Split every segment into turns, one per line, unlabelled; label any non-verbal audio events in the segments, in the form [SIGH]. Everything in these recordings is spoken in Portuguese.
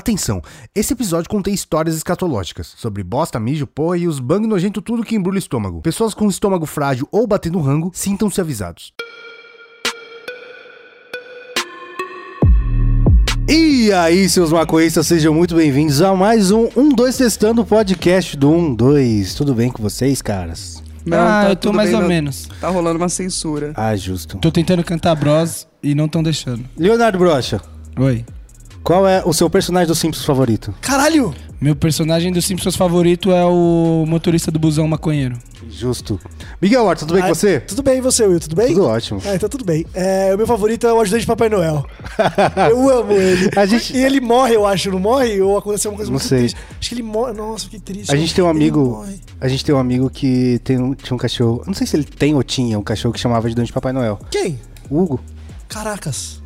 Atenção, esse episódio contém histórias escatológicas sobre bosta, mijo, porra e os bang nojento tudo que embrulha o estômago. Pessoas com estômago frágil ou batendo rango, sintam-se avisados. E aí, seus maconhistas, sejam muito bem-vindos a mais um 1, 2 Testando, o podcast do 1, 2. Tudo bem com vocês, caras?
Não,
Ah,
tá,
eu
eu
tô
tô
mais ou
menos.
Tá rolando uma censura.
Ah, justo.
Tô tentando cantar bros e não tão deixando.
Leonardo Brocha,
Oi.
qual é o seu personagem do Simpsons favorito?
Caralho!
Meu personagem dos Simpsons favorito é o motorista do busão maconheiro.
Justo. Miguel Horta, tudo bem com
Ah,
você?
Tudo bem, e você, Will? Tudo bem?
Tudo ótimo.
Ah, então tudo bem. É, o meu favorito é o ajudante de Papai
[LAUGHS]
Noel. Eu amo ele.
A gente-
E ele morre, eu acho, não morre? Ou aconteceu alguma coisa
Não
muito
sei.
triste? Acho que ele morre. Nossa, que triste.
A gente tem um
Ele
amigo.
morre.
A gente tem um amigo que tem um- tinha um cachorro. Não sei se ele tem ou tinha um cachorro que chamava de de Papai Noel.
Quem?
Hugo.
Caracas.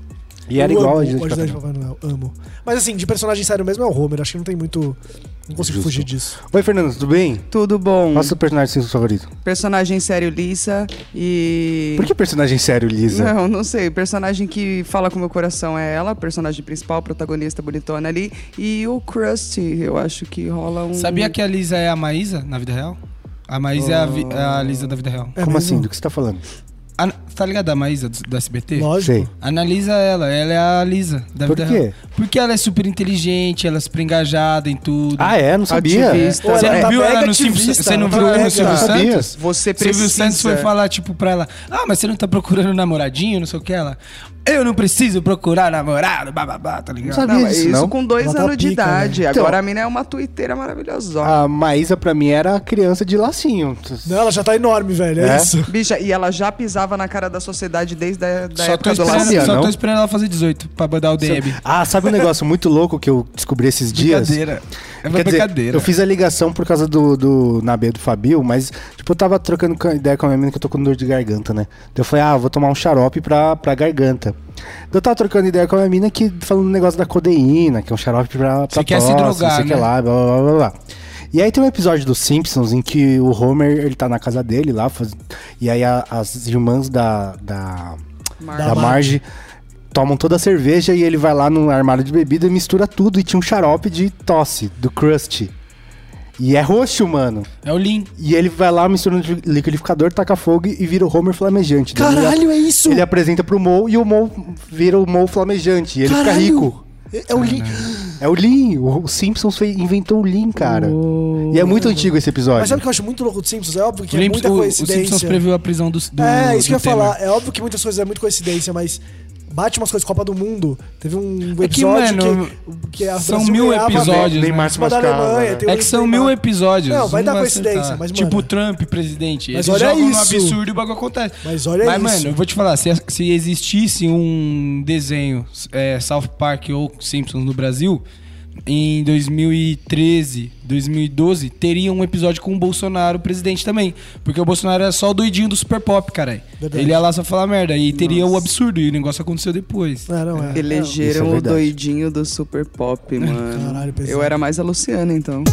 E era
Eu
igual
amo
a
o
ajudante de Papai
ajudante de
Noel.
Papai Noel. Amo. Mas assim, de personagem sério mesmo é o Homer. Acho que não tem muito. Não consigo
Justo.
fugir disso.
Oi, Fernando, tudo bem?
Tudo bom.
Qual é o seu personagem Simpsons favorito?
Personagem sério lisa e.
Por que personagem sério, Lisa?
Não, não sei. Personagem que fala com o meu coração é ela, personagem principal, protagonista bonitona ali. E o Krusty, eu acho que rola um.
Sabia que a Lisa é a Maísa na vida real? A Maísa é a, vi- é a Lisa da vida real.
É
Como
mesmo?
assim? Do que você tá falando?
A- tá ligado a Maísa do, do SBT?
Lógico.
Sei.
Analisa ela, ela é a Lisa da
Por
vida
quê?
real. Porque ela é super inteligente, ela é super engajada em tudo.
Ah, é? Não sabia.
Ativista.
Ou
Você
ela
não
tá
viu ela
mega
no Simpsons?
ativista,
Você não
ela tá
viu ela no
mega-
Silvio
Eu sabia.
Santos?
Você
Silvio
precisa.
Santos foi falar, tipo, pra ela: Ah, mas você não tá procurando namoradinho, não sei o que ela. Eu não preciso procurar namorado, bababá, tá ligado?
Não sabia.
Não, mas
disso,
isso
não?
com dois
Ela tá
anos de
pica,
idade.
né?
Agora
Então- Ah.
a mina é uma tuiteira maravilhosa.
A Maísa, pra mim, era criança de lacinho.
Não, ela já tá enorme, velho. É,
É?
isso.
Bicha, e ela já pisava na cara da sociedade desde a
é,
da
Só tô,
época do
esperando,
lacinho.
Laciano,
só
não?
tô esperando ela fazer 18 pra mandar o DM.
Ah, sabe um negócio muito louco que eu descobri esses dias?
Brincadeira. É uma
Quer dizer,
brincadeira.
eu fiz a ligação por causa do, do Nabê do Fabio, mas, tipo, eu tava trocando ca- ideia com a minha menina que eu tô com dor de garganta, né? Daí eu falei, ah, vou tomar um xarope pra, pra garganta. Daí eu tava trocando ideia com a minha menina que falando um negócio da codeína, que é um xarope pra, pra
Você quer se
tosse,
drogar,
não sei o que
né?
lá, blá, blá, blá, blá. E aí tem um episódio dos Simpsons em que o Homer, ele tá na casa dele lá, faz- e aí a- as irmãs da- da
Marcos.
da Marge tomam toda a cerveja e ele vai lá no armário de bebida e mistura tudo. E tinha um xarope de tosse, do Krusty. E é roxo, mano.
É o Lin.
E ele vai lá, mistura no liquidificador, taca fogo e vira o Homer flamejante. Daí ele
Caralho,
a-
é isso?
Ele apresenta pro Mo e o Mo vira o Mo flamejante. E ele
Caralho.
fica rico.
É o Lin.
É o Lean. O Simpsons fez- inventou o Lean, cara. e é muito antigo esse episódio.
Mas sabe o que eu acho muito louco do Simpsons? É óbvio que
O
é
Lim-
muita
o- o
coincidência.
Simpsons previu a prisão do. do
É, isso que eu
do
ia
Temer.
falar. É óbvio que muitas coisas é muito coincidência, mas bate umas coisas. Copa do Mundo. Teve um
É que,
episódio que,
mano,
que a
são
Brasil
mil
ganhava
episódios,
em
né?
cima da Alemanha, tem um o
É que são
Neymar.
mil episódios.
Não, vai
um
dar
vai
coincidência,
acertar.
mas, mano-
Tipo o Trump, presidente.
Mas
Eles
olha
jogam no
isso.
absurdo e o bagulho acontece.
Mas olha
mas,
isso.
mano, eu vou te falar, se, se existisse um desenho é, South Park ou Simpsons no Brasil, em 2013, 2012, teria um episódio com o Bolsonaro, presidente também. Porque o Bolsonaro era só o doidinho do Super Pop, caralho.
Verdade.
Ele ia lá só falar merda. E teria o absurdo, e o negócio aconteceu depois.
Não, não, é.
Isso é
Elegeram o
verdade.
doidinho do super pop, mano.
Caralho, pesado.
eu era mais a Luciana, então.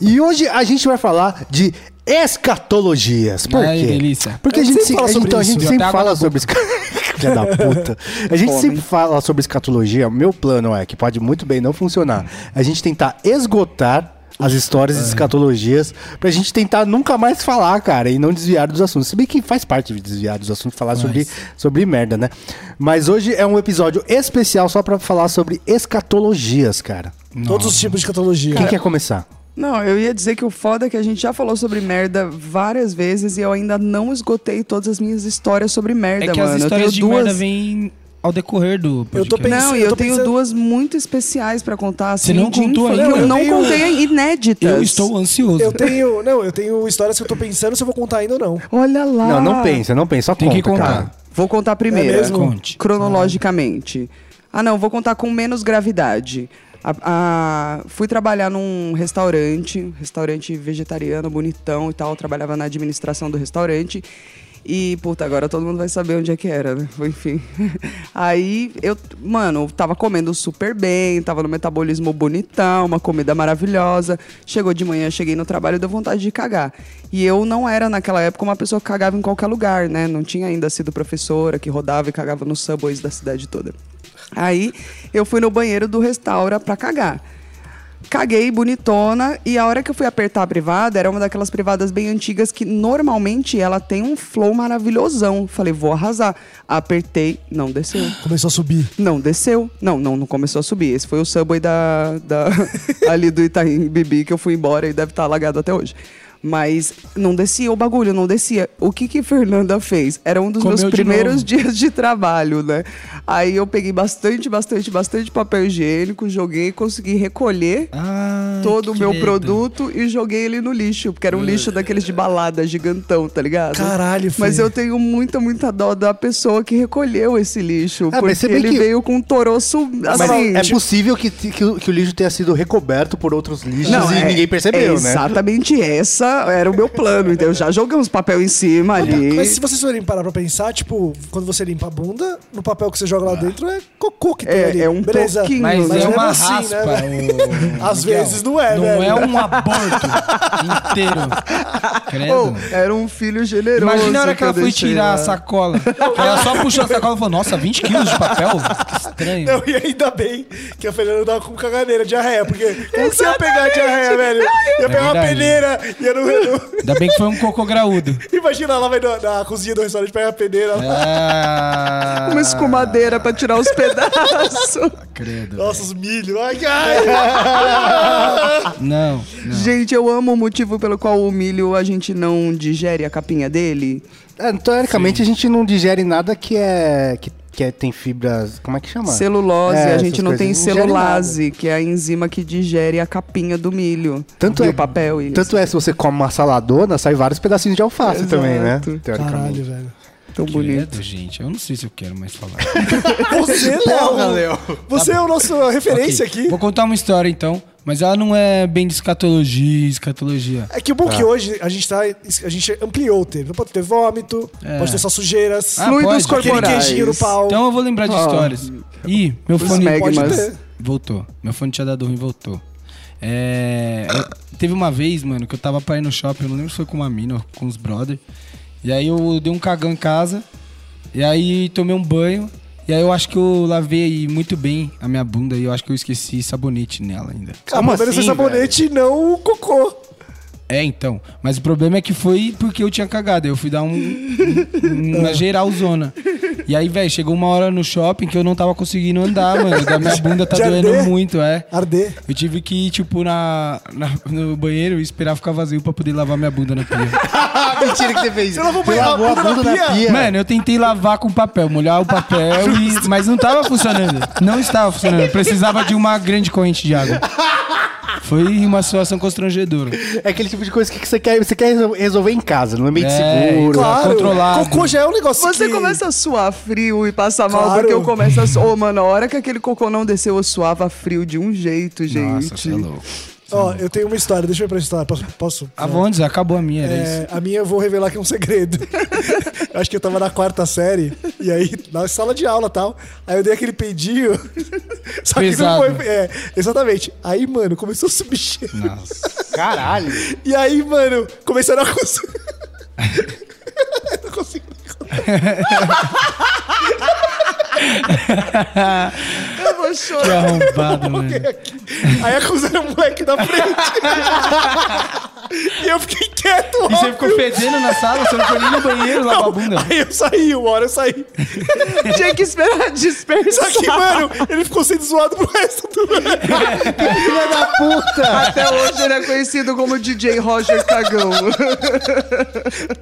E hoje a gente vai falar de escatologias. Por
Ai,
quê?
delícia.
Porque a
Eu
gente,
sempre
se-
falo
a gente-
sobre
então, a
isso.
gente
Deu
sempre
até água
fala
na
sobre escatologia. [LAUGHS] Filha da puta. A gente
Homem.
sempre fala sobre escatologia. Meu plano é que pode muito bem não funcionar. A gente tentar esgotar as histórias
É.
e escatologias pra gente tentar nunca mais falar, cara, e não desviar dos assuntos. Se bem que faz parte de desviar dos assuntos falar sobre, sobre merda, né? Mas hoje é um episódio especial só pra falar sobre escatologias, cara.
Todos os tipos de catologia.
Quem quer começar?
Não, eu ia dizer que o foda é que a gente já falou sobre merda várias vezes e eu ainda não esgotei todas as minhas histórias sobre merda,
É que
mano.
as
eu
histórias de
tenho duas.
merda vêm ao decorrer do podcast.
Eu tô pensando-
Não, e
Eu
eu
tô
tenho
pensando-
duas muito especiais pra contar. Assim,
Você não
de
contou
infância.
ainda?
Eu
Eu
não
tenho-
contei é inéditas.
Eu estou ansioso.
Eu tenho. Não, eu tenho histórias que eu tô pensando se eu vou contar ainda ou não.
Olha lá.
Não, não pensa, não pensa, só
Tem que
conta, cara.
contar.
Vou contar primeiro.
É mesmo?
Conte.
Cronologicamente. Ah, não, vou contar com menos gravidade. A- a- fui trabalhar num restaurante, restaurante vegetariano, bonitão e tal. Trabalhava na administração do restaurante. E, puta, agora todo mundo vai saber onde é que era, né? Enfim. [LAUGHS] Aí eu, mano, tava comendo super bem, tava no metabolismo bonitão, uma comida maravilhosa. Chegou de manhã, cheguei no trabalho, deu vontade de cagar. E eu não era, naquela época, uma pessoa que cagava em qualquer lugar, né? Não tinha ainda sido professora, que rodava e cagava nos subways da cidade toda. Aí eu fui no banheiro do restaura pra cagar. Caguei bonitona e a hora que eu fui apertar a privada, era uma daquelas privadas bem antigas que normalmente ela tem um flow maravilhosão. Falei, vou arrasar. Apertei, não desceu.
Começou a subir.
Não desceu. Não, não, não começou a subir. Esse foi o subway da,
[LAUGHS]
da- ali do Itaim Bibi que eu fui embora e deve estar alagado até hoje. Mas não descia o bagulho, não descia. O que que Fernanda fez? Era um dos
Comeu de
meus primeiros
novo.
dias de trabalho, né? Aí eu peguei bastante, bastante, bastante papel higiênico, joguei, consegui recolher
Ah,
todo o
que
meu
treta.
produto e joguei ele no lixo, porque era um lixo daqueles de balada gigantão, tá ligado?
Caralho, foi.
Mas eu tenho muita, muita dó da pessoa que recolheu esse lixo.
Ah, mas
porque
se bem
ele
que-
veio com um toroço
Mas
assim.
é possível que, que, o- que o lixo tenha sido recoberto por outros lixos e
é-
ninguém percebeu,
é
né?
Exatamente essa era o meu plano, entendeu? Já joguei uns papel em cima ali.
Mas se vocês forem parar pra pensar, tipo, quando você limpa a bunda, no papel que você joga lá dentro é cocô que tem
Ah. É-
ali.
é um
Beleza.
pouquinho.
Mas,
Mas
é
mesmo
uma
assim,
raspa.
né,
ô,
Às
Miguel.
vezes não é,
Não
velho.
é um aborto inteiro. Credo.
Pô, era um filho generoso.
Imagina a hora que ela
eu
foi
deixei né?
tirar
lá.
a sacola. Ela só puxou a sacola e falou, nossa, 20 quilos de papel? Que estranho.
Não, e ainda bem que a Fernanda tava com caganeira, diarreia, porque como que você ia pegar a diarreia, velho? Ia pegar uma
verdade.
peneira, ia no...
Ainda bem que foi um cocô graúdo.
Imagina, ela vai na, na cozinha do restaurante, pega a peneira.
É. Ah,
Uma escumadeira pra
[LAUGHS]
tirar os pedaços.
Credo.
Nossa, os milho. Ai, ai.
Não, não.
Gente, eu amo o motivo pelo qual o milho a gente não digere a capinha dele.
É, teoricamente a gente não digere nada que é. que, que é- tem fibras. Como é que chama?
Celulose,
É,
a
essas
gente não
coisas.
tem
digere nada.
celulase, que é a enzima que digere a capinha do milho.
Tanto
e
é,
o papel. E
tanto é, se você come uma saladona, sai vários pedacinhos de alface
Exato.
também, né?
Caralho,
Teoricamente.
velho.
é
Tão bonito.
é Credo, gente. Eu não sei se eu quero mais falar.
Você, Léo. Você é o nosso referência
Ok,
aqui.
Vou contar uma história, então. Mas ela não é bem de escatologia, escatologia.
É que o bom que hoje a gente, tá, a gente ampliou o termo. Pode ter vômito,
É.
pode ter só sujeiras.
Ah,
Fluidos
pode,
aquele
corporais.
queijinho no pau.
Então eu vou lembrar de
Ah,
histórias. Ih, meu
os
fone...
magmas.
pode ter.
Voltou. Meu fone tinha dado ruim e voltou. É, eu- teve uma vez, mano, que eu tava pra ir no shopping, eu não lembro se foi com uma mina ou com os brother. E aí eu dei um cagão em casa. E aí tomei um banho. E aí eu acho que eu lavei muito bem a minha bunda e eu acho que eu esqueci sabonete nela ainda.
Ah,
Como
pelo menos
assim,
é sabonete e não o cocô.
É, então. Mas o problema é que foi porque eu tinha cagado. Eu fui dar um, um- uma geralzona. E aí, velho, chegou uma hora no shopping que eu não tava conseguindo andar, mano. Da minha bunda tá
De
doendo
arder?
muito, é.
Arder.
Eu tive que ir, tipo, na, na- no banheiro e esperar ficar vazio pra poder lavar minha bunda na pia.
Ah, mentira que você fez. Você
lavou banheiro,
lavou a
bunda na
bunda na
pia?
pia.
Mano, eu tentei lavar com papel, molhar o papel, e- mas não tava funcionando. Não estava funcionando. Precisava de uma grande corrente de água. Foi uma situação constrangedora.
É aquele tipo de coisa que você quer, você quer resol- resolver em casa, num ambiente
É,
seguro.
claro. controlado.
Cocô já é um negócio
Você
que...
começa a suar frio e passar mal
Claro.
porque eu começo a suar. Ô, mano, a hora que aquele cocô não desceu, eu suava frio de um jeito, gente.
Nossa, você é louco.
Ó, eu tenho uma história, deixa eu ir pra história. Posso? posso?
Avondes, acabou a minha, era isso.
É, a minha eu vou revelar que é
[LAUGHS]
um segredo. eu acho que eu tava na quarta série, e aí, na sala de aula e tal, aí eu dei aquele pedinho. [LAUGHS] Só
Pesado. né?
que não foi. É, exatamente. Aí, mano, começou a subir cheiro.
Caralho.
E aí, mano, começaram a
[LAUGHS]
conseguir. eu não consigo.
Eu vou
Que [LAUGHS]
chorar.
arrombado, mano.
Aí acusaram o moleque da
[LAUGHS]
frente. e eu fiquei quieto,
E você
óbvio.
ficou fedendo na sala, você não foi nem no banheiro lavar a
[LAUGHS]
bunda.
Aí eu saí, uma hora eu saí.
Tinha que esperar
Só
dispersar.
que, mano, ele ficou sendo zoado pro resto [LAUGHS] do ano.
Filha da puta.
Até hoje ele é conhecido como DJ Roger Cagão.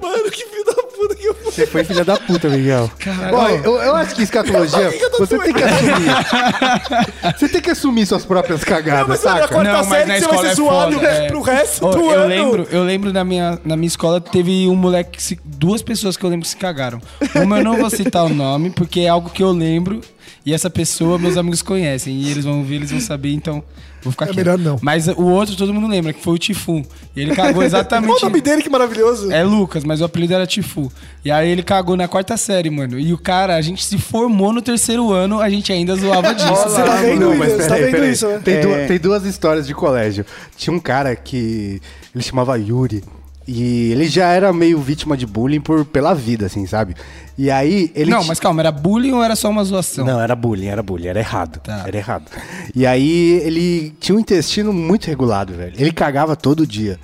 Mano, que filho da puta que eu fui.
Você foi filha da puta, Miguel. Ó, eu, eu acho que escatologia,
Por que que eu tô
você tem
doido?
que assumir. você tem que assumir suas próprias
Não,
cagadas,
mas olha,
saca?
agora- Quarta
Não, mas
série
na
que você vai
escola
ser
é
zoado né,
foda, é.
pro resto
Ô,
do
eu
ano.
Lembro, eu lembro na minha, na minha escola teve um moleque, que se- duas pessoas que eu lembro que se cagaram. Uma eu não vou citar o nome, porque é algo que eu lembro e essa pessoa meus amigos conhecem. E eles vão ver, eles vão saber, então vou ficar
É
quieto.
melhor não.
Mas o outro todo mundo lembra, que foi o Tifum. E ele
[LAUGHS]
cagou
Qual o
exatamente...
nome dele, que maravilhoso.
É Lucas, mas o apelido era Tifu. E aí ele cagou na quarta série, mano. E o cara, a gente se formou no terceiro ano, a gente ainda zoava disso.
Você tá vendo,
Não, mas
Williams? Tá
peraí,
vendo
peraí.
isso, né?
Tem, du- tem duas histórias de colégio. Tinha um cara que ele chamava Yuri. E ele já era meio vítima de bullying por, pela vida, assim, sabe? E aí ele.
Não,
ti-
mas calma, era bullying ou era só uma zoação?
Não, era bullying, era bullying, era errado.
Tá.
Era errado. E aí ele tinha um intestino muito regulado, velho. Ele cagava todo dia.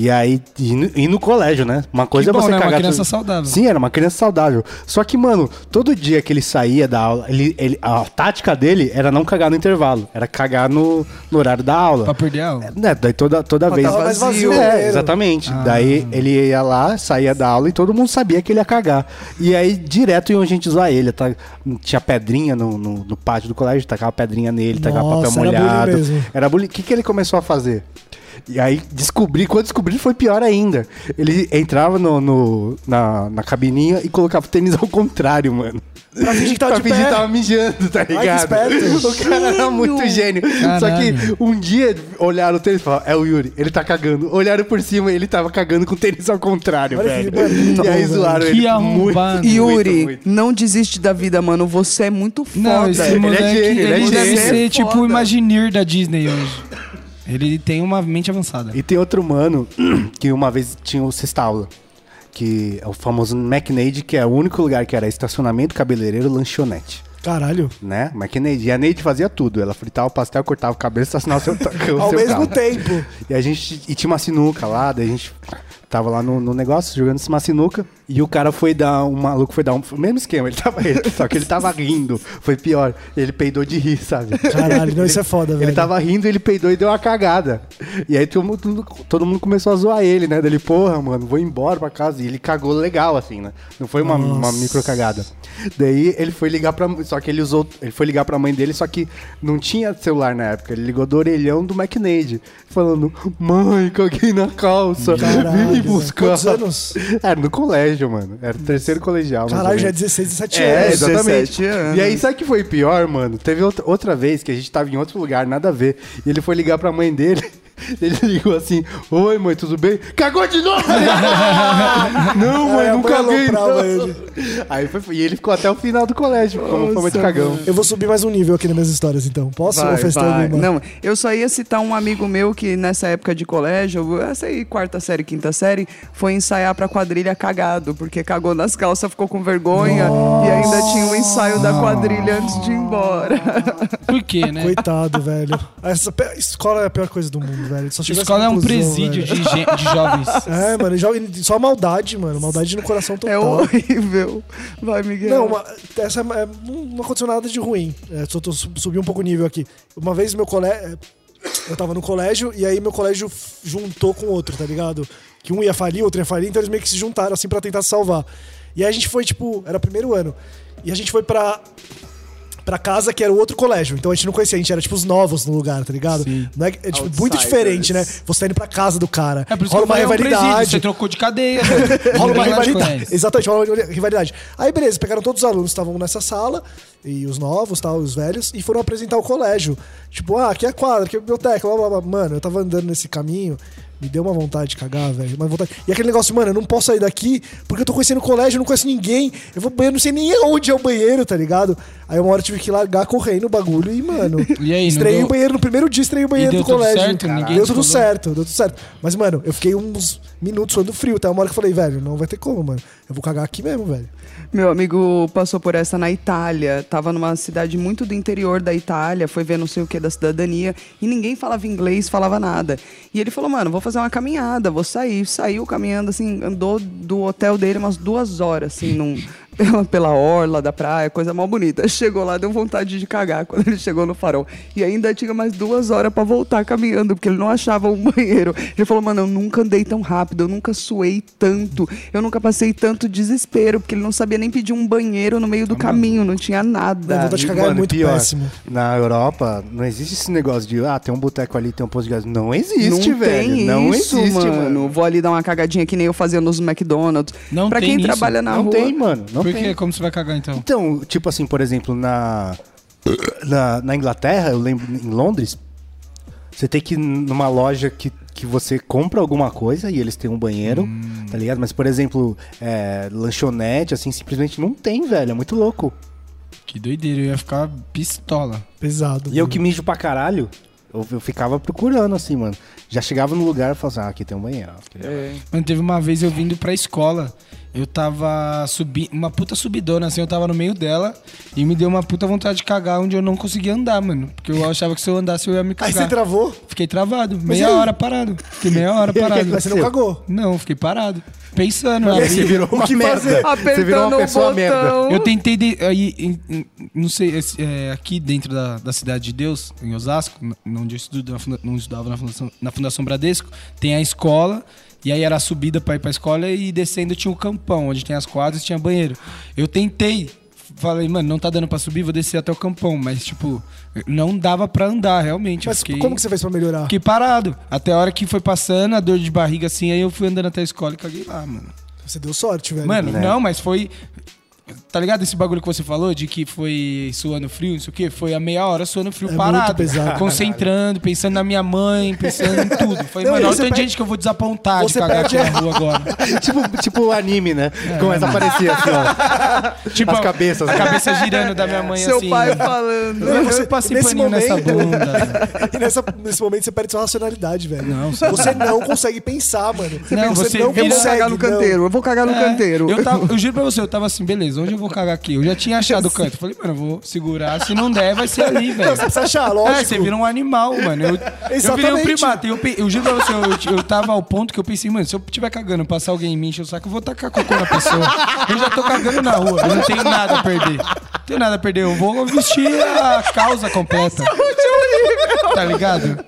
E aí, e no, e no colégio, né? Uma coisa
Hum. bom,
é você
né? Uma
cagar.
criança
todo-
saudável.
Sim, era uma criança saudável. Só que, mano, todo dia que ele saía da aula, ele, ele- a tática dele era não cagar no intervalo, era cagar no, no horário da aula.
Pra perder a aula.
É, daí toda, toda vez.
tava mais vazio,
é,
né?
exatamente. Daí ele ia lá, saía da aula e todo mundo sabia que ele ia cagar. E aí direto iam a gente usar ele. tá? Tinha pedrinha no, no, no pátio do colégio, tacava pedrinha nele, tacava
Nossa,
papel
era bullying
molhado.
mesmo.
Era bullying. O que, que ele começou a fazer? E aí descobri, quando descobri foi pior ainda. Ele entrava no, no- na, na cabininha e colocava o tênis ao contrário, mano.
Pra fingir que tava de
fingir
pé.
que tava mijando, tá ligado?
esperto.
[LAUGHS] o cara era muito gênio. Só
Caralho.
que um dia olharam o tênis e falaram, é o Yuri, ele tá cagando. Olharam por cima, ele tava cagando com o tênis ao contrário,
Olha
velho.
que bonito,
e aí
velho.
zoaram
Que
ele
arrombado.
muito,
Yuri,
muito, muito.
não desiste da vida, mano. Você é muito foda.
Não, esse
Ele é
moleque, ele,
gênio, ele é
deve
gênio.
ser
É
tipo
foda.
o Imagineer da Disney hoje. Ele tem uma mente avançada.
E tem outro mano [CLEARS THROAT] que uma vez tinha o sexta aula. Que é o famoso McNade, que é o único lugar que era estacionamento, cabeleireiro, lanchonete.
Caralho.
Né? McNade. E a Neide fazia tudo. Ela fritava o pastel, cortava o cabelo, estacionava o seu, [LAUGHS] o seu
Ao mesmo
carro.
tempo.
E a gente. E tinha uma sinuca lá, daí a gente tava lá no, no negócio jogando uma sinuca. E o cara foi dar. Um maluco foi dar um. o Mesmo esquema, ele tava. [LAUGHS] ele- só que ele tava rindo. Foi pior. Ele peidou de rir, sabe?
Caralho, não, isso é foda, velho.
Ele
tá
tava rindo, ele peidou e deu uma cagada. E aí todo mundo, todo mundo começou a zoar ele, né? Dele, porra, mano, vou embora pra casa. E ele cagou legal, assim, né? Não foi uma, uma micro cagada. Daí ele foi ligar pra. Só que ele usou. Ele foi ligar pra mãe dele, só que não tinha celular na época. Ele ligou do orelhão do McNade, falando: Mãe, caguei na calça.
Caralho,
Vim me buscar.
quantos anos?
Era no colégio, mano. Era terceiro colegial. mais ou
Caralho, já é
menos.
16, 17
É,
anos.
exato.
exatamente.
17 anos.
E aí, sabe o que foi pior, mano? Teve outra, outra vez que a gente tava em outro lugar, nada a ver. E ele foi ligar pra mãe dele. [LAUGHS] Ele ligou assim: Oi, mãe, tudo bem? Cagou de novo!
É,
Aí a
[LAUGHS] não, mãe, não
mãe
caguei.
aloprava
não.
ele.
[LAUGHS] Aí foi, e ele ficou até o final do colégio, como foi muito cagão.
Eu vou subir mais um nível aqui nas minhas histórias, então. Posso
Vai,
ofestar
vai.
alguma?
Não, eu só ia citar um amigo meu que nessa época de colégio, essa aí, quarta série, quinta série, foi ensaiar pra quadrilha cagado, porque cagou nas calças, ficou com vergonha e ainda tinha o ensaio da quadrilha antes de ir embora.
Por quê, né?
Coitado, velho. Essa pe- escola é a pior coisa do mundo, velho. Só chega a essa
Escola é um
conclusão,
presídio
né?
velho.
de, gen- de
[LAUGHS]
jovens.
É, mano, e joga- e só maldade, mano. Maldade no coração total.
É horrível. Vai, Miguel.
Tá. Não, uma- essa é- não não aconteceu nada de ruim. É, só tô sub- subir um pouco o nível aqui. Uma vez meu colégio. Eu tava no colégio e aí meu colégio f- juntou com outro, tá ligado? Que um ia falir, outro ia falir, então eles meio que se juntaram assim pra tentar se salvar. E aí a gente foi, tipo, era primeiro ano. E a gente foi pra pra casa que era o outro colégio. Então a gente não conhecia, a gente era tipo os novos no lugar, tá ligado? Não é, que- é, tipo, muito
Outsiders.
diferente, né? Você tá indo pra casa do cara.
É por isso
rola
que eu
uma
falei, é um presídio.
rivalidade.
Você trocou de
[LAUGHS]
cadeia. né?
Rola uma
Ninguém mais
rivalidade.
conhece.
Exatamente, rola uma rivalidade. Aí, beleza, pegaram todos os alunos que estavam nessa sala, e os novos, tal, os velhos, e foram apresentar o colégio. Tipo, ah, aqui é a quadra, aqui é a biblioteca, blá, blá, blá. Mano, eu tava andando nesse caminho, me deu uma vontade de cagar, velho. Uma vontade. E aquele negócio, mano, eu não posso sair daqui porque eu tô conhecendo o colégio, eu não conheço ninguém. Eu vou pro banheiro, não sei nem onde é o banheiro, tá ligado? Aí uma hora eu tive que largar correndo o bagulho e, mano.
[LAUGHS] E aí, não
Estreiei
deu-
o banheiro no primeiro dia, estreiei o banheiro
deu
do
tudo
colégio.
certo? Ninguém
Deu tudo
discordou?
certo certo, deu tudo certo. Mas, mano, eu fiquei uns minutos suando frio. Até uma hora que eu falei, velho, não vai ter como, mano. Eu vou cagar aqui mesmo, velho.
Meu amigo passou por essa na Itália. Tava numa cidade muito do interior da Itália, foi ver não sei o que da cidadania. E ninguém falava inglês, falava nada. E ele falou, mano, vou fazer uma caminhada, vou sair. Saiu caminhando, assim, andou do hotel dele umas duas horas, assim, num- pela, [LAUGHS] pela orla da praia, coisa mal bonita. Chegou lá, deu vontade de cagar quando ele chegou no farol. E ainda tinha mais duas horas pra voltar caminhando, porque ele não achava um [LAUGHS] banheiro. Ele falou, mano, eu nunca andei tão rápido, eu nunca suei tanto, eu nunca passei tanto desespero, porque ele não sabia nem pedir um banheiro no meio
Ah,
do caminho, não tinha
Não,
nada.
vontade de cagar é muito péssimo.
Na Europa, não existe esse negócio de, ah, tem um boteco ali, tem um posto de gás. Não existe,
não
velho.
tem
não
isso,
existe,
mano. Vou ali dar uma cagadinha que nem eu fazia nos McDonald's.
Não
pra
tem
quem
isso.
trabalha é na
Não
rua.
tem, mano. Não
Por
tem.
quê? Como você vai cagar, então?
Então, tipo assim, por exemplo, na, na, na Inglaterra, eu lembro, em Londres, você tem que ir numa loja que, que você compra alguma coisa e eles têm um banheiro, tá ligado? Mas, por exemplo, é, lanchonete, assim, simplesmente não tem, velho. É muito louco.
Que doideira, eu ia ficar pistola.
Pesado.
E eu que mijo pra caralho, Eu, eu ficava procurando, assim, mano. Já chegava no lugar e falava assim, ah, aqui tem um banheiro. aqui tem um banheiro.
Mano, teve uma vez eu vindo pra escola. Eu tava subindo, uma puta subidona, assim, eu tava no meio dela e me deu uma puta vontade de cagar onde eu não conseguia andar, mano. Porque eu achava que se eu andasse eu ia me
Aí
cagar.
você travou,
Fiquei travado, meia
e aí?
hora parado. Fiquei meia
[LAUGHS]
hora
E aí, o que
parado.
mas você não
Seu.
cagou.
Não, fiquei parado. Pensando na
Você
vida.
virou
o
é uma
que
É.
merda.
fazer?
Você virou
[LAUGHS] Apertando
uma
o
pessoa merda.
Eu
botão.
tentei, de- aí, em- em- não sei, esse- é, aqui dentro da, da Cidade de Deus, em Osasco, n- onde eu estudo, na funda- não estudava na Fundação, na Fundação Bradesco, tem a escola, e aí era a subida pra ir pra escola e descendo tinha o campão, onde tem as quadras e tinha banheiro. Eu tentei, falei, mano, não tá dando pra subir, vou descer até o campão, mas tipo, não dava pra andar, realmente. eu
Mas
fiquei-
como que você fez pra melhorar?
Fiquei parado. Até a hora que foi passando, a dor de barriga assim, aí eu fui andando até a escola e caguei lá, mano.
Você deu sorte, velho.
Mano,
né?
não, mas foi. Tá ligado esse bagulho que você falou de que foi suando frio, não sei o quê? Foi a meia hora suando frio
É
parado.
muito pesado.
[LAUGHS] Concentrando, pensando na minha mãe, pensando em tudo. Falei,
Não, e
mano, olha o
você
tanto de
perde-
gente que eu vou desapontar de
você
cagar
perde-
aqui na rua
[LAUGHS]
agora.
[LAUGHS] tipo, tipo o anime, né? Começa a aparecer assim, ó.
É. [LAUGHS] tipo,
As cabeças,
A
né?
cabeça girando da minha mãe
Seu
assim.
pai
né?
falando. [LAUGHS]
Eu
Você-
passei
nesse
paninho nessa
momento- [LAUGHS]
bunda.
[LAUGHS] E nessa- nesse momento você perde sua racionalidade, velho.
Não, você-
você não consegue pensar, mano.
Não, você
não
vira-
Eu vou
consegue.
cagar no
não.
canteiro, eu vou cagar no
É,
canteiro.
Eu, tava, eu juro pra você, eu tava assim, beleza, onde eu vou cagar aqui? Eu já tinha achado o canto. Falei, mano, eu vou segurar, se não der, vai ser ali, velho.
Não, você precisa achar, lógico.
É, você vira um animal, mano.
[LAUGHS]
Eu, eu virei um
Exatamente.
primata. Eu, pe- eu juro pra você, eu, eu tava ao ponto que eu pensei, mano, se eu tiver cagando, passar alguém em mim, encher o saco, eu vou tacar cocô na pessoa. Eu já tô cagando na rua, eu não tenho nada a perder. Não tenho nada a perder, eu vou vestir a causa completa.
é
Tá ligado?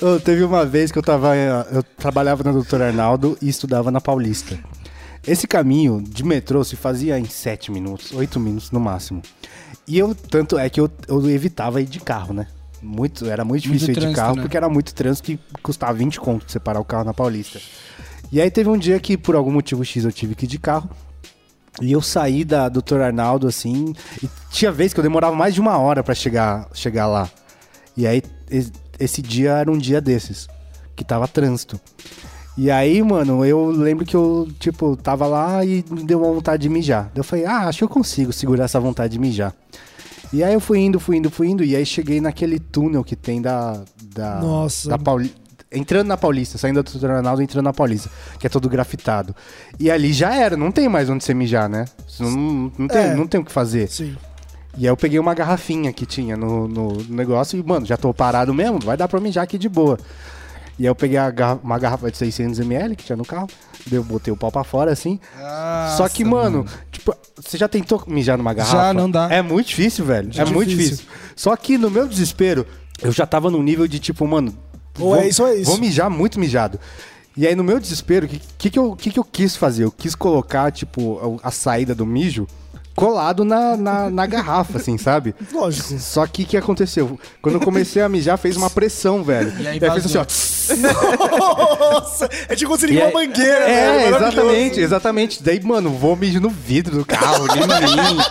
Ô, teve uma vez que eu tava. eh, Eu trabalhava na Doutor Arnaldo e estudava na Paulista. Esse caminho de metrô se fazia em 7 minutos, 8 minutos no máximo. E eu, tanto é que eu, eu evitava ir de carro, né? Muito, era muito difícil ir de
trânsito,
carro,
né?
porque era muito trânsito que custava 20 conto pra separar o carro na Paulista. E aí teve um dia que, por algum motivo X, eu tive que ir de carro. E eu saí da Doutor Arnaldo, assim, e tinha vez que eu demorava mais de uma hora pra chegar, chegar lá. E aí, es- esse dia era um dia desses, que tava trânsito. E aí, mano, eu lembro que eu, tipo, tava lá e me deu uma vontade de mijar. Daí Eu falei, ah, acho que eu consigo segurar essa vontade de mijar. E aí eu fui indo, fui indo, fui indo, e aí cheguei naquele túnel que tem da. da
Nossa.
Da Pauli... Entrando na Paulista, saindo do Doutor Arnaldo, entrando na Paulista, que é todo grafitado. E ali já era, não tem mais onde você mijar, né? Você Não, não, tem,
É.
não tem o que fazer.
Sim.
E aí eu peguei uma garrafinha que tinha no, no negócio e, mano, já tô parado mesmo, vai dar pra eu mijar aqui de boa. E aí eu peguei a garra- uma garrafa de 600ml que tinha no carro, daí eu botei o pau pra fora, assim. Só que, mano, tipo, você já tentou mijar numa garrafa?
não dá.
É muito difícil, velho. é muito
difícil.
difícil. Só que no meu desespero, eu já tava num nível de, tipo, mano...
Ou é isso ou é isso.
Vou mijar muito mijado. E aí, no meu desespero, o que, que, que, eu- que, que eu quis fazer? Eu quis colocar, tipo, a, a saída do mijo colado na, na, na garrafa, assim, sabe?
[LAUGHS]
Lógico.
Só que o que aconteceu? Quando eu comecei a mijar, fez uma pressão, velho.
E aí
fez assim,
vazou.
ó.
Nossa, é
um
tipo você
E
ligar
aí-
uma mangueira,
né?
É,
velho, maravilhoso.
exatamente, exatamente. Daí, mano, vou mijar no vidro do carro, nem em mim.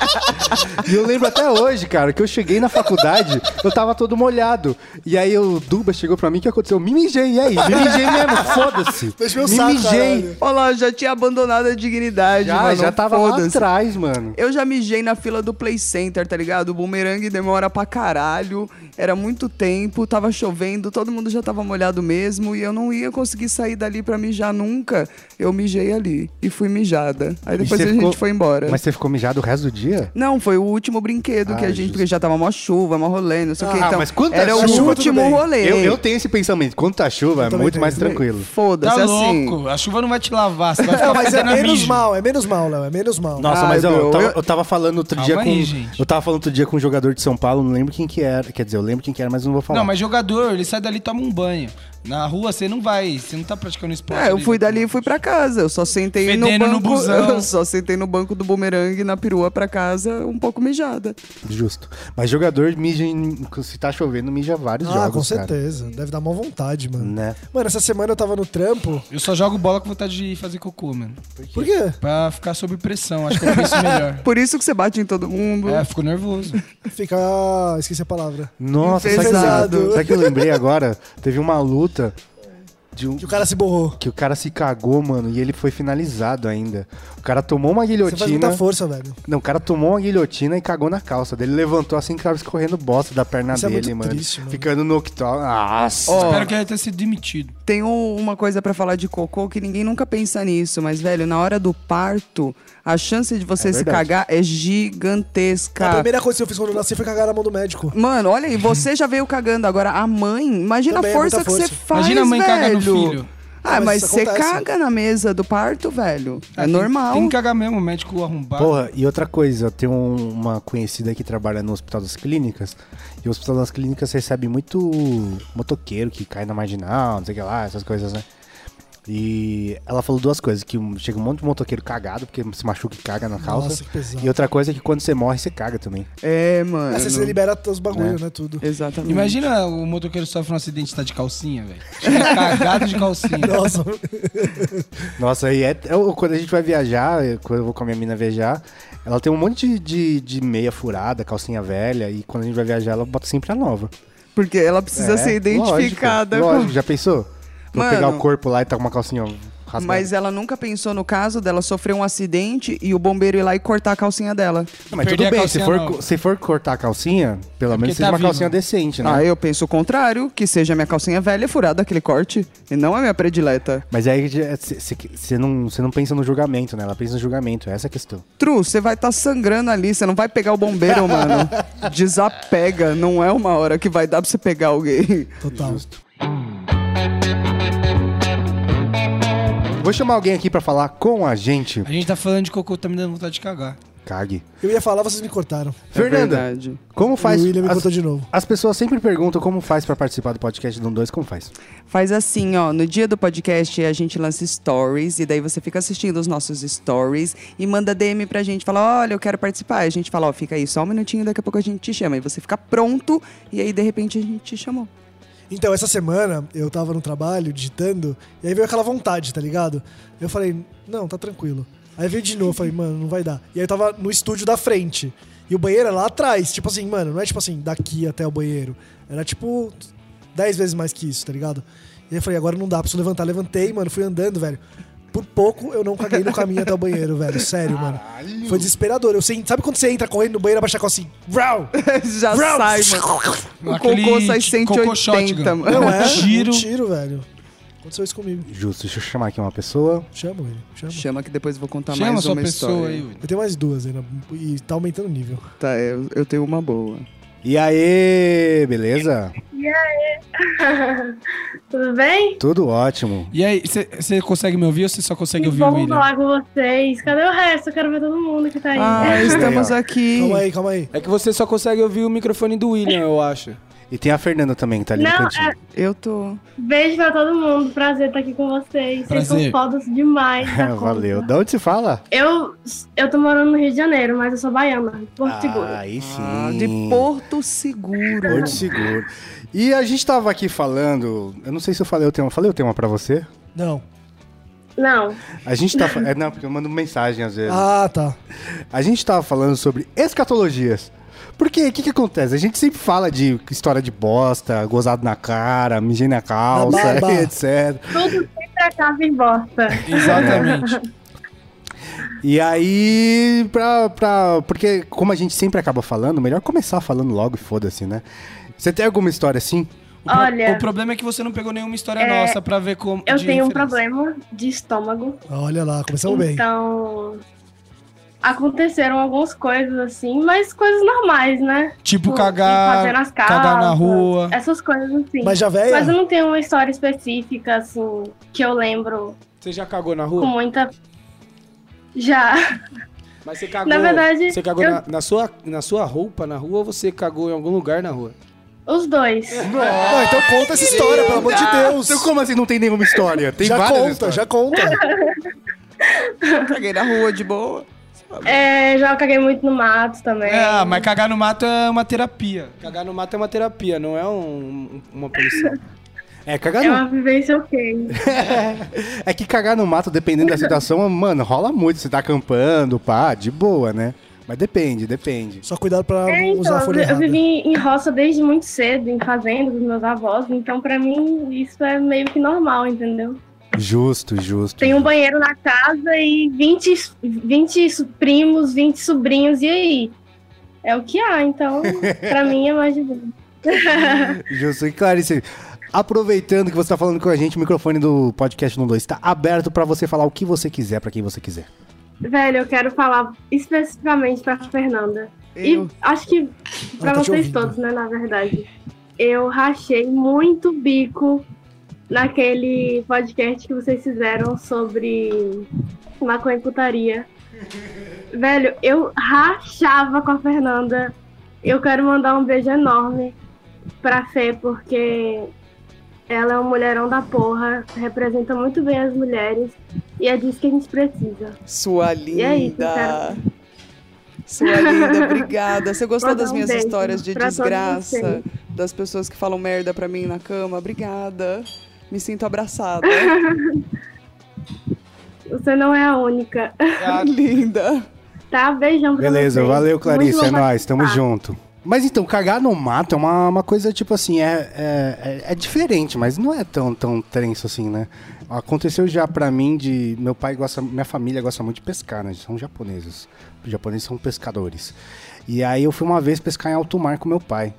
E eu lembro até hoje, cara, que eu cheguei na faculdade, eu tava todo molhado. E aí o Duba chegou pra mim, o que aconteceu? Me mijei, e aí? Me mijei mesmo, foda-se.
Deixa meu
Me
saco,
mijei.
caralho.
Olha lá, eu já tinha abandonado a dignidade,
Já,
mano.
já tava lá
foda-se.
atrás, mano.
Eu já mijei na fila do Play Center, tá ligado? O bumerangue demora pra caralho. Era muito tempo, tava chovendo, todo mundo já tava molhado mesmo. E eu não ia conseguir sair dali pra mijar nunca. Eu mijei ali e fui mijada. Aí
E
depois
você
a
ficou-
gente foi embora.
Mas você ficou mijado o resto do dia?
Não, foi o último brinquedo que
Ah,
a gente.
justo.
Porque já tava mó chuva, mó rolê, não sei o que.
Ah,
Então,
mas quanta
era
chuva,
o
tudo
último
bem.
rolê.
Eu, eu tenho esse pensamento. Quanto a chuva, é
também
muito
tenho.
mais tranquilo.
Tá
Foda-se, assim.
louco, a chuva não vai te lavar, você vai ficar
é Não, mas é
fedendo a
menos
mijo.
mal, é menos mal, Léo, é menos mal.
Nossa,
Ai,
mas eu,
meu,
eu, tava,
eu-
eu tava falando outro
Calma
dia com.
aí, gente.
Eu tava falando outro dia com um jogador de São Paulo, não lembro quem que era. Quer dizer, eu lembro quem que era, mas não vou falar.
Não, mas jogador, ele sai dali e toma um banho. Na rua você não vai, você não tá praticando esporte.
É, eu
ali.
fui dali e fui pra casa. Eu só sentei
Fedendo no
no banco.
busão.
[LAUGHS] eu só sentei no banco do bumerangue na perua pra casa, um pouco mijada.
Justo. Mas jogador mija em- se tá chovendo, mija vários
ah,
jogos.
com
cara.
certeza. Deve dar mó vontade, mano.
Né?
Mano, essa semana eu tava no trampo.
Eu só jogo bola com vontade de fazer cocô, mano.
Por quê?
Pra ficar sob pressão, acho que eu penso
[LAUGHS]
melhor.
Por isso que você bate em todo mundo.
É, fico nervoso.
Fica. Ah, Esqueci a palavra.
Nossa, sabe que,
Enfesado.
sabe que eu lembrei agora? Teve uma luta de um.
Que o cara se borrou.
Que o cara se cagou, mano, e ele foi finalizado ainda. O cara tomou uma
Você faz muita
guilhotina.
força, velho.
Não, o cara tomou uma guilhotina e cagou na calça dele. Levantou assim, tava escorrendo bosta da perna
Isso é
dele,
muito
mano.
triste, mano.
Ficando no octógono. Nossa!
Ó,
Espero que ele tenha sido demitido.
Tem um- uma coisa pra falar de cocô que ninguém nunca pensa nisso, mas, velho, na hora do parto, a chance de você
É
se
verdade.
cagar é
É A
gigantesca.
primeira coisa que eu fiz quando eu nasci foi cagar na mão do médico.
Mano, olha aí, você já veio cagando. Agora, a mãe, imagina
Também é
a força que
muita
você
força.
faz.
Imagina a mãe
velho.
cagar no filho.
Ah,
Mas
mas
isso
você
acontece.
caga na mesa do parto, velho. É
Tem-
normal.
Tem que cagar mesmo, o médico arrombado.
Porra, e outra coisa, tem um- uma conhecida que trabalha no Hospital das Clínicas, e o Hospital das Clínicas recebe muito motoqueiro que cai na marginal, não sei o que lá, essas coisas, né? E ela falou duas coisas, que um- chega um monte de motoqueiro cagado, porque se machuca e caga na calça.
Nossa, que pesado.
E outra coisa é que quando você morre, você caga também.
É, mano.
Aí você libera os bagulhos, né? Tudo.
Exatamente.
Imagina o motoqueiro sofre um acidente e tá de calcinha, velho. Chega Cagado de calcinha.
Nossa,
Nossa, aí é, eu- quando a gente vai viajar, eu- quando eu vou com a minha mina viajar, ela tem um monte de, de- de meia furada, calcinha velha, e quando a gente vai viajar, ela bota sempre a nova.
Porque ela precisa
É,
ser assim, identificada.
Lógico,
com- [LAUGHS]
lógico, né? já pensou? Vou
Mano.
pegar o corpo lá e tá com uma calcinha rasgada.
Mas ela nunca pensou no caso dela sofrer um acidente e o bombeiro ir lá e cortar a calcinha dela.
Não, mas
perder
tudo
a
bem, se
calcinha,
for,
não.
co- se for cortar a calcinha, pelo
porque
menos seja
tá
uma
vivo.
calcinha decente, né?
Ah, eu penso o contrário, que seja a minha calcinha velha furada aquele corte, e não a minha predileta.
Mas aí você não, cê não pensa no julgamento, né? Ela pensa no julgamento, essa é a questão.
Tru, você vai estar sangrando ali, você não vai pegar o
[LAUGHS]
bombeiro, mano. Desapega, não é uma hora que vai dar pra você pegar alguém.
total.
Vou chamar alguém aqui pra falar com a gente.
A gente tá falando de cocô, tá me dando vontade de cagar.
Cague.
Eu ia falar, vocês me cortaram.
Fernanda,
É verdade.
como faz...
o William me
as-
cortou de novo.
As pessoas sempre perguntam como faz pra participar do podcast do 2, como faz?
Faz assim, ó, no dia do podcast a gente lança stories e daí você fica assistindo os nossos stories e manda DM pra gente, fala: "Olha, eu quero participar". E a gente fala: "Ó, fica aí só um minutinho, daqui a pouco a gente te chama". E você fica pronto e aí de repente a gente te chamou. [LAUGHS]
Então, essa semana eu tava no trabalho digitando, e aí veio aquela vontade, tá ligado? Eu falei, não, tá tranquilo. Aí veio de novo, eu falei, mano, não vai dar. E aí eu tava no estúdio da frente. E o banheiro era lá atrás. Tipo assim, mano, não é tipo assim, daqui até o banheiro. Era tipo 10 vezes mais que isso, tá ligado? E aí eu falei, agora não dá, preciso levantar. Levantei, mano, fui andando, velho. Por pouco eu não caguei no caminho até o banheiro, velho. Sério, mano. Foi desesperador. Eu sei, sabe quando você entra correndo no banheiro, abaixa a calça assim, Rau!
Já
Vrau!
sai, mano. O
Aquele
cocô sai
t- cocô
180,
shotgun.
mano.
Não é?
Tiro.
Um tiro, velho. Aconteceu isso comigo.
Justo, deixa eu chamar aqui uma pessoa.
Chama, William. Chama.
Chama que depois eu vou contar
Chama
Tá mais
sua
uma
pessoa
história.
aí, William.
Eu tenho mais duas ainda. E tá aumentando o nível.
Tá, eu, eu tenho uma boa.
E aí, beleza?
E aí? Tudo bem?
Tudo ótimo.
E aí, você consegue me ouvir ou você só consegue
Que
ouvir o
bom
William?
falar com vocês. Cadê o resto? Eu quero ver todo mundo que tá aí.
Ah, estamos aqui.
Calma aí, calma aí.
É que você só consegue ouvir o microfone do William, eu acho.
E tem a Fernanda também, que tá ali no
Não,
cantinho.
é-
Eu tô.
Beijo pra todo mundo. Prazer estar aqui com vocês.
Prazer.
Vocês são fodas demais. da conta.
É, Valeu. Da onde se fala?
Eu, eu tô morando no Rio de Janeiro, mas eu sou baiana. Porto Seguro.
Ah, aí sim.
Ah, de Porto Seguro.
Porto Seguro. E a gente tava aqui falando, eu não sei se eu falei o tema, falei o tema pra você?
Não.
Não.
A gente tá fa- é, não, porque eu mando mensagem às vezes.
Ah, tá.
A gente tava falando sobre escatologias. Porque o que que acontece? A gente sempre fala de história de bosta, gozado na cara, mijei na calça,
Na barba.
[LAUGHS] etc.
Tudo sempre acaba em bosta.
Exatamente.
E aí, pra, pra. Porque, como a gente sempre acaba falando, melhor começar falando logo e foda-se, né? Você tem alguma história assim?
O, pro-
Olha.
o problema é que você não pegou nenhuma história
É,
nossa pra ver como.
Eu
de
tenho um
referência.
problema de estômago.
Olha lá, começamos bem.
Então. Aconteceram algumas coisas assim, mas coisas normais, né?
Tipo,
Tipo, fazer
cagar,
nas
cagar na
calças,
rua.
Essas coisas assim.
Mas já
Mas eu
velha?
não tenho uma história específica, assim, que eu lembro
Você já cagou na
com
rua?
muita. Já.
Mas você cagou.
Na verdade,
Você cagou
eu-
na, na sua, na sua roupa na rua ou você cagou em algum lugar na rua?
Os dois.
Não, então conta essa história, pelo amor de Deus.
Então, como assim não tem nenhuma história? Tem
já
várias
conta,
histórias.
já conta.
Caguei na rua de boa.
É, já caguei muito no mato também.
ah,
É, mas cagar no mato é uma terapia.
Cagar no mato é uma terapia, não é um- um- uma poluição.
É, cagar
É
no...
uma vivência ok.
é que cagar no mato, dependendo da situação, mano, rola muito. Você tá acampando, pá, de boa, né? Mas depende, depende.
Só cuidado pra não
É,
usar
então,
a
eu,
folha
vi- eu
errada.
vivi em roça desde muito cedo, em fazenda, com meus avós, então pra mim isso é meio que normal, entendeu?
Justo, justo.
Tem um banheiro na casa e 20, s- 20 su- primos, 20 sobrinhos, e aí? É o que há, então pra mim é mais de boa.
Justo. E Clarice, aproveitando que você tá falando com a gente, o microfone do podcast 12 tá aberto pra você falar o que você quiser, pra quem você quiser.
Velho, eu quero falar especificamente pra Fernanda.
Eu-
E acho que pra
tá te
vocês
ouvindo.
todos, né, na verdade. Eu rachei muito o bico naquele podcast que vocês fizeram sobre maconha e putaria. Velho, eu rachava com a Fernanda. Eu quero mandar um beijo enorme pra Fê, porque ela é um mulherão da porra, representa muito bem as mulheres e é disso que a gente precisa.
Sua
E é isso,
linda. Sua
[LAUGHS]
linda, obrigada. Você gostou
Mandar
das
um
minhas
beijo
histórias de
pra todos
desgraça?
vocês.
Das pessoas que falam merda pra mim na cama? Obrigada. Me sinto
[LAUGHS]
abraçada.
Você não é a única. [LAUGHS]
Ah, [LAUGHS] linda.
Tá? Beijão pra
Beleza,
vocês.
valeu, Clarice.
Muito
É
bom
nóis, tamo
participar.
junto. Mas então, cagar no mato é uma, uma coisa, tipo assim, é, é, é- é diferente, mas não é tão, tão tenso assim, né? Aconteceu já pra mim de. Meu pai gosta. Minha família gosta muito de pescar, né? São japoneses. Os japoneses são pescadores. E aí eu fui uma vez pescar em alto mar com meu pai.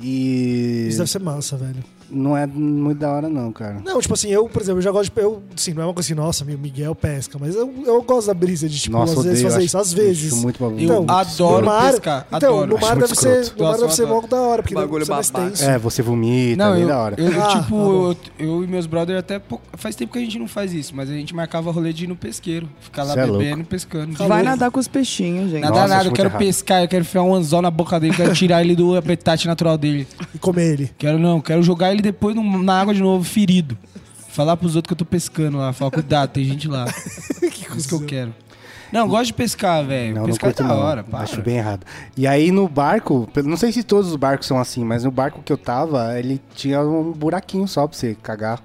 E.
é
Isso deve ser massa, velho.
Não é muito da hora, não, cara.
Não, tipo assim, eu, por exemplo, eu já gosto de. Eu, sim, não é uma coisa assim, nossa, meu Miguel pesca, mas eu, eu gosto da brisa de, tipo,
Nossa,
às vezes
odeio,
fazer
acho-
isso. Às
acho
vezes.
muito bagulho.
Então,
Eu
no
adoro
mar-
pescar,
Então,
adoro.
no mar
Acho
deve
muito
ser. No
escroto.
mar
Nossa,
deve
eu
ser
adoro.
mó da hora, porque
Bagulho
deve ser mais
babaca.
tenso.
É, você vomita,
Não,
bem
eu,
da hora.
eu,
Ah,
tipo,
tá bom.
eu, eu e meus brothers até pouco- faz tempo que a gente não faz isso, mas a gente marcava rolê de ir no pesqueiro, ficar lá
Cê é louco.
bebendo, pescando.
Vai nadar com os peixinhos, gente.
Nada,
Nossa, acho
nada, eu
muito
quero
errado.
pescar, eu quero enfiar um anzol na boca dele, quero tirar ele do habitat natural dele.
E comer ele.
Quero não, quero jogar ele depois no- na água de novo, ferido. Falar pros outros que eu tô pescando lá, falar, cuidado, tem gente
[LAUGHS]
lá. Isso que eu quero. Não, gosto de pescar, velho.
Não, não
Pescar é
curto
da
não.
hora, para.
Acho bem errado. E aí no barco, pelo- não sei se todos os barcos são assim, mas no barco que eu tava, ele tinha um buraquinho só pra você cagar.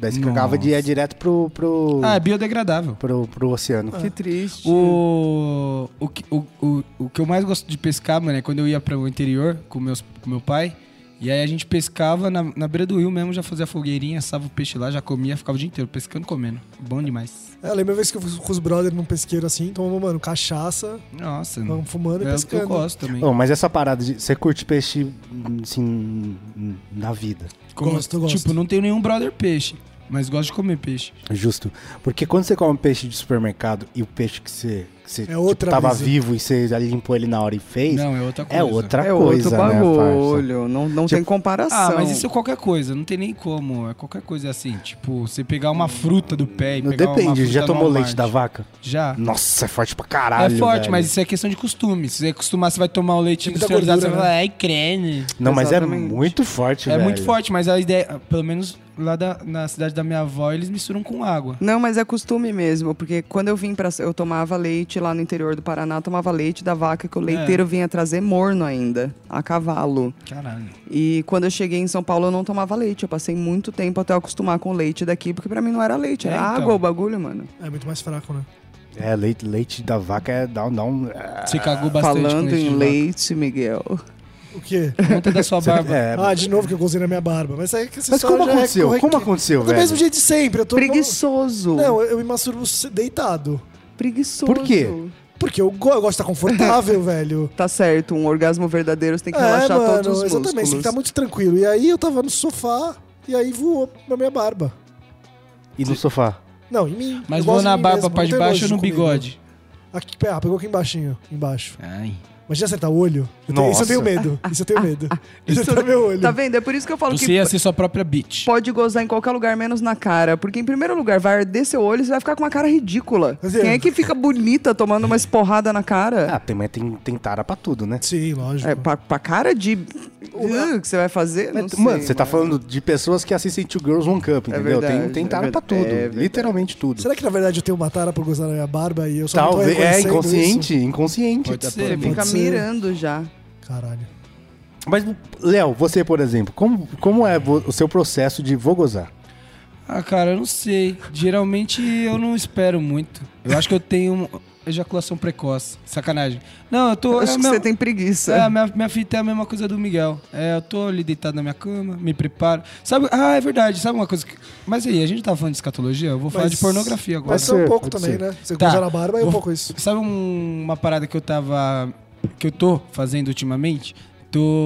Daí você cagava de, ia direto pro, pro,
Ah, é biodegradável.
pro, pro oceano. Ah.
Que triste.
O, o, que- o, o, o que eu mais gosto de pescar, mano, é quando eu ia para o interior com, meus, com meu pai. E aí a gente pescava na, na beira do rio mesmo, já fazia fogueirinha, assava o peixe lá, já comia, ficava o dia inteiro pescando e comendo. Bom demais.
É, Eu lembro uma vez que eu fui com os brothers num pesqueiro assim, tomamos, mano, cachaça,
Nossa,
vamos fumando e
Hum. É, eu,
pescando.
eu gosto também.
Ô, mas essa parada de. Você curte peixe, assim, na vida.
Como-
gosto, gosto.
Tipo, não tenho nenhum brother peixe, mas gosto de comer peixe.
Justo. Porque quando você come peixe de supermercado e o peixe que você, que você
É outra
tava
brisa.
vivo e você limpou ele na hora e fez,
Não, é outra coisa.
é outra
é
coisa,
outro
né, parça?
bagulho. não não tem comparação.
Ah, mas isso é qualquer coisa, não tem nem como. É qualquer coisa assim, tipo, você pegar uma fruta do pé e
Não
pegar uma
depende,
fruta
já
no
tomou leite
Walmart.
da vaca?
Já.
Nossa, é forte pra caralho.
é forte,
velho.
mas isso é questão de costume. Se você acostumar, você vai tomar o leite
Tem muita
industrializado,
gordura,
você vai falar, ai, creme.
Não, mas é
Exatamente.
muito forte,
É
né? velho.
muito forte, mas a ideia, pelo menos lá da- na cidade da minha avó, eles misturam com água.
Não, mas é costume mesmo, porque quando eu vim para eu tomava leite lá no interior do Paraná, eu tomava leite da vaca que o leiteiro vinha trazer morno ainda, a cavalo.
Caralho.
E quando eu cheguei em São Paulo, eu não tomava leite. Eu passei muito tempo até eu acostumar com o leite daqui, porque pra mim não era leite, era
É, então.
água o bagulho, mano.
É muito mais fraco, né?
É, leite, leite da vaca é, dá, um- dá um... É,
Você cagou bastante com
Falando
leite de
em
vaca.
leite, Miguel.
O quê?
Conta da
[LAUGHS]
sua barba.
é,
Ah, de novo que eu gozei na minha barba. Mas aí que essa
mas
história
como
já é
aconteceu?
corre-
como aconteceu,
Do mesmo
velho?
jeito de sempre. Eu tô
Preguiçoso.
Não, eu, eu me masturbo se- deitado.
Preguiçoso.
Por quê?
Porque eu, go- eu gosto de estar confortável, velho.
Tá certo, um orgasmo verdadeiro você tem que relaxar todos os músculos.
É, exatamente, você tem que tá muito tranquilo. E aí eu tava no sofá e aí voou na minha barba.
E no sofá?
Não, em mim.
Mas
Eu
vou
gosto
na
de mim
barba
assim mesmo,
pra
não
de
tem
baixo ou
nojo
no
comigo.
bigode?
Aqui, ah, pegou aqui embaixinho, embaixo.
Ai.
Imagina acertar o olho. Eu tenho- isso eu
Nossa.
tenho medo. Isso
[LAUGHS]
eu tenho medo. Acertar meu olho.
Tá vendo? É por isso que eu falo
Você
que
ia ser sua própria bitch.
pode gozar em qualquer lugar, menos na cara. Porque, em primeiro lugar, vai arder seu olho e você vai ficar com uma cara ridícula.
Mas é.
Quem é que fica bonita tomando uma esporrada na cara?
Ah, tem, mas tem, tem tara pra tudo, né?
Sim, lógico.
É, pra, pra cara de. Uh, que você vai fazer? Não
Mas,
sei,
mano, você tá
mano.
falando de pessoas que assistem Two Girls One Cup, entendeu? tem,
verdade,
tem
é
tara pra
verdade,
tudo,
é verdade.
literalmente tudo.
Será que na verdade eu tenho uma tara por gozar na minha barba e eu só não
Talvez,
tô
é
reconhecendo
inconsciente, inconsciente.
Pode ser,
Você
pode
fica
ser.
mirando já.
isso? Caralho.
Mas, Léo, você, por exemplo, como, como é vo- o seu processo de vou gozar?
Ah, cara, eu não sei. Geralmente eu não espero muito. Eu acho que eu tenho ejaculação precoce. Sacanagem. Não, eu tô.
Eu Acho
é,
que
meu-
você tem preguiça.
é, a minha, minha fita é a mesma coisa do Miguel. É, eu tô ali deitado na minha cama, me preparo. Sabe? Ah, é verdade. Sabe uma coisa que. Mas aí, a gente tá falando de escatologia? Eu vou falar de pornografia agora.
Mas é um
ser,
pouco
pode
também,
ser.
né? Você
Tá.
tá. na barba é um
Vou-
pouco isso.
Sabe um- uma parada que eu tava. que eu tô fazendo ultimamente?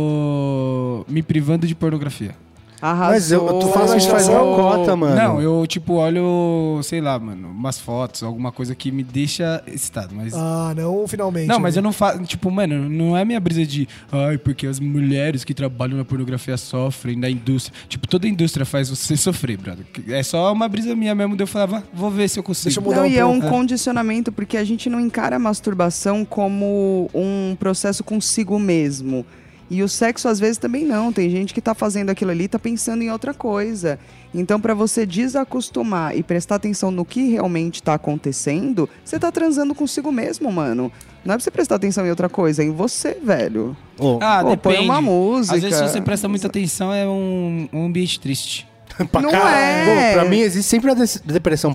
Tô me privando de pornografia.
Arrasou.
Mas eu, tu faz, a gente faz uma cota, mano.
Não, eu, tipo, olho, sei lá, mano, umas fotos, alguma coisa que me deixa excitado, mas.
Ah, não, finalmente.
Não, mas eu
né?
não faço. Tipo, mano, não é minha brisa de. Ai, porque as mulheres que trabalham na pornografia sofrem da indústria. Tipo, toda indústria faz você [LAUGHS] sofrer, brother. É só uma brisa minha mesmo. daí Eu falava, vou ver se eu consigo.
Deixa eu mudar
Não,
um
e é um
pouco.
condicionamento, porque a gente não encara a masturbação como um processo consigo mesmo. E o sexo, às vezes, também não. Tem gente que tá fazendo aquilo ali, tá pensando em outra coisa. Então, para você desacostumar e prestar atenção no que realmente tá acontecendo, você tá transando consigo mesmo, mano. Não é pra você prestar atenção em outra coisa, é em você, velho.
Ô,
Ah,
Pô, põe uma música.
Às vezes, se você presta muita atenção, é um, um ambiente triste.
pra
não
caralho.
é.
Ô, Pra mim existe sempre a des- depressão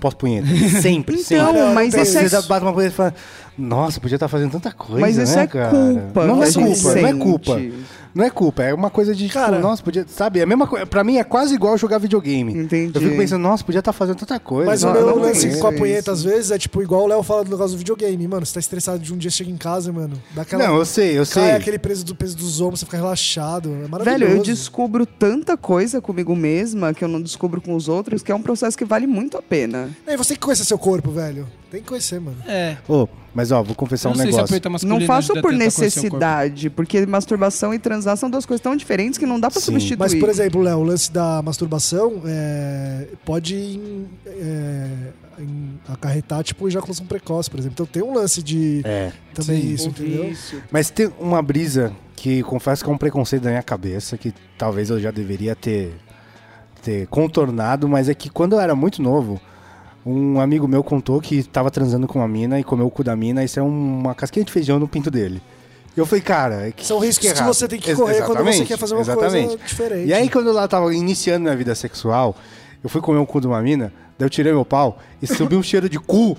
[LAUGHS]
pós-punheta. Sempre,
Então,
sempre.
mas
Nossa,
isso
você
é
dá- bate uma punheta e fala, nossa, podia estar fazendo tanta coisa,
Mas isso
né,
é
cara?
culpa.
Não
que
é
a gente
culpa, não é culpa.
sente.
Não é culpa, é uma coisa de, tipo,
Cara-
nossa, podia... Sabe, é a mesma coisa. Pra mim é quase igual jogar videogame.
Entendi.
Eu fico pensando, nossa, podia estar fazendo tanta coisa.
Mas
Não,
o
não
meu
tem
lance
isso,
com a
isso.
punheta, às vezes, é tipo, igual o Léo fala do negócio do videogame. Mano, você tá estressado de um dia, chega em casa, mano. Dá aquela... é
Não, eu sei, eu sei.
Cai aquele peso, do, peso dos ombros, você fica relaxado. É maravilhoso.
Velho, eu descubro tanta coisa comigo mesma que eu não descubro com os outros, que é um processo que vale muito a pena.
É, você tem que conhecer seu corpo, velho. Tem que conhecer, mano.
É.
Ô, mas ó, vou confessar um
não sei se é a
negócio.
punheta masculina
Não faço
ajuda
por
tanto a conhecer o corpo.
necessidade, porque masturbação e transar são duas coisas tão diferentes que não dá pra
Sim.
substituir.
Mas, por exemplo, Léo, o lance da masturbação é, pode em- é, em acarretar, tipo, ejaculação precoce, por exemplo. Então tem um lance de
É.
também
Sim.
isso, entendeu?
Mas tem uma brisa que confesso que é um preconceito da minha cabeça, que talvez eu já deveria ter, ter contornado, mas é que quando eu era muito novo, um amigo meu contou que tava transando com uma mina e comeu o cu da mina, isso é uma casquinha de feijão no pinto dele. E eu falei, cara, é que
São riscos que
errado.
você tem que
Ex-
correr quando você
exatamente,
quer fazer uma
exatamente.
coisa diferente.
E aí, quando eu lá tava iniciando minha vida sexual, eu fui comer um cu de uma mina, daí eu tirei meu pau e subiu um cheiro de cu.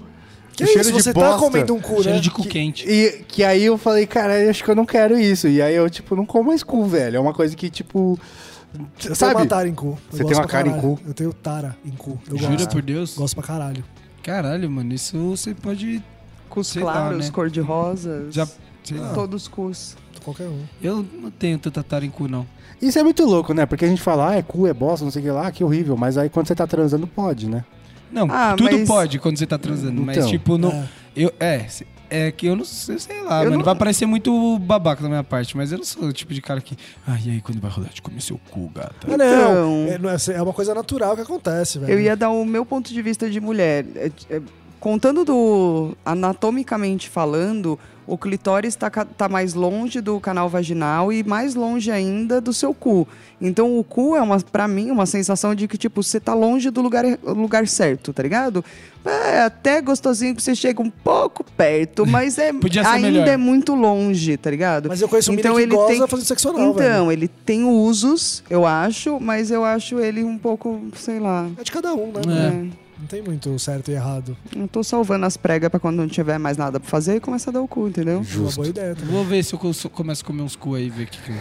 que
um
isso,
cheiro de
você tá
bosta.
comendo um cu,
Cheiro
né?
de cu quente.
E que aí eu falei, cara, eu acho que eu não quero isso. E aí eu, tipo, não como mais cu, velho. É uma coisa que, tipo.
Eu tenho
sabe?
uma tara em cu. Eu
Você
gosto
tem uma
pra
cara em
caralho.
cu?
Eu tenho tara em cu. Eu
Jura
gosto.
por Deus?
Gosto pra caralho.
Caralho, mano, isso você pode.
com os Ah.
sei lá,
claros,
né?
cor-de-rosas,
Já. Sei lá.
todos os cus.
Qualquer um.
Eu não tenho tanta tara em cu, não.
Isso é muito louco, né? Porque a gente fala, ah, é cu, é bosta, não sei o que lá, que horrível. Mas aí quando você tá transando, pode, né?
Não,
Ah,
tudo
mas- Ah.
pode quando você tá transando, mas
Então,
tipo, não.
é.
Eu, é, se- é que eu não sei, sei lá,
Eu
mano.
não-
Vai parecer muito babaca da minha parte, mas eu não sou o tipo de cara que. Ah, e aí quando vai rolar de comer seu cu, gata?
Ah,
Então-
não. É, não é, é uma coisa natural que acontece, velho.
Eu ia dar o meu ponto de vista de mulher. É, é, Contando do anatomicamente falando, o clitóris está mais longe do canal vaginal e mais longe ainda do seu cu. Então o cu é uma para mim uma sensação de que tipo você tá longe do lugar lugar certo, tá ligado? É até gostosinho que você chega um pouco perto, mas
[LAUGHS]
é
Podia ser
ainda
melhor.
é muito longe, tá ligado?
Mas eu conheço um
Então
menino que goza fazendo sexo anal,
Então,
velho.
ele tem usos, eu acho, mas eu acho ele um pouco, sei lá,
É de cada um, né?
É.
Não tem muito certo e errado.
eu tô salvando as pregas pra quando não tiver mais nada pra fazer e começa a dar o cu, entendeu?
É Uma boa ideia também.
Vou ver se eu co- se eu começo a comer uns cu aí, ver o que. que eu-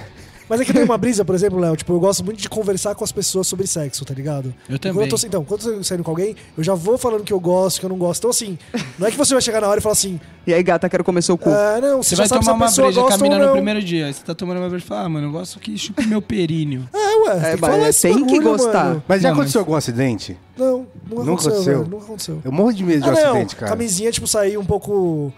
Mas é que tem uma brisa, por exemplo, Léo. Tipo, eu gosto muito de conversar com as pessoas sobre sexo, tá ligado?
Eu
E
também.
Quando eu tô, então, quando eu tô saindo com alguém, eu já vou falando que eu gosto, que eu não gosto. Então, assim, não é que você vai chegar na hora e falar
[LAUGHS]
assim,
E aí, gata, quero comer seu cu.
ah, não, você,
Você
já
vai
sabe
tomar
se a
uma
pessoa
breja
gosta ou
caminhando no
não.
primeiro dia. Aí você tá tomando uma breja e fala, ah, mano, eu gosto que chupe meu
[LAUGHS]
períneo.
É, ué,
É,
tem que
mas
falar esse
tem que
bagulho,
gostar.
mano.
Mas já
Não,
aconteceu
mas-
algum acidente?
Não, não
Nunca
aconteceu,
aconteceu?
velho, nunca aconteceu.
Eu morro de medo de um
Ah, não,
acidente, cara.
camisinha, tipo, sair um pouco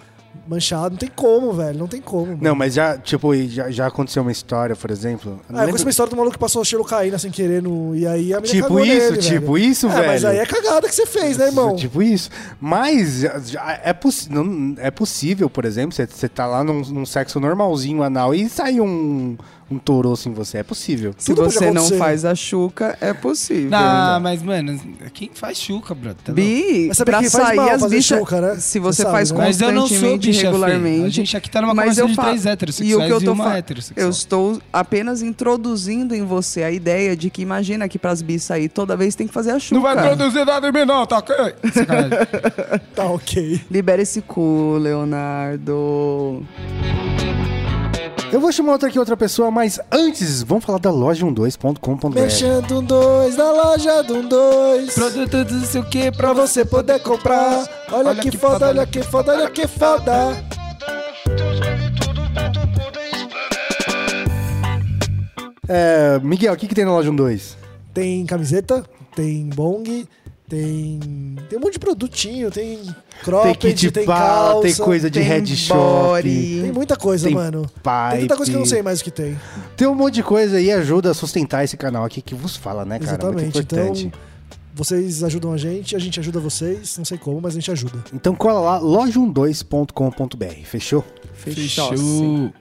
manchado, não tem como, velho, não tem como. mano.
Não, mas já, tipo, e já, já aconteceu uma história, por exemplo. Eu não
Ah, eu
lembro-
conheço uma história do maluco que passou xerocaína sem querer no... E aí a menina
Tipo
cagou
isso,
nele,
tipo
velho.
isso,
é, Mas
velho.
aí é cagada que você fez, né, irmão?
Tipo isso. Mas já- já é, possi- não- é possível, por exemplo, você- você tá lá num, num sexo normalzinho anal e sai um, um touroço em você. É possível.
Se
Tudo pode
você não
acontecer.
faz a chuca, é possível.
Não, mas, mano, quem faz chuca, brother? Tá louco?
Bi,
Mas sabe
pra
que faz
sair
mal
as
fazer
bichas.
chuca, né?
Se você
Você
faz
sabe, né?
Mas eu não sou
constantemente,
bicha feia.
regularmente.
A gente aqui tá numa
mas
conversa
eu
de
falo-
três
e o
heterossexuais
que eu
e,
tô
uma
fa-
heterossexual.
Eu estou apenas introduzindo em você a ideia de que imagina que pras bis sair toda vez tem que fazer a chuca.
Não vai produzir nada em mim, não, tá ok? Sacanagem.
[LAUGHS]
tipo
Tá ok.
Libera esse cu, Leonardo.
Eu vou chamar outra aqui, outra pessoa, mas antes, vamos falar da loja12.com.br.
Mexendo um dois na loja do um dois.
Produto do sei o que
Pra você poder comprar. Olha, que, foda, olha que foda, olha que foda.
É, Miguel, o que, que tem na loja 12?
Tem camiseta, tem bong, tem. Tem um monte de produtinho, tem
Tem
cropped, tem,
kit pá,
calça.
tem coisa de
tem
head
body.
shop.
Tem muita coisa,
Tem
mano. Tem
Pai,
tanta coisa que eu não sei mais o que tem.
Tem um monte de coisa aí, ajuda a sustentar esse canal aqui que vos fala, né, cara? Muito
Exatamente. Então,
importante. Então...
vocês ajudam a gente, a gente ajuda vocês. Não sei como, mas a gente ajuda.
Então cola lá, loja12.com.br, fechou?
Fechou.
Fechou.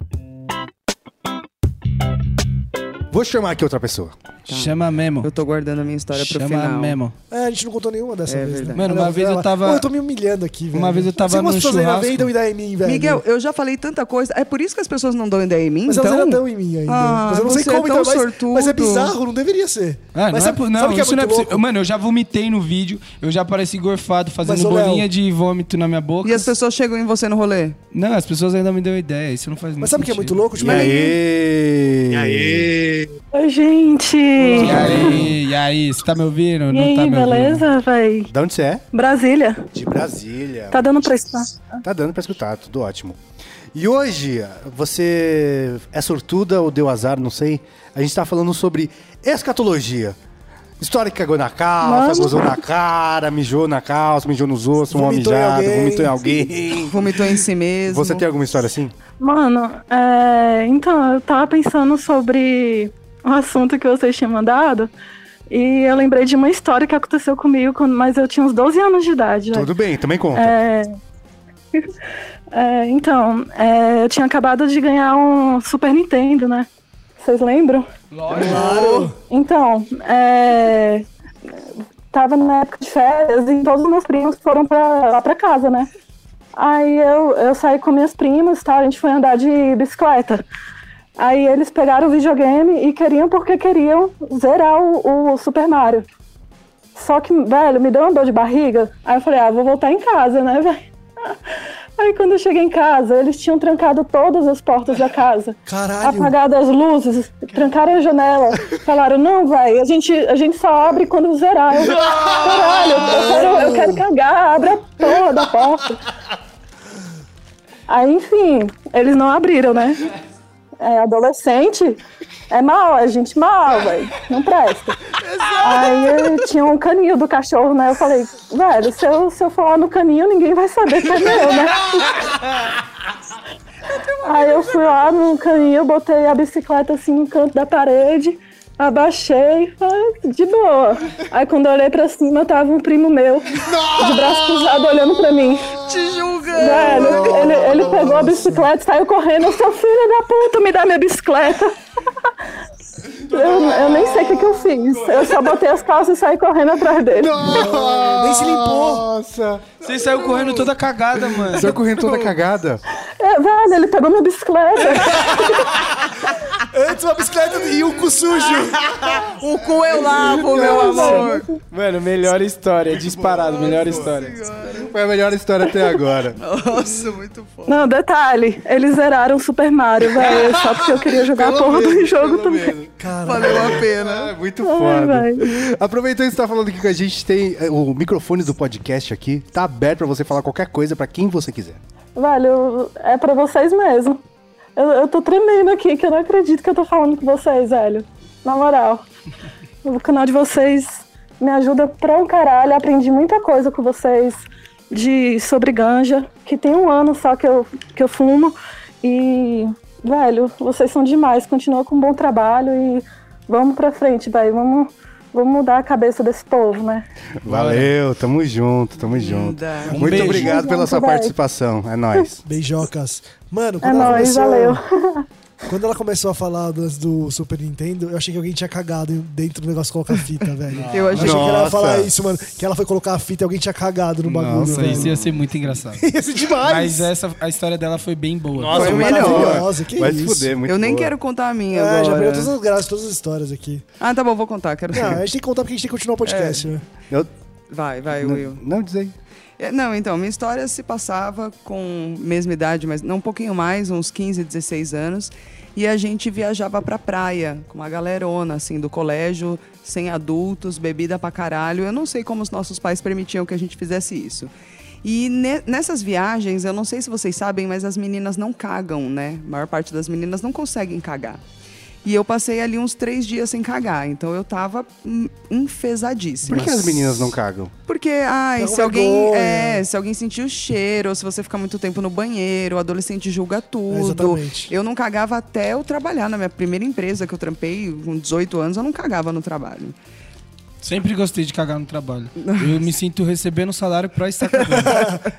Vou chamar aqui outra pessoa.
Tá.
Chama mesmo.
Eu tô guardando a minha história pro
Chama
final.
mesmo.
É, a gente não contou nenhuma dessa
É
vez,
verdade.
né?
Mano, uma
Olha,
vez eu
ela-
tava-
Pô, eu tô me humilhando aqui, velho.
Uma vez eu tava
Sei como
num
as pessoas ainda
churrasco.
vendam ideia em mim, velho.
Miguel, eu já falei tanta coisa. É por isso que as pessoas não dão ideia em mim,
né? Mas elas
então?
ainda dão em mim ainda.
Ah,
mas eu não sei
você é
como,
tão
então, mas-
sortudo.
mas é bizarro, não deveria ser.
Ah,
mas
não, é,
sabe,
po- não,
sabe que é
isso
muito
não é possível.
louco?
Mano, eu já vomitei no vídeo, eu já pareci gorfado, fazendo
Mas, ô, Léo-
bolinha de vômito na minha boca.
E as pessoas chegam em você no rolê?
Não, as pessoas ainda me dão ideia, isso não faz
Mas sabe o que é muito louco?
E
Tipo,
aí?
Oi, gente!
E aí, e aí, você tá me ouvindo?
E
não
aí,
tá me ouvindo?
beleza, véi?
Da onde você é?
Brasília.
De Brasília.
Tá dando pra estar.
Tá dando pra escutar, tudo ótimo. E hoje, você é sortuda ou deu azar, não sei. A gente tá falando sobre escatologia. História que cagou na calça,
Mano.
gozou na cara, mijou na calça, mijou nos outros, um homem
Vomitou em
mijado,
alguém.
vomitou em alguém.
Vomitou em si mesmo?
Você tem alguma história assim?
Mano, é, então, eu tava pensando sobre o assunto que vocês tinham mandado. E eu lembrei de uma história que aconteceu comigo, quando- mas eu tinha uns 12 anos de idade. né?
Tudo bem, também conta.
[LAUGHS] É, então, é, eu tinha acabado de ganhar um Super Nintendo, né? Vocês lembram?
Claro.
Então, é, tava na época de férias e todos os meus primos foram pra, lá pra casa, né? Aí eu, eu saí com minhas primas e tal, a gente foi andar de bicicleta. Aí eles pegaram o videogame e queriam porque queriam zerar o, o Super Mario. Só que, velho, me deu uma dor de barriga. Aí eu falei, ah, vou voltar em casa, né, [LAUGHS] velho? Aí quando eu cheguei em casa, eles tinham trancado todas as portas da casa
Caralho.
apagado as luzes, trancaram a janela. Falaram, não, vai, a gente, a gente só abre quando zerar. Eu, Caralho, eu quero, eu quero cagar, abre a porra da porta. Aí, enfim, eles não abriram, né? É, adolescente é mal, é gente mal, velho. Não presta. Aí eu tinha um caninho do cachorro, né? Eu falei, velho, se eu, se eu for lá no caninho, ninguém vai saber que é meu, né? Aí eu fui lá no caninho, botei a bicicleta assim no canto da parede, abaixei, falei, de boa. Aí quando eu olhei pra cima, tava um primo meu, de braço cruzado, olhando pra mim.
Te julga!
Velho, ele, ele pegou a bicicleta, saiu correndo. Eu sou filho da puta, me dá
[LAUGHS]
minha bicicleta. Eu, eu nem sei o que, que eu fiz. Eu só botei as calças e saí correndo atrás dele.
Nem se limpou.
Nossa!
Você saiu correndo toda cagada, mano.
Você correndo toda cagada.
É, velho, ele pegou minha bicicleta.
Antes uma bicicleta e o cu sujo.
O cu eu lavo, meu amor!
Mano, melhor história, disparado, melhor história.
Foi a melhor história
[LAUGHS]
até agora.
Nossa, muito foda.
Não, detalhe, eles zeraram Super Mario, velho. Só porque eu queria jogar a porra do jogo
pelo
também.
menos.
Valeu a pena.
Ah, muito
Ai,
foda.
velho.
Aproveitando que você tá falando aqui que a gente tem eh, o microfone do podcast aqui, tá aberto pra você falar qualquer coisa pra quem você quiser.
Velho, é pra vocês mesmo. Eu, eu tô tremendo aqui, que eu não acredito que eu tô falando com vocês, velho. Na moral. O canal de vocês me ajuda pra um caralho. Aprendi muita coisa com vocês de sobre ganja, que tem um ano só que eu, que eu fumo. E, velho, vocês são demais. Continua com um bom trabalho e vamos pra frente, velho. Vamos, vamos mudar a cabeça desse povo, né?
Valeu, tamo junto, tamo junto.
dá.
Um
muito
beijo.
obrigado pela sua
Muito bem.
participação, é nóis.
Beijocas. Mano,
É
quando ela
nóis,
começou...
valeu.
[LAUGHS] Quando ela começou a falar do, do Super Nintendo, eu achei que alguém tinha cagado dentro do negócio de colocar fita, velho.
Eu achei-
que ela ia falar
Nossa.
isso, mano. Que ela foi colocar a fita e alguém tinha cagado no bagulho.
Nossa,
velho.
isso ia ser muito engraçado.
Ia ser demais.
Mas essa, a história dela foi bem boa.
Nossa,
Foi
muito
melhor.
boa.
Maravilhosa, que
Vai se
isso.
fuder, muito
Eu nem
boa.
quero contar a minha
É, já
agora.
perdeu todas as graças, todas as histórias aqui.
[LAUGHS] Ah, tá bom, vou contar. Quero
Não, é- a
ver.
gente tem que contar porque a gente tem que continuar
É.
o podcast, né?
Eu-
Vai, vai,
não,
Will.
não diz aí.
É, Não, então, minha história se passava com mesma idade, mas não um pouquinho mais, uns 15, 16 anos. E a gente viajava pra praia com uma galerona, assim, do colégio, sem adultos, bebida pra caralho. Eu não sei como os nossos pais permitiam que a gente fizesse isso. E ne- nessas viagens, eu não sei se vocês sabem, mas as meninas não cagam, né? A maior parte das meninas não conseguem cagar. E eu passei ali uns três dias sem cagar, então eu tava hum, enfesadíssima.
Por que as meninas não cagam?
Porque, ai,
Dá
se
uma
alguém,
vergonha.
é, se alguém sentir o cheiro, ou se você ficar muito tempo no banheiro, o adolescente julga tudo.
É, exatamente.
Eu não cagava até eu trabalhar na minha primeira empresa que eu trampei, com 18 anos, eu não cagava no trabalho.
Sempre gostei de cagar no trabalho. Eu me sinto recebendo salário pra estar cagando.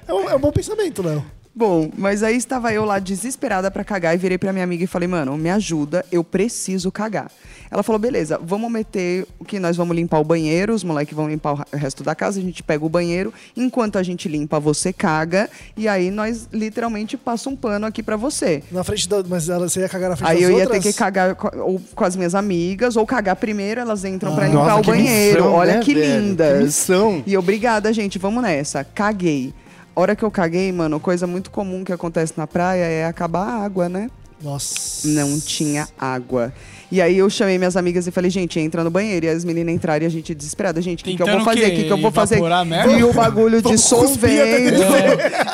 É um, é um bom pensamento, Léo.
Bom, mas aí estava eu lá desesperada pra cagar e virei pra minha amiga e falei: "Mano, me ajuda, eu preciso cagar". Ela falou: "Beleza, vamos meter o que nós vamos limpar o banheiro, os moleques vão limpar o ra- o resto da casa, a gente pega o banheiro, enquanto a gente limpa, você caga, e aí nós literalmente passa um pano aqui pra você".
Na frente da. Mas ela, você ia cagar na frente
Aí
das
eu ia
outras?
ter que cagar co- ou com as minhas amigas, ou cagar primeiro, elas entram pra limpar
Nossa,
o
que
banheiro.
missão,
Olha
né,
que
velho?
lindas.
Que missão.
E obrigada, gente. Vamos nessa. Caguei. A hora que eu caguei, mano, coisa muito comum que acontece na praia é acabar a água, né?
Nossa.
Não tinha água. E aí eu chamei minhas amigas e falei, gente, entra no banheiro. E as meninas entraram e a gente desesperada. Gente, o que, que eu vou
Tentando o
fazer? O
quê?
que, que eu vou fazer?
Evaporar a merda?
E o bagulho dissolvendo.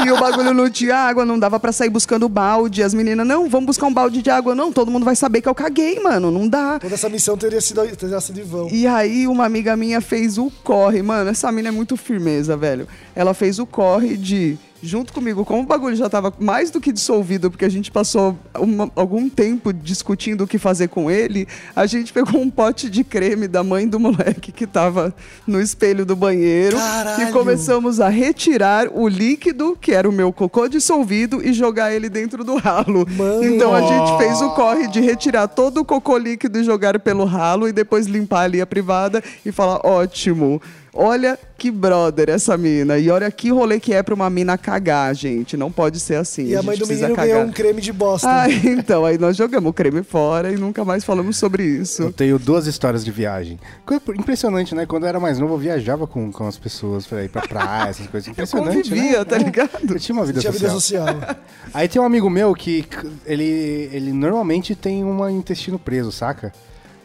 e o bagulho não tinha água, não dava pra sair buscando balde. As meninas, não, vamos buscar um balde de água. Não, todo mundo vai saber que eu caguei, mano. Não dá.
Toda essa missão teria sido, teria sido em vão.
E aí, uma amiga minha fez o corre. Mano, essa mina é muito firmeza, velho. Ela fez o corre de. Junto comigo, como o bagulho já tava mais do que dissolvido, porque a gente passou uma- algum tempo discutindo o que fazer com ele, a gente pegou um pote de creme da mãe do moleque que tava no espelho do banheiro e
Caralho!
começamos a retirar o líquido, que era o meu cocô dissolvido, e jogar ele dentro do ralo.
Mano!
Então a gente fez o corre de retirar todo o cocô líquido e jogar pelo ralo e depois limpar ali a privada e falar: ótimo. Olha que brother essa mina. E olha que rolê que é pra uma mina cagar, gente. Não pode ser assim.
E a mãe
gente
do
precisa
menino
cagar.
ganhou um creme de bosta.
Ai, então, aí nós jogamos o creme fora e nunca mais falamos sobre
Eu
isso.
tenho duas histórias de viagem. Coisa Impressionante, né? Quando eu era mais novo, eu viajava com, com as pessoas pra ir pra praia, essas coisas. Impressionante,
Convivia,
né?
tá
É.
ligado?
Eu tinha uma vida
Tinha vida
social.
social.
[LAUGHS] É.
É
Aí tem um amigo meu que c- ele, ele normalmente tem um intestino preso, saca?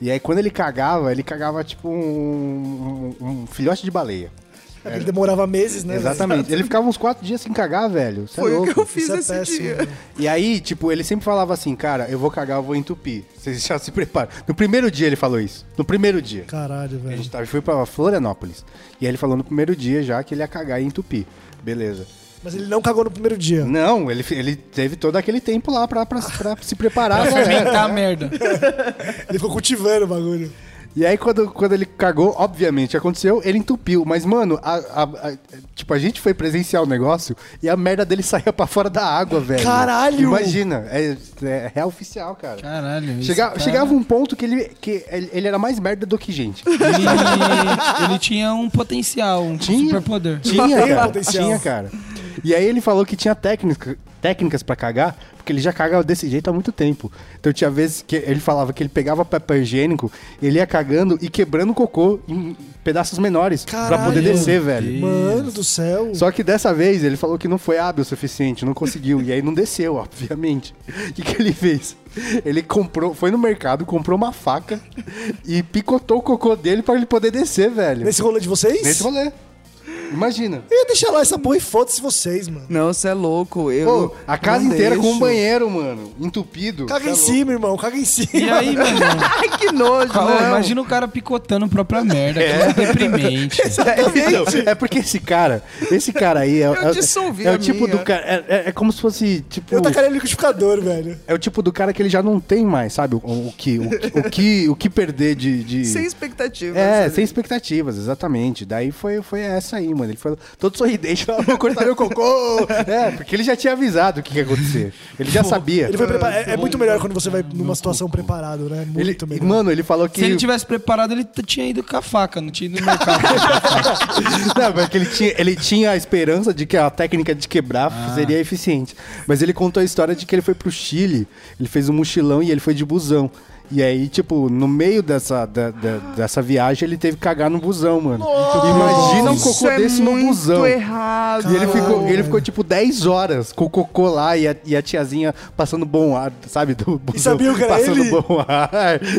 E aí quando ele cagava, ele cagava tipo um, um- um filhote de baleia.
Ele demorava meses, né? velho?
Exatamente. Ele ficava uns quatro dias sem cagar, velho. Cê é
É. Foi o
louco.
que eu fiz
Isso é
esse
péssimo,
dia.
velho.
E aí, tipo, ele sempre falava assim, cara, eu vou cagar, eu vou entupir. Vocês já se preparam. No primeiro dia ele falou isso. No primeiro dia.
Caralho,
A
velho.
gente tava- foi pra Florianópolis. E aí ele falou no primeiro dia já que ele ia cagar e entupir. Beleza.
Mas ele não cagou no primeiro dia.
Não, ele, ele teve todo aquele tempo lá pra, pra, pra se
[LAUGHS]
preparar. né?
Fermentar a merda.
Ele ficou cultivando o bagulho.
E aí, quando, quando ele cagou, obviamente aconteceu, ele entupiu. Mas, mano, a, a- a- tipo, a gente foi presenciar o negócio e a merda dele [LAUGHS] saía pra fora da água, velho.
Caralho!
Imagina, é, é real oficial, cara.
Caralho. esse
Chega-
cara-
Chegava um ponto que, ele, que ele, ele era mais merda do que gente.
Ele, ele tinha um potencial, um
Tinha.
superpoder.
Tinha,
Tem
cara.
potencial.
Tinha, cara. E aí ele falou que tinha técnica, técnicas pra cagar, porque ele já caga desse jeito há muito tempo. Então tinha vezes que ele falava que ele pegava papel higiênico, ele ia cagando e quebrando o cocô em pedaços menores pra
Caralho.
poder descer, velho.
Mano do céu.
Só que dessa vez ele falou que não foi hábil o suficiente, não conseguiu. E aí não desceu, [LAUGHS] obviamente. O que, que ele fez? Ele comprou, foi no mercado, comprou uma faca e picotou o cocô dele pra ele poder descer, velho.
Nesse rolê de vocês?
Nesse rolê. Imagina.
Eu ia deixar lá essa porra e foda-se vocês, mano.
Não, você é louco. Eu
Pô, a casa
não
inteira com um
deixo.
banheiro, mano. Entupido.
Caga em
Tá
cima, irmão. Caga em cima.
[LAUGHS]
E aí, mano?
Ai, que nojo,
[LAUGHS]
Ô,
não.
imagina o cara picotando a própria merda. É. Que deprimente.
louco. Então, [LAUGHS] é porque esse cara, esse cara aí é, é-
dissolvi
é o
a
tipo
minha.
do cara. É, é- é como se fosse, tipo.
Eu tacaria no liquidificador, velho.
É o tipo do cara que ele já não tem mais, sabe? O, o que, o, que- o que o que perder de. de-
Sem né? expectativa.
É,
sabe?
sem expectativas, exatamente. Daí foi, foi essa aí, mano. Ele foi todo sorridente, falou, [LAUGHS] vou cortar meu cocô. É, porque ele já tinha avisado o que, que ia acontecer. Ele já sabia.
Ele foi preparado. É, é muito melhor quando você vai numa situação preparado, né?
Ele-
Muito melhor.
mano, ele falou que.
Se ele tivesse preparado, ele t- tinha ido com a faca, não tinha ido no mercado.
[LAUGHS] Não, porque ele tinha, ele tinha a esperança de que a técnica de quebrar seria eficiente. Mas ele contou a história de que ele foi pro Chile, ele fez um mochilão e ele foi de busão. E aí, tipo, no meio dessa, da- da- dessa viagem, ele teve que cagar no busão, mano. Imagina um cocô
Isso é
desse no
muito
busão.
errado.
E ele ficou, ele ficou, tipo, 10 horas com o cocô lá e a, e a tiazinha passando bom ar, sabe? Do busão,
sabia o que era
passando
ele?
bom ar.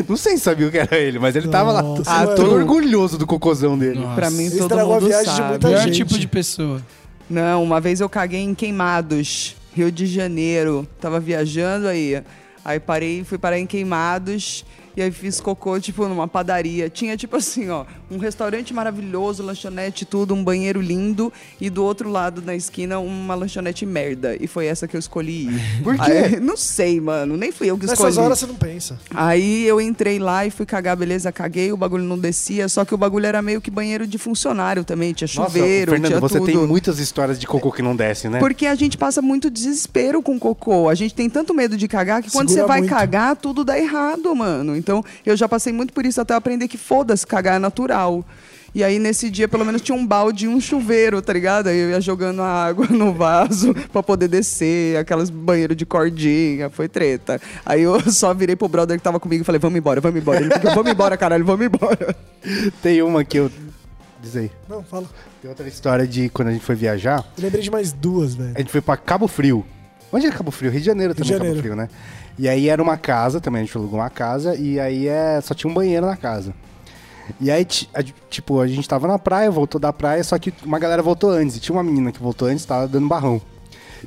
Não sei se sabia o que era ele, mas ele tava lá
Nossa,
ah,
mano.
todo orgulhoso do cocôzão dele.
Pra mim,
Ele
todo
estragou a
mundo
viagem de
sabe.
muita
Pior
gente.
tipo de pessoa.
Não, uma vez eu caguei em Queimados, Rio de Janeiro. Tava viajando aí. Aí parei, fui parar em Queimados e aí fiz cocô, tipo, numa padaria. Tinha, tipo assim, ó, um restaurante maravilhoso, lanchonete, e tudo, um banheiro lindo. E do outro lado, na esquina, uma lanchonete merda. E foi essa que eu escolhi. ir.
Por quê?
Aí, não sei, mano. Nem fui eu que escolhi.
Nessas horas você não pensa.
Aí eu entrei lá e fui cagar, beleza, caguei, o bagulho não descia, só que o bagulho era meio que banheiro de funcionário também, tinha chuveiro,
Nossa, Fernando,
tinha
você
tudo.
tem muitas histórias de cocô que não desce, né?
Porque a gente passa muito desespero com cocô. A gente tem tanto medo de cagar que quando
Segura
você vai
muito.
cagar, tudo dá errado, mano. Então, eu já passei muito por isso até eu aprender que foda-se, cagar é natural. E aí, nesse dia, pelo menos tinha um balde e um chuveiro, tá ligado? Aí eu ia jogando a água no vaso [LAUGHS] pra poder descer, aquelas banheiro de cordinha, foi treta. Aí eu [LAUGHS] só virei pro brother que tava comigo e falei, vamos embora, vamos embora. Ele ficou, vamos embora, caralho, vamos embora.
Tem uma que eu. Diz aí.
Não, fala.
Tem outra história de quando a gente foi viajar.
Eu lembrei de mais duas, velho.
A gente foi pra Cabo Frio. Onde é Cabo Frio? Rio de Janeiro
Rio de
também, é Cabo
Janeiro.
Frio, né? E aí era uma casa também, a gente alugou uma casa e aí é, só tinha um banheiro na casa. E aí, ti- a- tipo, a gente tava na praia, voltou da praia, só que uma galera voltou antes. E tinha uma menina que voltou antes, tava dando barrão.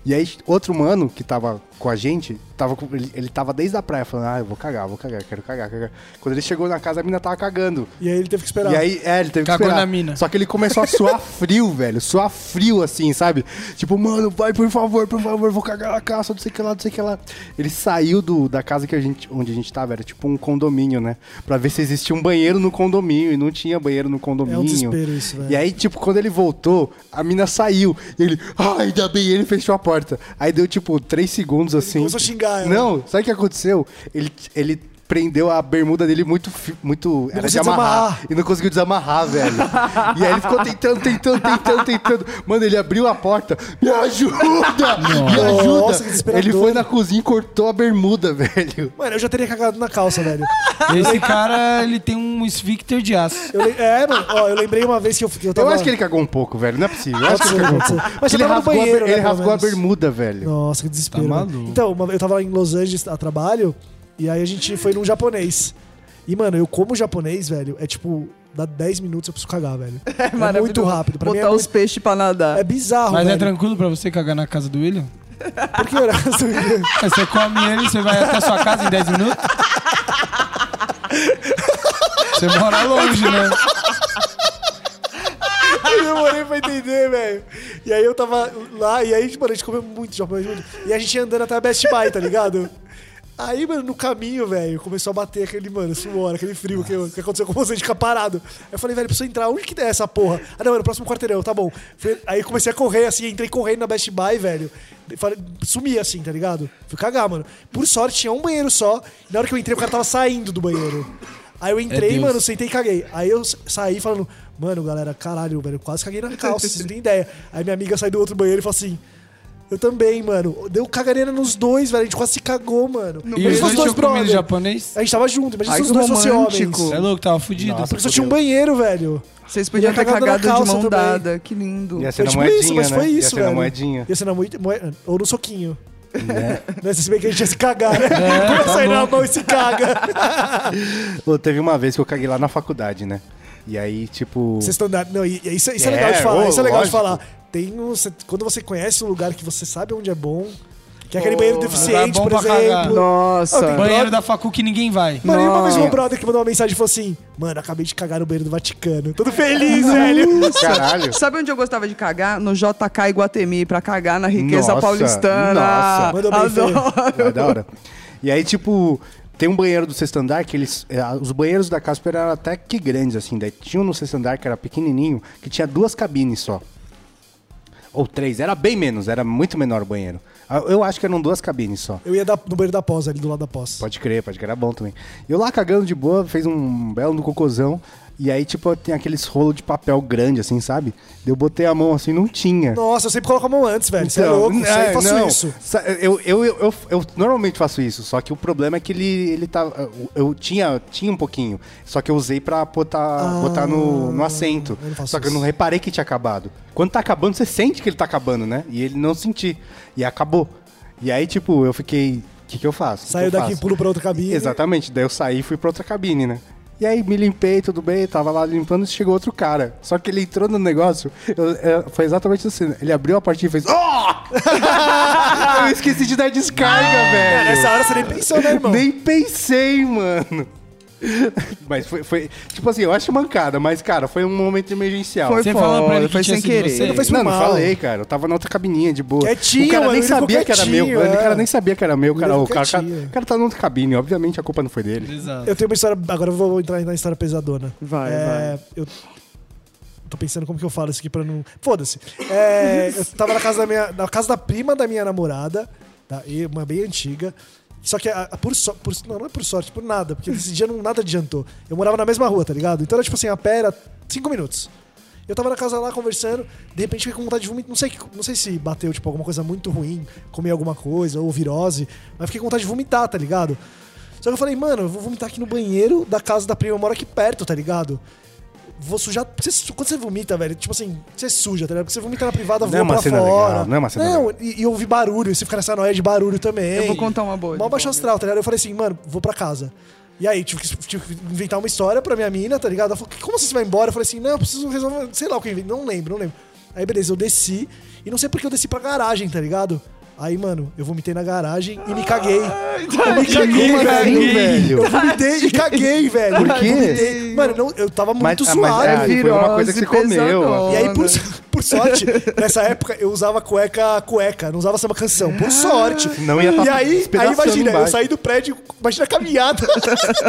E aí, outro mano que tava com a gente, tava com- ele, ele tava desde a praia falando, ah, eu vou cagar, vou cagar, quero cagar, cagar. Quando ele chegou na casa, a menina tava cagando.
E aí ele teve que esperar.
E aí, é, ele teve
Cagou
que esperar.
na mina.
Só que ele começou
[LAUGHS]
a suar frio, velho. Suar frio, assim, sabe? Tipo, mano, vai, por favor, por favor, vou cagar na casa, não sei o que lá, não sei o que lá. Ele saiu do, da casa que a gente, onde a gente tava, era tipo um condomínio, né? Pra ver se existia um banheiro no condomínio. E não tinha banheiro no condomínio.
É um desespero isso, velho.
E aí, tipo, quando ele voltou, a mina saiu. E ele, ah, ainda bem, ele fechou a porta. Aí deu, tipo, três segundos, assim.
começou a xingar né? ela.
Não, sabe o que aconteceu? Ele... ele prendeu a bermuda dele muito... fi- muito era de
conseguiu
amarrar.
desamarrar.
E não conseguiu desamarrar, velho. e aí ele ficou tentando, tentando, tentando, tentando. Mano, ele abriu a porta. Me ajuda! Me ajuda!
Nossa, que desesperador.
ele foi na cozinha e cortou a bermuda, [LAUGHS] velho.
Mano, eu já teria cagado na calça, velho.
Esse cara, ele tem um esfíncter de aço.
Eu le- é, mano, ó, eu lembrei uma vez que eu, que eu
Eu
tava.
acho que ele cagou um pouco, velho. Não é possível. Eu acho que
Pode
ele
ser,
cagou um
pode ser.
pouco.
Mas você
ele
tava no
rasgou, a,
banheiro,
ber-
né,
ele
pelo
rasgou a
menos.
bermuda, velho.
Nossa, que desespero.
Tá
né?
maluco.
Então, uma- eu tava lá em Los Angeles a trabalho, e aí a gente foi num japonês. E, mano, eu como japonês, velho, é tipo, dá 10 minutos eu preciso cagar, velho.
[LAUGHS]
É, muito
maravilhoso.
rápido. [LAUGHS] Pra mim
Botar
é,
os
muito-
peixes pra nadar.
é bizarro,
Mas é
velho.
tranquilo pra você cagar na casa do William?
Porque era- [LAUGHS]
É, Você come ele, você vai até a sua casa em 10 minutos? Você mora longe, né?
Eu demorei pra entender, velho. E aí eu tava lá, e aí, mano, a gente comeu muito japonês muito. E a gente ia andando até a Best Buy, tá ligado? Aí, mano, no caminho, velho, começou a bater aquele, mano, suor, aquele frio que, que aconteceu com você de ficar parado. Aí eu falei, velho, preciso entrar, onde que é essa porra? Ah, não, era o próximo quarteirão, tá bom. Fui- aí comecei a correr, assim, entrei correndo na Best Buy, velho. Falei, sumi, assim, tá ligado? Fui cagar, mano. Por sorte, tinha um banheiro só. E na hora que eu entrei, o cara tava saindo do banheiro. Aí eu entrei,
Deus.
mano, sentei e caguei. Aí eu s- saí falando, mano, galera, caralho, velho, eu quase caguei na calça, vocês não têm ideia. Aí minha amiga sai do outro banheiro e fala assim. Eu também, mano. Deu caganeira nos dois, velho. A gente quase se cagou, mano.
E
Imagina
os dois
se fosse
tinham comido
brother.
japonês?
A gente tava junto,
Ai,
imagina se os
que
dois fossem homens.
romântico.
Você é louco, tava fudido.
Nossa.
Porque só tinha um banheiro, velho.
Vocês podiam
Ia
ter
é cagado na
cagado de
calça
mão
também.
dada. Que lindo.
Ia ser na
tipo
moedinha,
isso, mas
né?
foi
Ia
isso,
ser na
velho.
moedinha.
Ia ser na moe- moe- Ou no soquinho. [LAUGHS] Né? Se bem que a gente ia se cagar,
É.
né? Começa a sair na mão e se caga.
Ô, teve uma vez que eu caguei lá na faculdade, né? E aí, tipo...
Vocês estão dando. Não, e- e isso, isso é,
É,
legal de falar.
ô,
isso é legal
lógico.
de falar. Tem um, cê- quando você conhece um lugar que você sabe onde é bom, que é aquele banheiro deficiente,
bom
por
pra cagar.
exemplo.
Nossa.
Ah, tem-
Banheiro da facu que ninguém vai.
Mano, e uma vez
Nossa.
meu brother que mandou uma mensagem e falou assim: Mano, acabei de cagar no banheiro do Vaticano. Todo feliz, velho.
Caralho.
Sabe onde eu gostava de cagar? No JK Iguatemi, pra cagar na riqueza
Nossa,
paulistana.
nossa.
[LAUGHS]
Mandou bem,
Adoro.
É da hora. E aí, tipo, Tem um banheiro do sexto andar que eles. eh, ah, Os banheiros da Casper eram até que grandes, assim. Daí tinha um no sexto andar que era pequenininho, que tinha duas cabines só. Ou três, era bem menos, era muito menor o banheiro. Ah, Eu acho que eram duas cabines só.
Eu ia da- no banheiro da pós, ali do lado da pós.
Pode crer, pode crer, era bom também. Eu lá cagando de boa, fez um belo no cocôzão. E aí, tipo, tem aqueles rolos de papel grande, assim, sabe? Eu botei a mão assim, não tinha.
Nossa, eu sempre coloco a mão antes, velho. Você é
Então,
louco, eu
é,
sempre faço
não.
isso.
Sa- Eu, eu, eu, eu- eu normalmente faço isso, só que o problema é que ele, ele tá. eu- Eu tinha, tinha um pouquinho, só que eu usei pra botar, botar no, no assento.
Ah, eu não faço
Só que eu não
isso.
reparei que tinha acabado. Quando tá acabando, você sente que ele tá acabando, né? E ele não senti. E acabou. E aí, tipo, eu fiquei. O que, que eu faço? O que
Saiu
que eu
daqui e
faço?
pulo pra outra cabine.
Exatamente, daí eu saí e fui pra outra cabine, né? E aí me limpei, tudo bem, tava lá limpando, chegou outro cara. Só que ele entrou no negócio, eu- eu- foi exatamente assim. Ele abriu a portinha e fez. Oh! [LAUGHS] eu esqueci de dar descarga,
É,
velho.
nessa hora você nem pensou, né, irmão?
Nem pensei, mano. [LAUGHS] Mas foi, foi- Tipo assim, eu acho mancada, mas, cara, foi um momento emergencial.
Foi
Você
foda,
falou pra ele que
foi
tinha
sem
sido
querer.
você?
Não foi isso
não, não
mal.
falei, cara. Eu tava na outra cabininha de boa.
Quietinho,
o cara
mano,
nem
ele ficou
sabia que era meu.
quietinho,
O
é.
cara nem sabia que era meu. Cara,
Ele
o,
ficou
cara, o cara-
quietinho.
o cara tá na outra cabine. Obviamente a culpa não foi dele.
Exato.
Eu tenho uma história. Agora eu vou entrar na história pesadona. É,
Vai, vai.
Eu tô pensando como que eu falo isso aqui pra não. Foda-se. É, eu tava na casa da minha. Na casa da prima da minha namorada, tá? E uma bem antiga. Só que a- a- por, so, por- não, não é por sorte, por nada, porque esse dia não, nada adiantou. Eu morava na mesma rua, tá ligado? Então era tipo assim, a pé era cinco minutos. Eu tava na casa lá conversando, de repente fiquei com vontade de vomitar. Não sei, que- não sei se bateu, tipo, alguma coisa muito ruim, comi alguma coisa, ou virose, mas fiquei com vontade de vomitar, tá ligado? Só que eu falei, mano, eu vou vomitar aqui no banheiro da casa da prima, eu moro aqui perto, tá ligado? Vou sujar. Você su- quando você vomita, velho, tipo assim, você suja, tá ligado? Porque você vomita na privada,
Não
voa
é uma
pra
cena
fora.
legal, não é uma cena legal.
E, e ouvir barulho, e você fica nessa noia de barulho também.
Eu vou contar uma boa.
Mó baixo astral, tá ligado? Eu falei assim, mano, vou pra casa. E aí, tive que, tive que inventar uma história pra minha mina, tá ligado? Ela falou, como assim você vai embora? Eu falei assim, não, eu preciso resolver, sei lá o que eu inventei, não lembro, não lembro. Aí, beleza, eu desci, e não sei porque eu desci pra garagem, tá ligado? Aí, mano, eu vomitei na garagem e me caguei.
tá
Eu me caguei,
Como assim,
velho.
velho?
Eu vomitei e caguei, velho.
Por quê?
Eu vomitei. Mano, não, eu tava muito
ah,
suado.
é, foi uma coisa que você
Virose,
comeu.
pesadão.
E aí, por, [LAUGHS] por sorte, nessa época eu usava cueca cueca, não usava samba canção. Por sorte.
Ah. Não ia tá
E aí, aí
espedaçando
imagina, eu
embaixo.
saí do prédio, imagina a caminhada. [LAUGHS]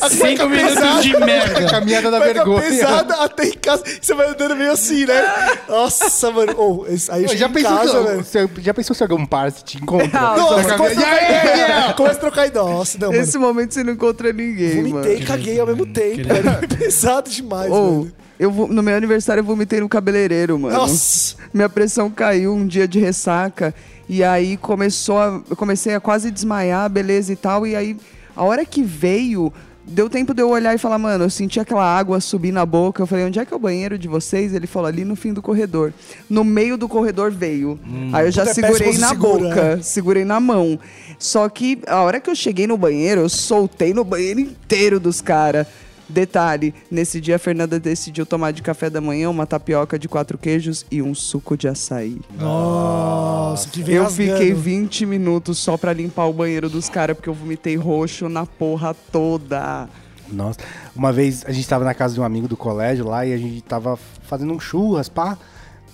a
Cinco minutos de
A
merda.
É caminhada da
cueca
vergonha.
pesada até em casa. Você vai andando meio assim, né? Nossa, mano. Oh, esse- aí eu
Já
cheguei em
pensou,
casa, né?
se,
velho.
você- já pensou se algum par te encontra?
Não,
Na
Nossa,
caminhada-
começa
E aí, e aí, e aí?
a trocar- começa a trocar ideia. Nossa, não, mano.
Nesse momento você não encontra ninguém,
Vomitei
mano.
e caguei ao mesmo tempo. velho. Foi pesado demais,
Ou,
mano.
eu vo- no meu aniversário eu vomitei no cabeleireiro, mano.
Nossa.
Minha pressão caiu um dia de ressaca. E aí começou a, eu comecei a quase desmaiar, beleza e tal. E aí, a hora que veio, deu tempo de eu olhar e falar, mano, eu senti aquela água subir na boca. Eu falei, onde é que é o banheiro de vocês? Ele falou, ali no fim do corredor. No meio do corredor veio.
Hum.
Aí eu já
Puta, é péssimo
segurei
se
na
segura,
boca, segurei na mão. Só que a hora que eu cheguei no banheiro, eu soltei no banheiro inteiro dos caras. Detalhe, nesse dia a Fernanda decidiu tomar de café da manhã uma tapioca de quatro queijos e um suco de açaí.
Nossa, que vem
Eu
rasgando.
fiquei 20 minutos só pra limpar o banheiro dos caras, porque eu vomitei roxo na porra toda.
Nossa. Uma vez a gente tava na casa de um amigo do colégio lá e a gente tava fazendo um churras, pá.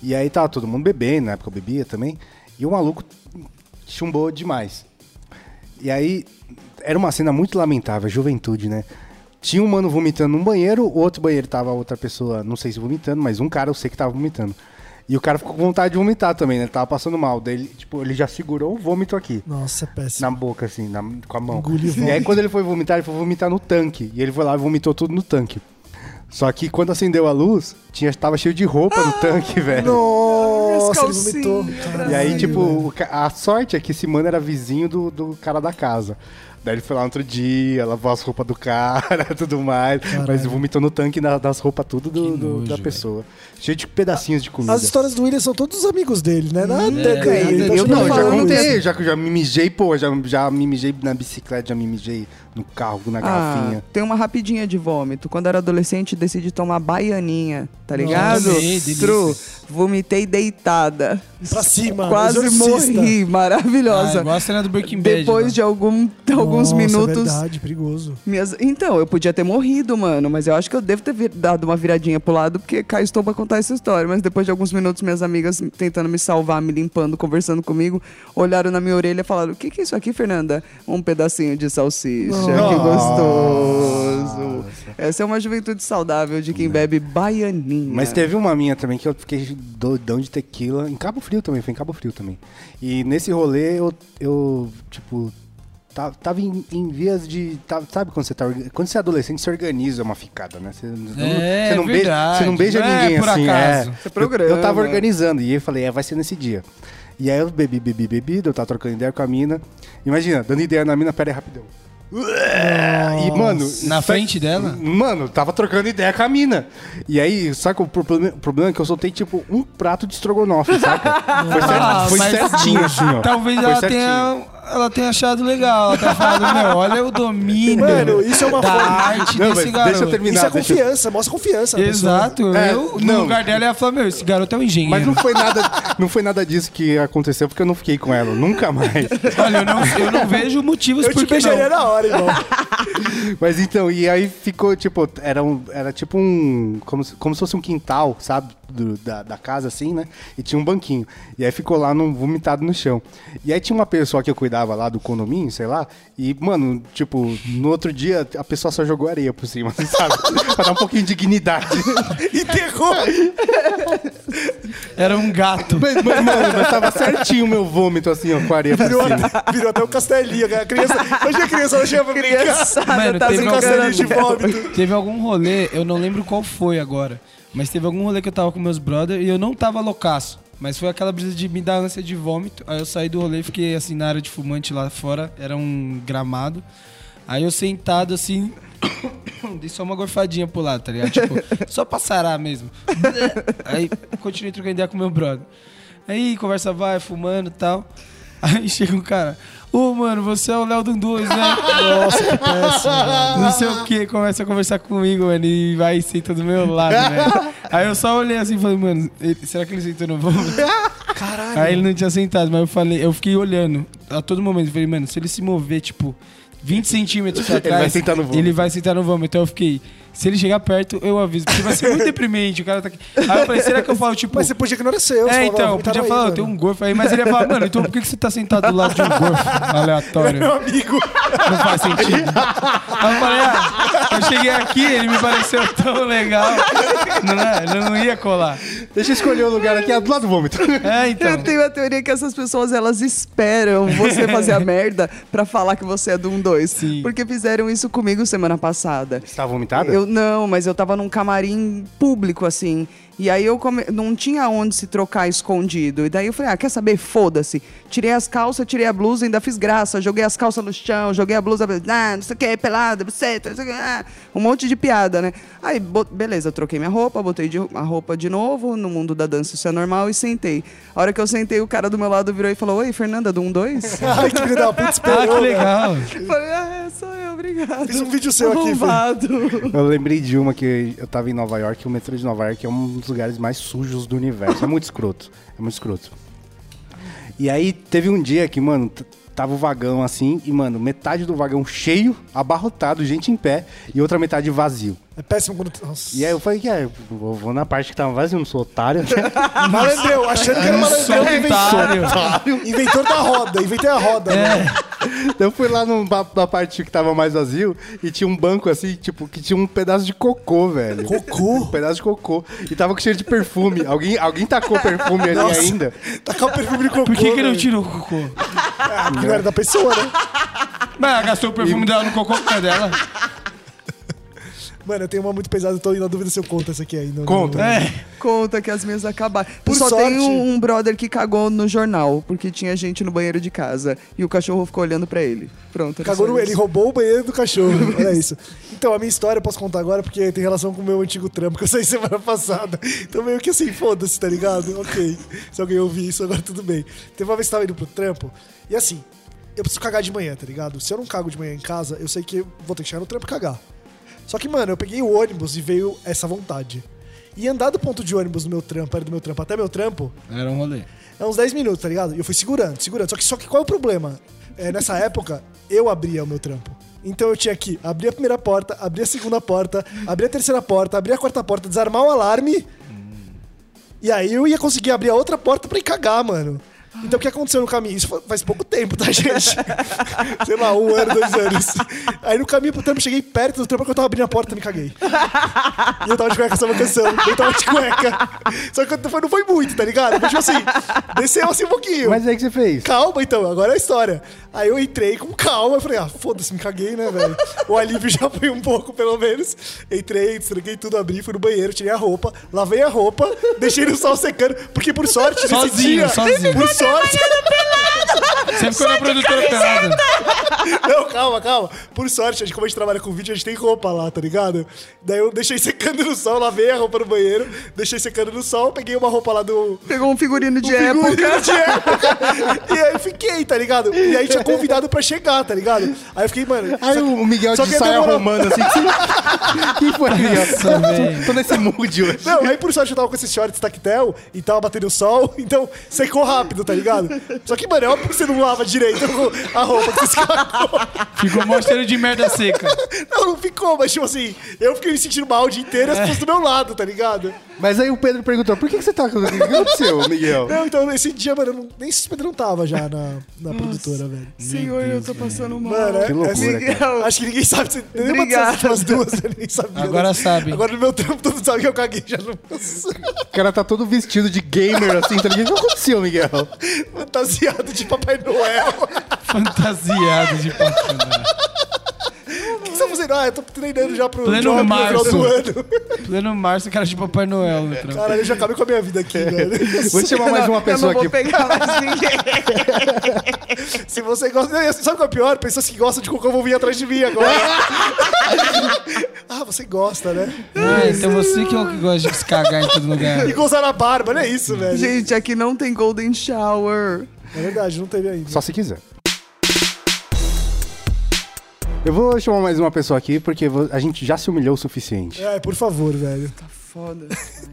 E aí tava todo mundo bebendo, na época eu bebia também. E o maluco chumbou demais. E aí era uma cena muito lamentável, juventude, né? Tinha um mano vomitando num banheiro, o outro banheiro tava outra pessoa, não sei se vomitando, mas um cara eu sei que tava vomitando. E o cara ficou com vontade de vomitar também, né? Ele tava passando mal. Daí, ele, tipo, ele já segurou o vômito aqui.
Nossa, é péssimo.
Na boca, assim, na- com a mão.
Engoliu
e aí,
vômito.
quando ele foi vomitar, ele foi vomitar no tanque. E ele foi lá e vomitou tudo no tanque. Só que quando acendeu a luz, tinha, tava cheio de roupa no tanque, velho.
Nossa, ele
calcinhas,
vomitou.
E aí,
Caralho,
tipo,
velho.
o ca- a sorte é que esse mano era vizinho do, do cara da casa. Daí ele foi lá no outro dia, lavou as roupas do cara [LAUGHS] tudo mais. Mas vomitou no tanque na- das roupas tudo do, do- da pessoa. Cheio de pedacinhos de comida.
As histórias do William são todos os amigos dele, né? Nada, cara. Ele tá
Eu
sempre
não, já
falando
contei, já, já me mijei, pô, já, já me mijei na bicicleta, já me mijei no carro, na
Ah,
garrafinha.
tem uma rapidinha de vômito. Quando era adolescente, decidi tomar baianinha, tá ligado?
Ei, delícia.
Tru, vomitei deitada.
Pra cima,
Quase
exorcista.
morri,
Ah,
maravilhosa.
igual a cena do Breaking Bad.
Depois
né?
de algum, algum alguns
Nossa,
minutos.
É verdade, perigoso.
minhas- Então, eu podia ter morrido, mano, mas eu acho que eu devo ter vir- dado uma viradinha pro lado, porque cá estou pra contar essa história. Mas depois de alguns minutos, minhas amigas tentando me salvar, me limpando, conversando comigo, olharam na minha orelha e falaram: O que, que é isso aqui, Fernanda? Um pedacinho de salsicha. Que gostoso. Essa é uma juventude saudável de quem bebe baianinha.
Mas teve uma minha também que eu fiquei doidão de tequila. Em Cabo Frio também, foi em Cabo Frio também. E nesse rolê eu, eu tipo, ta- tava em, em vias de. ta- sabe quando você tá. orga- Quando você é adolescente, você organiza uma ficada, né? Você, não-
É,
você não beija,
verdade.
você não beija
Não é
ninguém
por
assim.
acaso.
É.
Você
eu, eu tava
programa.
organizando e eu falei, é, vai ser nesse dia. E aí eu bebi, bebi, bebi, eu tava trocando ideia com a mina. Imagina, dando ideia na mina, pera aí rapidão. E, mano,
Na
fe-
frente dela?
Mano, tava trocando ideia com a mina. E aí, saca o problema, o problema é que eu soltei, tipo, um prato de
[LAUGHS]
estrogonofe, saca? Foi, cer-
Ah,
foi
mas-
certinho, assim, ó.
Talvez
Foi
ela
certinho.
tenha, ela tenha achado legal. Ela tenha falado, meu, olha o domínio
Mano, isso é uma
da
forma-
arte
Não,
desse
mas
garoto.
deixa eu terminar.
Isso é
deixa eu-
confiança, mostra confiança. na pessoa.
Exato.
Tá, É,
eu,
não.
no lugar dela, ia falar, meu, esse garoto é um engenheiro.
Mas não foi, nada, não foi nada disso que aconteceu, porque eu não fiquei com ela,
[LAUGHS]
nunca mais.
[LAUGHS] Olha, eu não, eu não vejo motivos
Eu
por
te
que
beijaria
não.
na hora, irmão.
Mas então, e aí ficou, tipo, era, um, era tipo um. Como, se- como se fosse um quintal, sabe? Do- da, da casa, assim, né? E tinha um banquinho. E aí ficou lá num, vomitado no chão. E aí tinha uma pessoa que eu cuidava lá do condomínio, sei lá. E, mano, tipo, no outro dia a pessoa só jogou areia por cima, [LAUGHS] assim, sabe? pra dar um pouquinho de dignidade.
Enterrou.
Era um gato.
mas, mas, mano, mas tava certinho o meu vômito, assim, ó, com areia por
Virou,
cima.
virou até um castelinho. cara. A criança, imagina a criança, ela chega pra brincar.
Criançada
Mano,
tá
teve
Um
uma
brincando.
castelinho de vômito.
[LAUGHS] Teve algum rolê, eu não lembro qual foi agora, mas teve algum rolê que eu tava com meus brothers e eu não tava loucaço. Mas foi aquela brisa de me dar ânsia de vômito. Aí eu saí do rolê e fiquei assim na área de fumante lá fora, era um gramado. Aí eu sentado assim, [COUGHS] dei só uma gorfadinha pro lado, tá ligado?
[LAUGHS]
Tipo, só pra sarar mesmo. [LAUGHS] Aí continuei trocando ideia com meu brother. Aí conversa vai, fumando e tal. Aí chega um cara, ô mano, você é o Léo do 2,
[LAUGHS]
né? Nossa, que não sei o que, começa a conversar comigo, mano, e vai e senta do meu lado, velho.
[LAUGHS]
Aí eu só olhei assim e falei, mano, ele- será que ele sentou no vômito? Caralho. Aí ele não tinha sentado, mas eu falei, eu fiquei olhando a todo momento, falei, mano, se ele se mover, tipo, 20 centímetros pra
Ele
trás,
vai sentar no vômito.
ele vai sentar no vômito. Então eu fiquei, se ele chegar perto, eu aviso, porque vai ser
[LAUGHS]
muito deprimente, o cara tá aqui. Aí eu falei, será que eu falo, tipo...
Mas você "Tá podia que não era seu.
É, então, podia falar, eu tenho um gorfo aí, mas ele ia falar, mano, então por que que você tá sentado do lado de um
[LAUGHS]
gorfo aleatório?
Meu amigo.
Não faz sentido. Aí eu falei, ah, eu cheguei aqui, ele me pareceu tão legal. Não, é? Ele não ia colar.
Deixa eu escolher o lugar aqui, é do lado do [LAUGHS] vômito.
É, então.
Eu tenho a teoria que essas pessoas elas esperam você fazer
[LAUGHS]
a merda pra falar que você é do 1-2.
Sim.
Porque fizeram isso comigo semana passada.
Você tava vomitada?
Eu não, mas eu tava num camarim público, assim. E aí eu come- não tinha onde se trocar escondido. E daí eu falei, ah, quer saber? Foda-se. Tirei as calças, tirei a blusa, ainda fiz graça. Joguei as calças no chão, joguei a blusa, ah, não sei o que, pelada, buceta, não sei o que, ah, um monte de piada, né? Aí, bo- beleza, eu troquei minha roupa, botei de- a roupa de novo, no mundo da dança isso é normal, e sentei. A hora que eu sentei, o cara do meu lado virou e falou, oi, Fernanda, do
[LAUGHS]
1-2?
Ai, que filho da puta,
Ah,
esperou.
que
velho.
legal.
falei, ah, sou eu, obrigado.
Fiz um vídeo seu aqui, Fê.
Arrombado.
Eu lembrei de uma que eu tava em Nova York, e o metrô de Nova York é um dos lugares mais sujos do universo. É muito escroto. É muito escroto. E aí teve um dia que, mano, t- tava o vagão assim, e, mano, metade do vagão cheio, abarrotado, gente em pé, e outra metade vazio.
É péssimo quando... Nossa.
E aí eu falei que é, vou vou na parte que tava vazio, não sou otário. né?
Malandreu, achando
Um
que era malandreu que
[LAUGHS]
inventou.
Otário.
Inventor da roda, inventei a roda. mano.
Então eu fui lá no, ba- na parte que tava mais vazio e tinha um banco assim, tipo, que tinha um pedaço de cocô, velho. Um
Cocô.
pedaço de cocô. E tava com cheiro de perfume. Alguém, alguém tacou perfume ali
Nossa.
ainda.
Tacar o perfume de cocô.
Por que, que não
velho.
tirou o cocô?
Ah, porque não era da pessoa, né?
Mas ela gastou o perfume dela no cocô por causa dela.
Mano, eu tenho uma muito pesada, eu tô na dúvida se eu conto essa aqui ainda.
Conta.
É.
Conta que as minhas acabaram.
Por
Só
sorte-
tem um, um brother que cagou no jornal, porque tinha gente no banheiro de casa. E o cachorro ficou olhando pra ele. Pronto. era
Cagou
só
no,
isso.
ele roubou o banheiro do cachorro. Olha isso. Então, a minha história eu posso contar agora porque tem relação com o meu antigo trampo que eu saí [LAUGHS] semana passada. Então, meio que assim, foda-se, tá ligado? Ok. Se alguém ouvir isso, agora tudo bem. Teve uma vez que eu tava indo pro trampo e assim, eu preciso cagar de manhã, tá ligado? Se eu não cago de manhã em casa, eu sei que eu vou ter que chegar no trampo e cagar. Só que, mano, eu peguei o ônibus e veio essa vontade. E andar do ponto de ônibus do meu trampo, era do meu trampo até meu trampo,
Era um rolê.
é uns 10 minutos, tá ligado? E eu fui segurando, segurando. Só que, só que qual é o problema? É, nessa época, eu abria o meu trampo. Então eu tinha que abrir a primeira porta, abrir a segunda porta, abrir a terceira porta, abrir a quarta porta, desarmar o alarme. E aí eu ia conseguir abrir a outra porta pra ir cagar, mano. Então o que aconteceu no caminho? Isso fa- faz pouco tempo, tá, [LAUGHS] gente? Sei lá, um ano, dois anos. Aí no caminho pro trampo, eu cheguei perto do trampo que eu tava abrindo a porta e me caguei. E eu tava de cueca samba canção. Eu tava de cueca. Só que eu- foi- não foi muito, tá ligado? Mas tipo assim, desceu assim um pouquinho.
Mas aí que você fez?
Calma, então, agora é a história. Aí eu entrei com calma, eu falei, ah, foda-se, me caguei, né, velho? o alívio [LAUGHS] já foi um pouco, pelo menos. Entrei, destraguei tudo, abri, fui no banheiro, tirei a roupa, lavei a roupa, deixei no sol secando, porque por sorte, nesse
Sozinho,
dia,
sozinho.
por sorte, [LAUGHS]
Você ficou na
tá
produtora pelada.
não, calma, calma. Por sorte, a gente, como a gente trabalha com vídeo, a gente tem roupa lá, tá ligado? Daí eu deixei secando no sol, lavei a roupa no banheiro, deixei secando no sol, peguei uma roupa lá do,
Pegou um figurino de
Figurino
época.
de época. [LAUGHS] E aí fiquei, tá ligado? E aí tinha convidado pra chegar, tá ligado? Aí eu fiquei, mano.
Aí
só-
o Miguel
só
de
que
saia
demorou.
romana, assim. [LAUGHS] que foi, Miguel?
Nossa, velho.
Tô nesse mood hoje.
Não, aí por sorte eu tava com esses shorts tactel e tava batendo o sol, [LAUGHS] então secou rápido, tá ligado? Só que, mano, é óbvio que você não lava direito a roupa que você [LAUGHS] cagou.
Ficou mó cheiro de merda seca.
Não, não ficou, mas tipo assim, eu fiquei me sentindo mal o dia inteiro e as pessoas do meu lado, tá ligado?
Mas aí o Pedro perguntou, por que, que você tá... O que aconteceu, Miguel?
Não, então esse dia, mano, eu não, nem suspender não tava já na, na produtora, velho.
[LAUGHS] Senhor, eu tô passando mal.
Mano, é-
Que loucura,
assim,
cara.
Miguel,
Acho que ninguém sabe. se- Nenhuma
Obrigada.
dessas últimas duas eu nem sabia.
Agora sabe.
Agora no meu trampo todo sabe que eu caguei já no
[LAUGHS] O cara tá todo vestido de gamer, assim, tá ligado? O que aconteceu, Miguel?
fantasiado de Papai Noel.
Fantasiado de patrulha.
O que que você tá fazendo? Ah, eu tô treinando já pro
Pleno
job no final
março.
do ano.
Pleno março, cara de Papai Noel no trampo.
Caralho, eu já acabei com a minha vida aqui, velho.
Vou te chamar mais
um.
uma pessoa
eu não vou
aqui.
pegar
[LAUGHS]
mais ninguém.
Se você gosta. Não, Sabe o que é o pior? Pessoas que gostam de cocô vão vir atrás de mim [LAUGHS] agora. ah, você gosta, né?
Ah, então você que é o que gosta de se cagar em todo lugar.
E gozar na barba, não é isso, velho.
Gente, aqui não tem golden shower.
É verdade, não teve ainda.
Só se quiser. Eu vou chamar mais uma pessoa aqui, porque vo- a gente já se humilhou o suficiente.
É, por favor, velho.
Foda.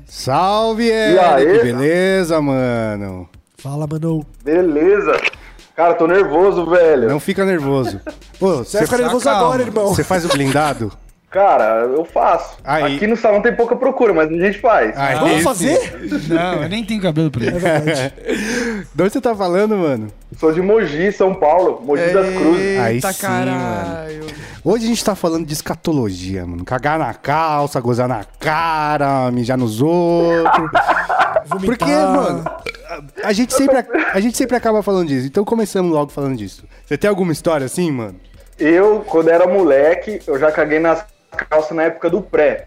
Salve,
E
Eric!
aí?
Beleza, mano?
Fala, mano.
Beleza. Cara, tô nervoso, velho.
Não fica nervoso.
Você
Ô,
vai
você
ficar nervoso
calma.
agora, irmão.
você faz o blindado?
Cara, eu faço.
Aí.
Aqui no salão tem pouca procura, mas a gente faz.
Aí,
Ah,
Vamos
sim.
fazer?
Não, eu nem tenho cabelo pra ele.
De onde você tá falando, mano?
Sou de Mogi, São Paulo. Mogi das Cruzes.
Aí
Eita,
sim,
caralho.
Hoje a gente tá falando de escatologia, mano. Cagar na calça, gozar na cara, mijar nos [LAUGHS] outros.
Vomitar.
Porque, mano, a, a gente sempre, a, gente sempre acaba falando disso. Então começamos logo falando disso. Você tem alguma história assim, mano?
Eu, quando era moleque, eu já caguei nas calças na época do pré.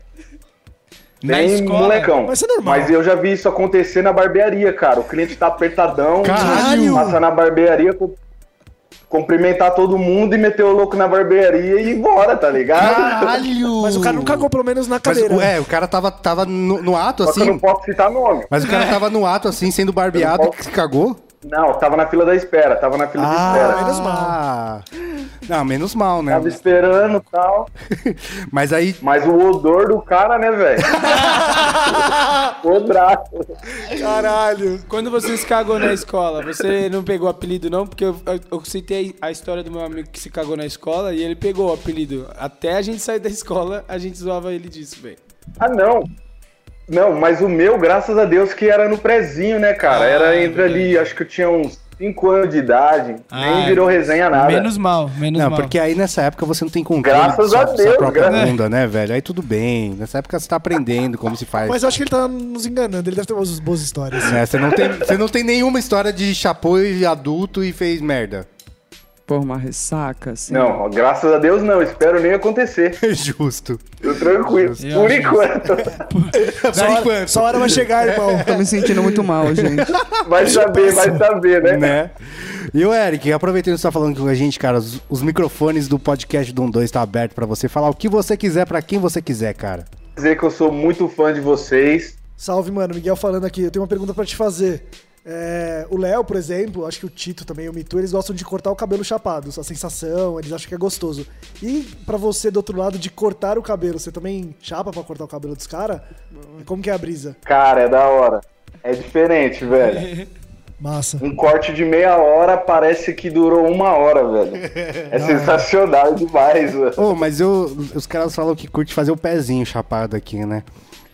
Na
Bem
escola.
molecão.
Mas isso é normal.
Mas eu já vi isso acontecer na barbearia, cara. O cliente tá apertadão,
Caralho!
passar na barbearia, cu- cumprimentar todo mundo e meter o louco na barbearia e ir embora, tá ligado?
Caralho!
Mas o cara não cagou pelo menos na
Mas,
cadeira. né?
é, o cara tava, tava no, no ato,
Só que eu não
assim.
posso citar nome.
Mas o cara tava no ato, assim, sendo barbeado,
Eu não
que se cagou?
Não, tava na fila da espera, tava na fila da espera.
menos
Ah, mal. Não, menos mal, né?
Tava esperando e tal.
Mas aí,
Mas o odor do cara, né, velho?
[LAUGHS]
o braço.
Caralho.
Quando você se cagou na escola, você não pegou apelido, não? Porque eu, eu- eu citei a história do meu amigo que se cagou na escola e ele pegou o apelido. Até a gente sair da escola, a gente zoava ele disso, velho.
Ah, não. Não, mas o meu, graças a Deus, que era no prezinho, né, cara? Era entre ali, acho que eu tinha uns 5 anos de idade.
Ah,
nem virou
é.
resenha nada.
Menos mal, menos
Não,
mal.
porque aí nessa época você não tem controle
Graças
da
a
sua,
Deus,
própria
graças-
bunda, né, velho? Aí tudo bem. Nessa época você tá aprendendo como se faz.
Mas eu acho que ele tá nos enganando. Ele deve ter umas boas histórias.
né? Você, não tem, você não tem nenhuma história de chapou e adulto e fez merda. [LAUGHS]
Pô, uma ressaca, assim.
Não, graças a Deus não. Espero nem acontecer.
É Justo.
Tô tranquilo.
Eu
Por
acho
enquanto.
[LAUGHS] Por enquanto,
Só hora vai chegar, irmão.
Tô me sentindo muito
[LAUGHS]
mal, gente.
[LAUGHS]
Vai saber, vai saber, né?
né? E o Eric, aproveitando que você tá falando com a gente, cara, os, os microfones do podcast Dom 2 tá aberto pra você falar o que você quiser pra quem você quiser, cara.
Dizer que eu sou muito fã de vocês.
Salve, mano. Miguel falando aqui. Eu tenho uma pergunta pra te fazer. É, o Léo, por exemplo, acho que o Tito também, o Mitu, eles gostam de cortar o cabelo chapado. A sensação, eles acham que é gostoso. E pra você, do outro lado, de cortar o cabelo, você também chapa pra cortar o cabelo dos caras? Como que é a brisa?
Cara, é da hora. É diferente, velho.
Massa.
Um corte de meia hora parece que durou uma hora, velho. É sensacional demais, velho.
Ô, mas eu, os caras falam que curte fazer o pezinho chapado aqui, né?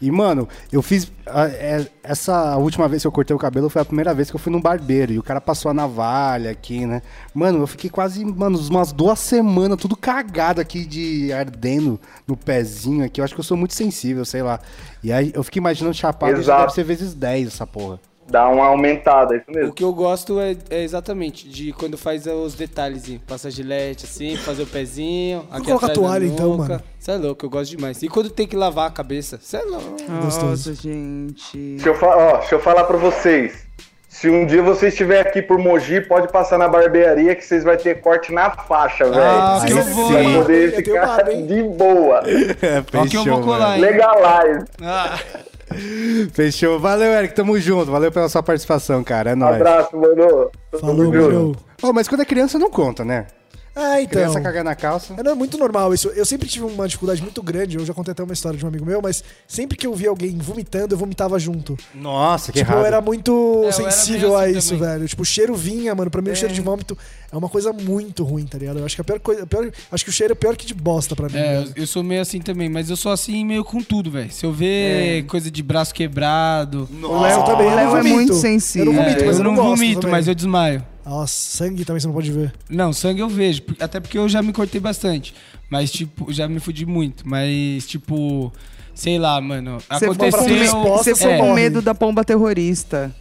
E, mano, eu fiz. a- é- Essa última vez que eu cortei o cabelo foi a primeira vez que eu fui num barbeiro. E o cara passou a navalha aqui, né? Mano, eu fiquei quase, mano, umas duas semanas tudo cagado aqui de ardendo no pezinho aqui. Eu acho que eu sou muito sensível, sei lá. E aí eu fiquei imaginando chapado, isso
Exato.
deve ser vezes 10 essa porra.
Dá uma aumentada, é isso
O
mesmo.
que eu gosto é, é exatamente de quando faz os detalhes, hein? passa gilete assim, fazer o
[LAUGHS]
pezinho. Aqui
colocar
atrás
toalha,
da
então,
nuca.
mano.
Cê é louco, eu gosto demais. E quando tem que lavar a cabeça, cê é louco.
Gostoso.
Nossa, gente.
Deixa eu, fa- ó, deixa eu falar pra vocês. Se um dia você estiver aqui por Mogi, pode passar na barbearia que vocês vão ter corte na faixa, velho.
Ah,
que eu
Vocês
vou,
Vai
hein?
poder
Eu tenho
ficar
barba, hein?
de boa.
É,
Ó, que eu vou colar, hein?
Legalize.
Ah,
Fechou. Valeu, Eric. Tamo junto. Valeu pela sua participação, cara. É nóis.
Abraço, mano. Tamo
Falou,
junto.
meu.
Ô, mas quando é criança não conta, né?
Ah, então.
Criança cagar na calça.
É, não, é muito normal isso. Eu sempre tive uma dificuldade muito grande. Eu já contei até uma história de um amigo meu, mas sempre que eu via alguém vomitando, eu vomitava junto.
Nossa, que
tipo,
errado.
eu era muito
É, eu era
sensível
meio
a
assim
isso,
também.
velho. Tipo, o cheiro vinha, mano. Pra mim, o cheiro de vômito é uma coisa muito ruim, tá ligado? Eu acho que a pior coisa. a pior- acho que o cheiro é pior que de bosta pra mim.
é,
velho.
eu- eu sou meio assim também, mas eu sou assim meio com tudo, velho. Se eu ver coisa de braço quebrado.
O Léo também. eu
O Léo
não
é
vomito.
muito
Eu
sensível.
não
é,
vomito, mas eu não, gosto
vomito,
também.
mas eu desmaio.
Nossa, sangue também você não pode ver.
Não, sangue eu vejo, por- até porque eu já me cortei bastante. Mas, tipo, já me fudi muito. Mas, tipo, sei lá, mano.
Você ficou
aconteceu.
com me-
Resposta,
Você um ficou
é.
com medo da pomba terrorista.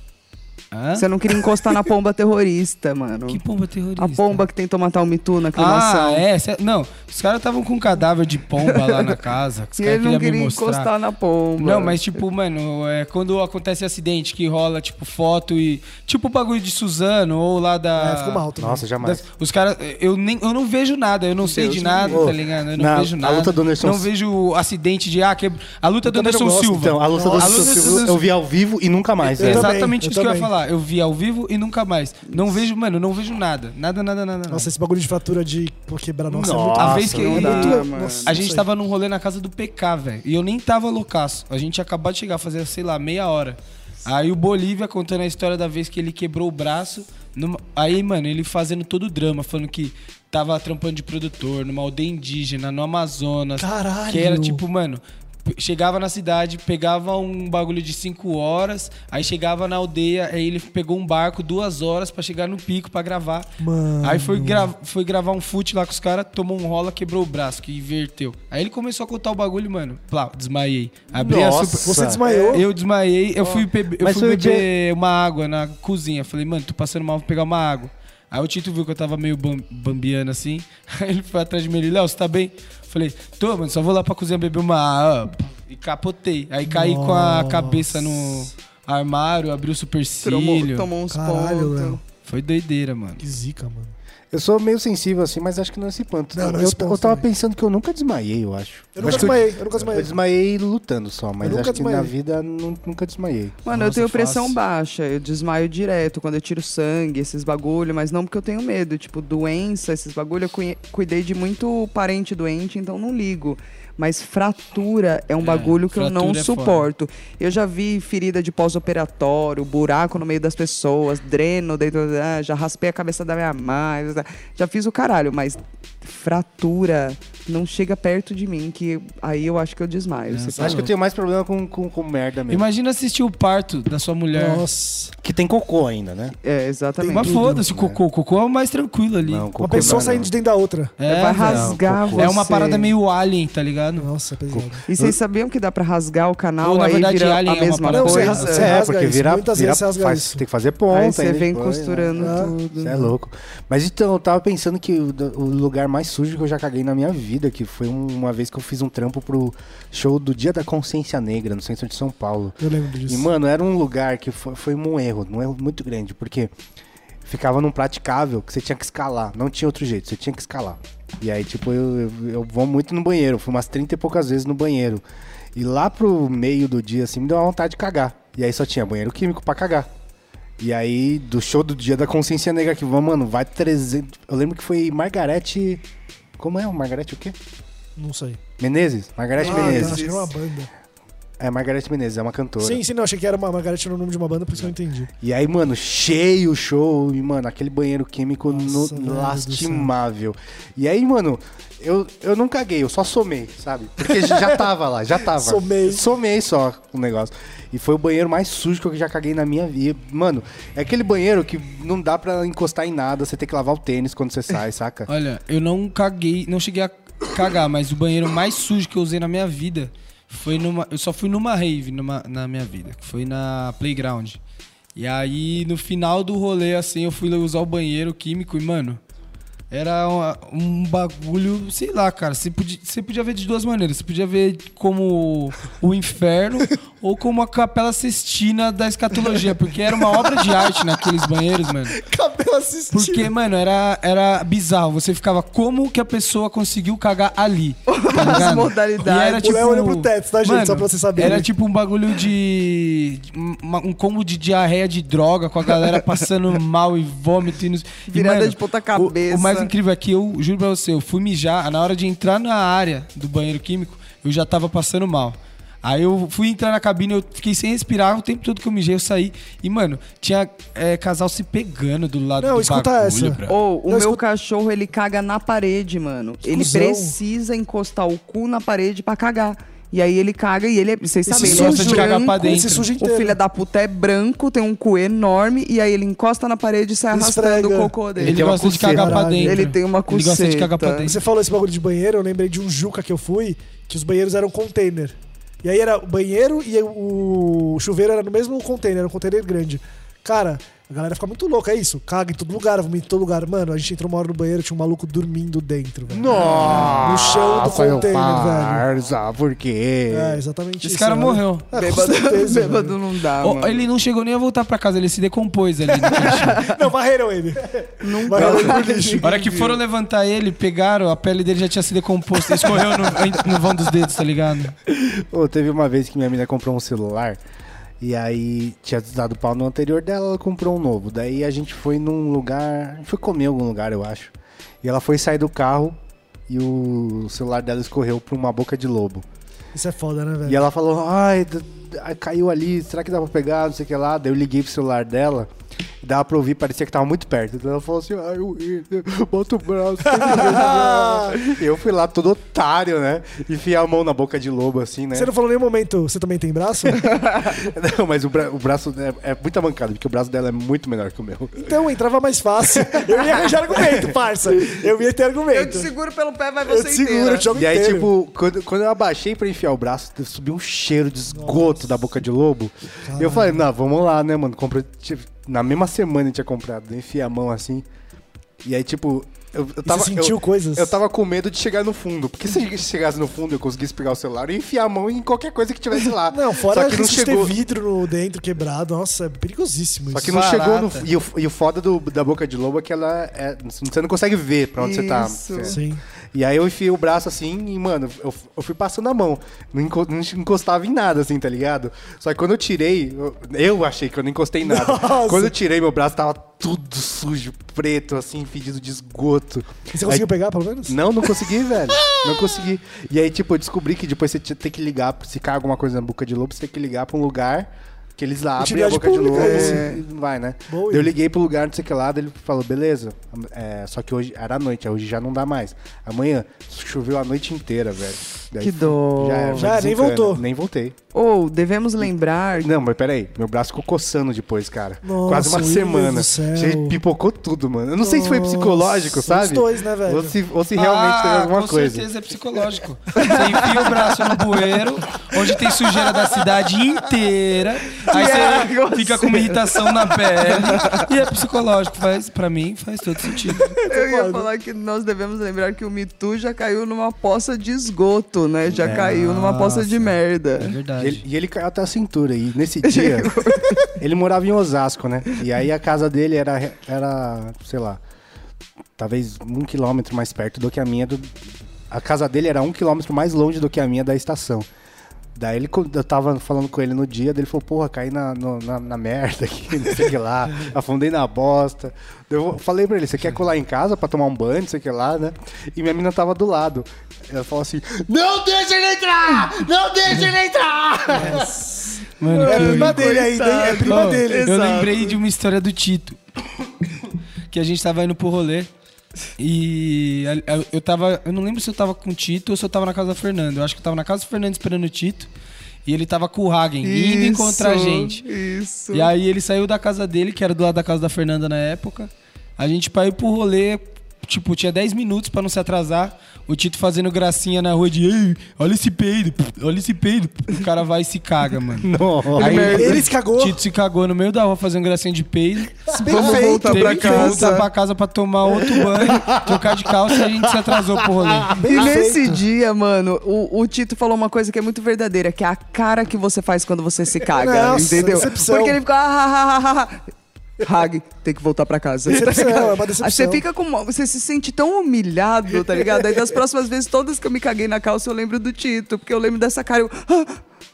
Hã?
Você não queria encostar na pomba terrorista, mano.
Que pomba terrorista?
A pomba que tentou matar o Mitu na
Ah,
cremação.
é? cê- Não, os caras estavam com um cadáver de pomba lá na casa. que Os
E
caras
ele
queriam
não
me
queria
mostrar.
encostar na pomba.
Não, mas tipo, mano, é quando acontece acidente que rola, tipo, foto e. Tipo o bagulho de Suzano ou lá da.
É, ficou mal também.
Nossa, jamais.
das- os caras. Eu, nem, eu não vejo nada, eu não sei de nada,
Ô,
tá ligado? Eu não
na-
vejo
a
nada.
luta do Anderson-
Não vejo acidente de. Ah, que, a luta do
também não
Anderson
gosto,
Silva.
Então, a luta do
Nossa.
Anderson
A luta do
Silva eu vi ao vivo e nunca mais, né?
Eu
velho.
também,
Exatamente
eu
isso que eu ia
também.
falar. Eu vi ao vivo e nunca mais. Não vejo, mano, não vejo nada. Nada, nada, nada. nada.
Nossa, esse bagulho de fratura de pô, quebrar nossa, é muito
Nossa,
a vez que
é
dá,
muito-
mano.
nossa,
A
não
gente
sei.
tava num rolê na casa do PK, velho. E eu nem tava loucaço. A gente acabou de chegar, fazia, sei lá, meia hora. Aí o Bolívia contando a história da vez que ele quebrou o braço. numa- Aí, mano, ele fazendo todo o drama, falando que tava trampando de produtor numa aldeia indígena, no Amazonas.
Caralho!
Que era tipo, mano. p- Chegava na cidade, pegava um bagulho de 5 horas, aí chegava na aldeia, aí ele pegou um barco duas horas pra chegar no pico pra gravar.
Mano.
Aí foi, gra- foi gravar um fute lá com os caras, tomou um rola, quebrou o braço, que inverteu. Aí ele começou a contar o bagulho, mano. Plá, desmaiei. Abri a
Nossa.
super...
Você desmaiou.
Eu desmaiei, eu fui, bebe- eu
Mas
fui
foi o
beber uma água na cozinha. Falei, mano, tô passando mal, vou pegar uma água. Aí o Tito viu que eu tava meio bam- bambiando assim. [LAUGHS] Aí ele foi atrás de mim, ele, Léo, você tá bem? Falei, tô, mano, só vou lá pra cozinha beber uma água. E capotei. Aí caí com a cabeça no armário, abri o
Tomou,
supercílio.
um tomou uns
Caralho, Léo.
pontos.
Foi doideira, mano.
Que zica, mano.
Eu sou meio sensível assim, mas acho que não é esse ponto.
Não, não é
eu,
esse ponto
eu tava
também.
pensando que eu nunca desmaiei, eu acho.
Eu nunca
Acho que
desmaiei, eu nunca
Eu,
desmaiei.
desmaiei lutando só, mas
nunca
acho que na
desmaiei.
vida nu- nunca desmaiei.
Mano, eu
Nossa,
tenho pressão
fácil.
baixa, eu desmaio direto quando eu tiro sangue, esses bagulho, mas não porque eu tenho medo, tipo, doença, esses bagulho, eu cui- cuidei de muito parente doente, então não ligo. Mas fratura é um bagulho que eu não
fratura é
suporto. Eu já vi ferida de pós-operatório, buraco no meio das pessoas, dreno dentro, ah, já raspei a cabeça da minha mãe, já fiz o caralho, mas fratura não chega perto de mim, que aí eu acho que eu desmaio. Você
acho que eu tenho mais problema com, com, com merda mesmo.
Imagina assistir o parto da sua mulher.
Nossa.
Que tem cocô ainda, né?
É, exatamente.
Mas foda-se, o cocô. O cocô é o mais tranquilo ali.
cocô.
Uma pessoa
não,
saindo de dentro da outra.
É,
vai
velho.
rasgar
cocô.
você.
É uma parada meio alien, tá ligado?
Nossa, pesado.
E vocês sabiam que dá pra rasgar o canal
Ou, na
aí
verdade,
vira
alien é
a
uma
mesma
parada.
Não, você
coisa?
rasga-
é,
rasga
porque
isso,
vira,
muitas
vira
vezes você rasga
faz-
isso.
tem que fazer ponta.
Aí você
hein,
vem
depois, né?
costurando
Ah,
tudo. né?
Você é louco. Mas então, eu tava pensando que o, o lugar mais sujo que eu já caguei na minha vida, que foi um- uma vez que eu fiz um trampo pro show do Dia da Consciência Negra, no centro de São Paulo.
Eu lembro disso.
E, mano, era um lugar que foi, foi um erro, um erro muito grande, porque ficava num praticável que você tinha que escalar. Não tinha outro jeito, você tinha que escalar. E aí, tipo, eu, eu, eu vou muito no banheiro, fui umas 30 e poucas vezes no banheiro. E lá pro meio do dia, assim, me deu uma vontade de cagar. E aí só tinha banheiro químico pra cagar. E aí, do show do dia da consciência negra que vamos, mano, vai 300. Eu lembro que foi Margarete. Como é? Margarete o quê?
Não sei.
Menezes? Margarete
Ah, tá,
Menezes.
acho que era uma banda.
É Margareth Menezes, é uma cantora.
Sim, sim, não, achei que era uma Margareth no nome de uma banda, por isso que eu não entendi.
E aí, mano, cheio o show. E, mano, aquele banheiro químico
Nossa,
no-
meu Deus do céu.
lastimável. E aí, mano, eu, eu não caguei, eu só somei, sabe? Porque já tava lá, já tava.
Somei.
Somei só com o negócio. E foi o banheiro mais sujo que eu já caguei na minha vida. Mano, é aquele banheiro que não dá pra encostar em nada, você tem que lavar o tênis quando você sai, saca?
Olha, eu não caguei, não cheguei a cagar, mas o banheiro mais sujo que eu usei na minha vida foi numa. Eu só fui numa rave numa- na minha vida, que foi na Playground. E aí, no final do rolê, assim, eu fui usar o banheiro químico e, mano, era uma- um bagulho, sei lá, cara. Você podia, você podia ver de duas maneiras. Você podia ver como o
[LAUGHS]
inferno ou como a capela cestina da escatologia, porque era uma obra de arte naqueles banheiros, mano.
Cabelo assistindo.
Porque, mano, era, era bizarro. Você ficava, como que a pessoa conseguiu cagar
[LAUGHS]
ali? Tá ligado?
modalidades.
E tipo,
O Léo olhou pro teto, tá, gente? Só pra vocês saberem.
Era tipo um bagulho de. de- uma- Um combo de diarreia de droga com a galera passando mal e vômito. E, nos...
Virada de ponta cabeça.
O, o mais incrível é que eu, juro pra você, eu fui mijar, na hora de entrar na área do banheiro químico, eu já tava passando mal. Aí eu fui entrar na cabine, eu fiquei sem respirar o tempo todo que eu mijei, eu saí. E, mano, tinha é, casal se pegando do lado
Não,
do
escuta
bagulho,
essa.
bro.
Ou o
Não,
meu
escuta-
cachorro, ele caga na parede, mano. Ele
Exclusão.
precisa encostar o cu na parede pra cagar. E aí ele caga e ele é. Vocês
Esse
sabem, ele
gosta
é
de cagar
branco,
pra dentro.
Esse sujo
O
inteiro.
filho da puta é branco, tem um cu enorme, e aí ele encosta na parede e sai arrastando
Esfrega.
o cocô dele.
Ele, é
tem uma
gosta de
coceira.
cagar pra
Caralho.
dentro.
Ele tem uma
Ele gosta de cagar pra
coceta.
dentro.
Você falou esse bagulho de banheiro, eu lembrei de um Juca que eu fui, que os banheiros eram container. E aí era o banheiro e o chuveiro era no mesmo container, era um container grande. Cara, a galera fica muito louca, é isso? Caga em todo lugar, vomita em todo lugar. Mano, a gente entrou uma hora no banheiro, tinha um maluco dormindo dentro, velho.
Nossa, um
No chão do
meu
container,
parça, Por quê?
É, exatamente
Esse
isso,
cara
né?
morreu.
É,
[LAUGHS]
com
Bêbado, [LAUGHS]
certeza,
bêbado
velho.
não dá,
Ó,
mano.
ele não chegou nem a voltar pra casa, ele se decompôs ali. no cantinho.
[LAUGHS] Não, varreram ele.
Nunca.
Varreram ele pro lixo.
A hora que foram levantar ele, pegaram, a pele dele já tinha se decomposto, escorreu no, no vão dos dedos, tá ligado?
Ô, teve uma vez que minha menina comprou um celular e aí tinha dado pau no anterior dela, ela comprou um novo. Daí a gente foi num lugar, a gente foi comer em algum lugar, eu acho. E ela foi sair do carro e o celular dela escorreu pra uma boca de lobo.
Isso é foda, né, velho?
E ela falou: "Ai, d- d- caiu ali, será que dá pra pegar, não sei o que lá". Daí eu liguei pro celular dela. Dava pra ouvir, parecia que tava muito perto. Então ela falou assim: ai, eu, eu, bota o braço. E eu fui lá, todo otário, né? Enfiar a mão na boca de lobo, assim, né?
Você não falou em nenhum momento, você também tem braço?
[LAUGHS] Não, mas o, bra- o braço é, é muita mancada, porque o braço dela é muito menor que o meu.
então, entrava mais fácil. Eu ia arranjar argumento, parça. Eu ia ter argumento.
Eu te seguro pelo pé, vai
Eu
você
te seguro,
inteira.
eu te jogo
E aí,
inteiro.
tipo, quando, quando eu abaixei pra enfiar o braço, subiu um cheiro de esgoto da boca de lobo. E eu falei, não, vamos lá, né, mano? Comprei, tipo, na mesma semana eu tinha comprado, enfiei a mão assim. E aí, tipo, eu, eu tava.
você sentiu
eu,
coisas?
Eu tava com medo de chegar no fundo. Porque se eu chegasse no fundo, eu conseguisse pegar o celular e enfiar a mão em qualquer coisa que tivesse lá.
Não, fora
Só que não
risco de ter
chegou.
vidro no dentro quebrado. Nossa, é perigosíssimo
Só
isso.
que não
Barata.
chegou no. E o, e o foda do- da boca de lobo é que ela é. Você não consegue ver pra onde você tá.
Isso.
Você-
Ah, Sim.
E aí eu enfiei o braço assim e, mano, eu, eu fui passando a mão. Não enco- não encostava em nada, assim, tá ligado? Só que quando eu tirei, eu, eu achei que eu não encostei em nada.
Nossa.
Quando eu tirei, meu braço tava tudo sujo, preto, assim, fedido de esgoto.
E você conseguiu pegar, pelo menos?
Não, não consegui, velho. Não consegui. E aí, tipo, eu descobri que depois você tinha- tem que ligar, se cai alguma coisa na boca de lobo, você tem que ligar pra um lugar que eles lá abrem a
Utilidade
boca de lobo.
pública,
É. e Vai, né?
Boa
eu
ideia.
liguei pro lugar, não sei o que lá, daí ele falou, beleza. É, só que hoje era à noite, hoje já não dá mais. Amanhã choveu a noite inteira, velho. Daí
Que dó.
Já, era,
Já, nem
desencana.
voltou.
Nem voltei.
Ou devemos lembrar
Não, mas peraí, meu braço ficou coçando depois, cara.
Nossa,
Quase uma
William
semana.
do céu.
Che- Pipocou tudo, mano. Eu não sei se foi
Nossa,
psicológico,
os
sabe?
dois, né, velho?
Ou se, ou se realmente
ah,
teve alguma
com
coisa.
certeza é psicológico. Você enfia o braço no bueiro, onde tem sujeira da cidade inteira, aí
é
Que
você fica com uma irritação na pele. E é psicológico, faz, pra mim faz todo sentido.
Eu ia falar que nós devemos lembrar que o Me Too já caiu numa poça de esgoto, né? Já caiu numa poça de merda.
É
E ele,
verdade.
e ele caiu até a cintura. E
[LAUGHS]
nesse dia, ele morava em Osasco, né? E aí a casa dele era, era sei lá, talvez um quilômetro mais perto do que a minha. do- a casa dele era um quilômetro mais longe do que a minha da estação. Daí ele, co- eu tava falando com ele no dia, daí ele falou, porra, caí na, no- na, na merda aqui, [LAUGHS] né?" não sei o que lá, afundei na bosta. Daí Eu falei pra ele, você quer colar em casa pra tomar um banho, não sei o que lá, né? E minha mina tava do lado. Ela falou assim, não deixa ele entrar! Não deixa ele entrar!
Mano, que horrível.
dele ainda, hein? É prima
Ó,
dele.
Eu lembrei de uma história do Tito. [COUGHS] Que a gente tava indo pro rolê. E a- a- eu tava. Eu não lembro se eu tava com o Tito ou se eu tava na casa da Fernanda. Eu acho que eu tava na casa do Fernando esperando o Tito. E ele tava com o Hagen, indo encontrar a gente.
Isso.
E aí ele saiu da casa dele, que era do lado da casa da Fernanda na época. A gente pra ir pro rolê, tipo, tinha 10 minutos pra não se atrasar. O Tito fazendo gracinha na rua de Ei, olha esse peido, olha esse peido. O cara vai e se caga, mano.
Não.
Aí,
Ele se cagou.
Tito se cagou no meio da rua fazendo gracinha de peido.
Vamos
Perfeito.
voltar
Teve
pra
que voltar
casa.
pra casa pra tomar outro banho, trocar de calça e a gente se atrasou pro rolê.
E nesse dia, mano, o, o Tito falou uma coisa que é muito verdadeira, que é a cara que você faz quando você se caga,
Nossa,
entendeu?
decepção.
Porque ele fica... Ah, ah, ah, ah, ah. Hag, tem que voltar pra casa.
Decepção, é uma
Aí você
decepção.
fica com. uma- Você se sente tão humilhado, tá ligado? Aí das próximas vezes, todas que eu me caguei na calça, eu lembro do Tito, porque eu lembro dessa cara. Eu, ah,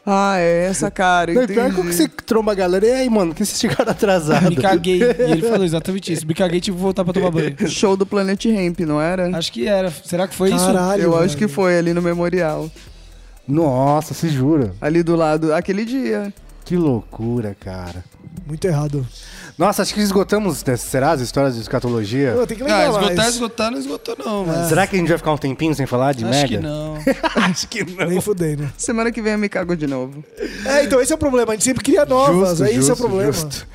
ah, é essa cara.
Não, e pior
entendi.
que você tromba a galera, e aí, mano, por que vocês chegaram [LAUGHS] atrasados?
Me caguei. E ele falou exatamente isso. Me caguei, tive que voltar pra tomar banho.
Show do Planet Ramp, não era?
Acho que era. Será que foi isso?
Caralho,
eu
velho.
acho que foi ali no memorial.
Nossa, se jura.
Ali do lado, aquele dia.
Que loucura, cara.
Muito errado.
Nossa, acho que esgotamos, né? será, as histórias de escatologia?
Eu tenho que
Ah,
lembrar
esgotar,
mais.
esgotar, não esgotou não, mas...
Será que a gente vai ficar um tempinho sem falar Ah, de
Acho
merda?
que
[LAUGHS]
não.
Acho que não.
Nem fudei, né?
Semana que vem eu me cago de novo.
É, então esse é o problema. A gente sempre cria novas.
Justo,
aí esse é o
justo,
problema.
justo.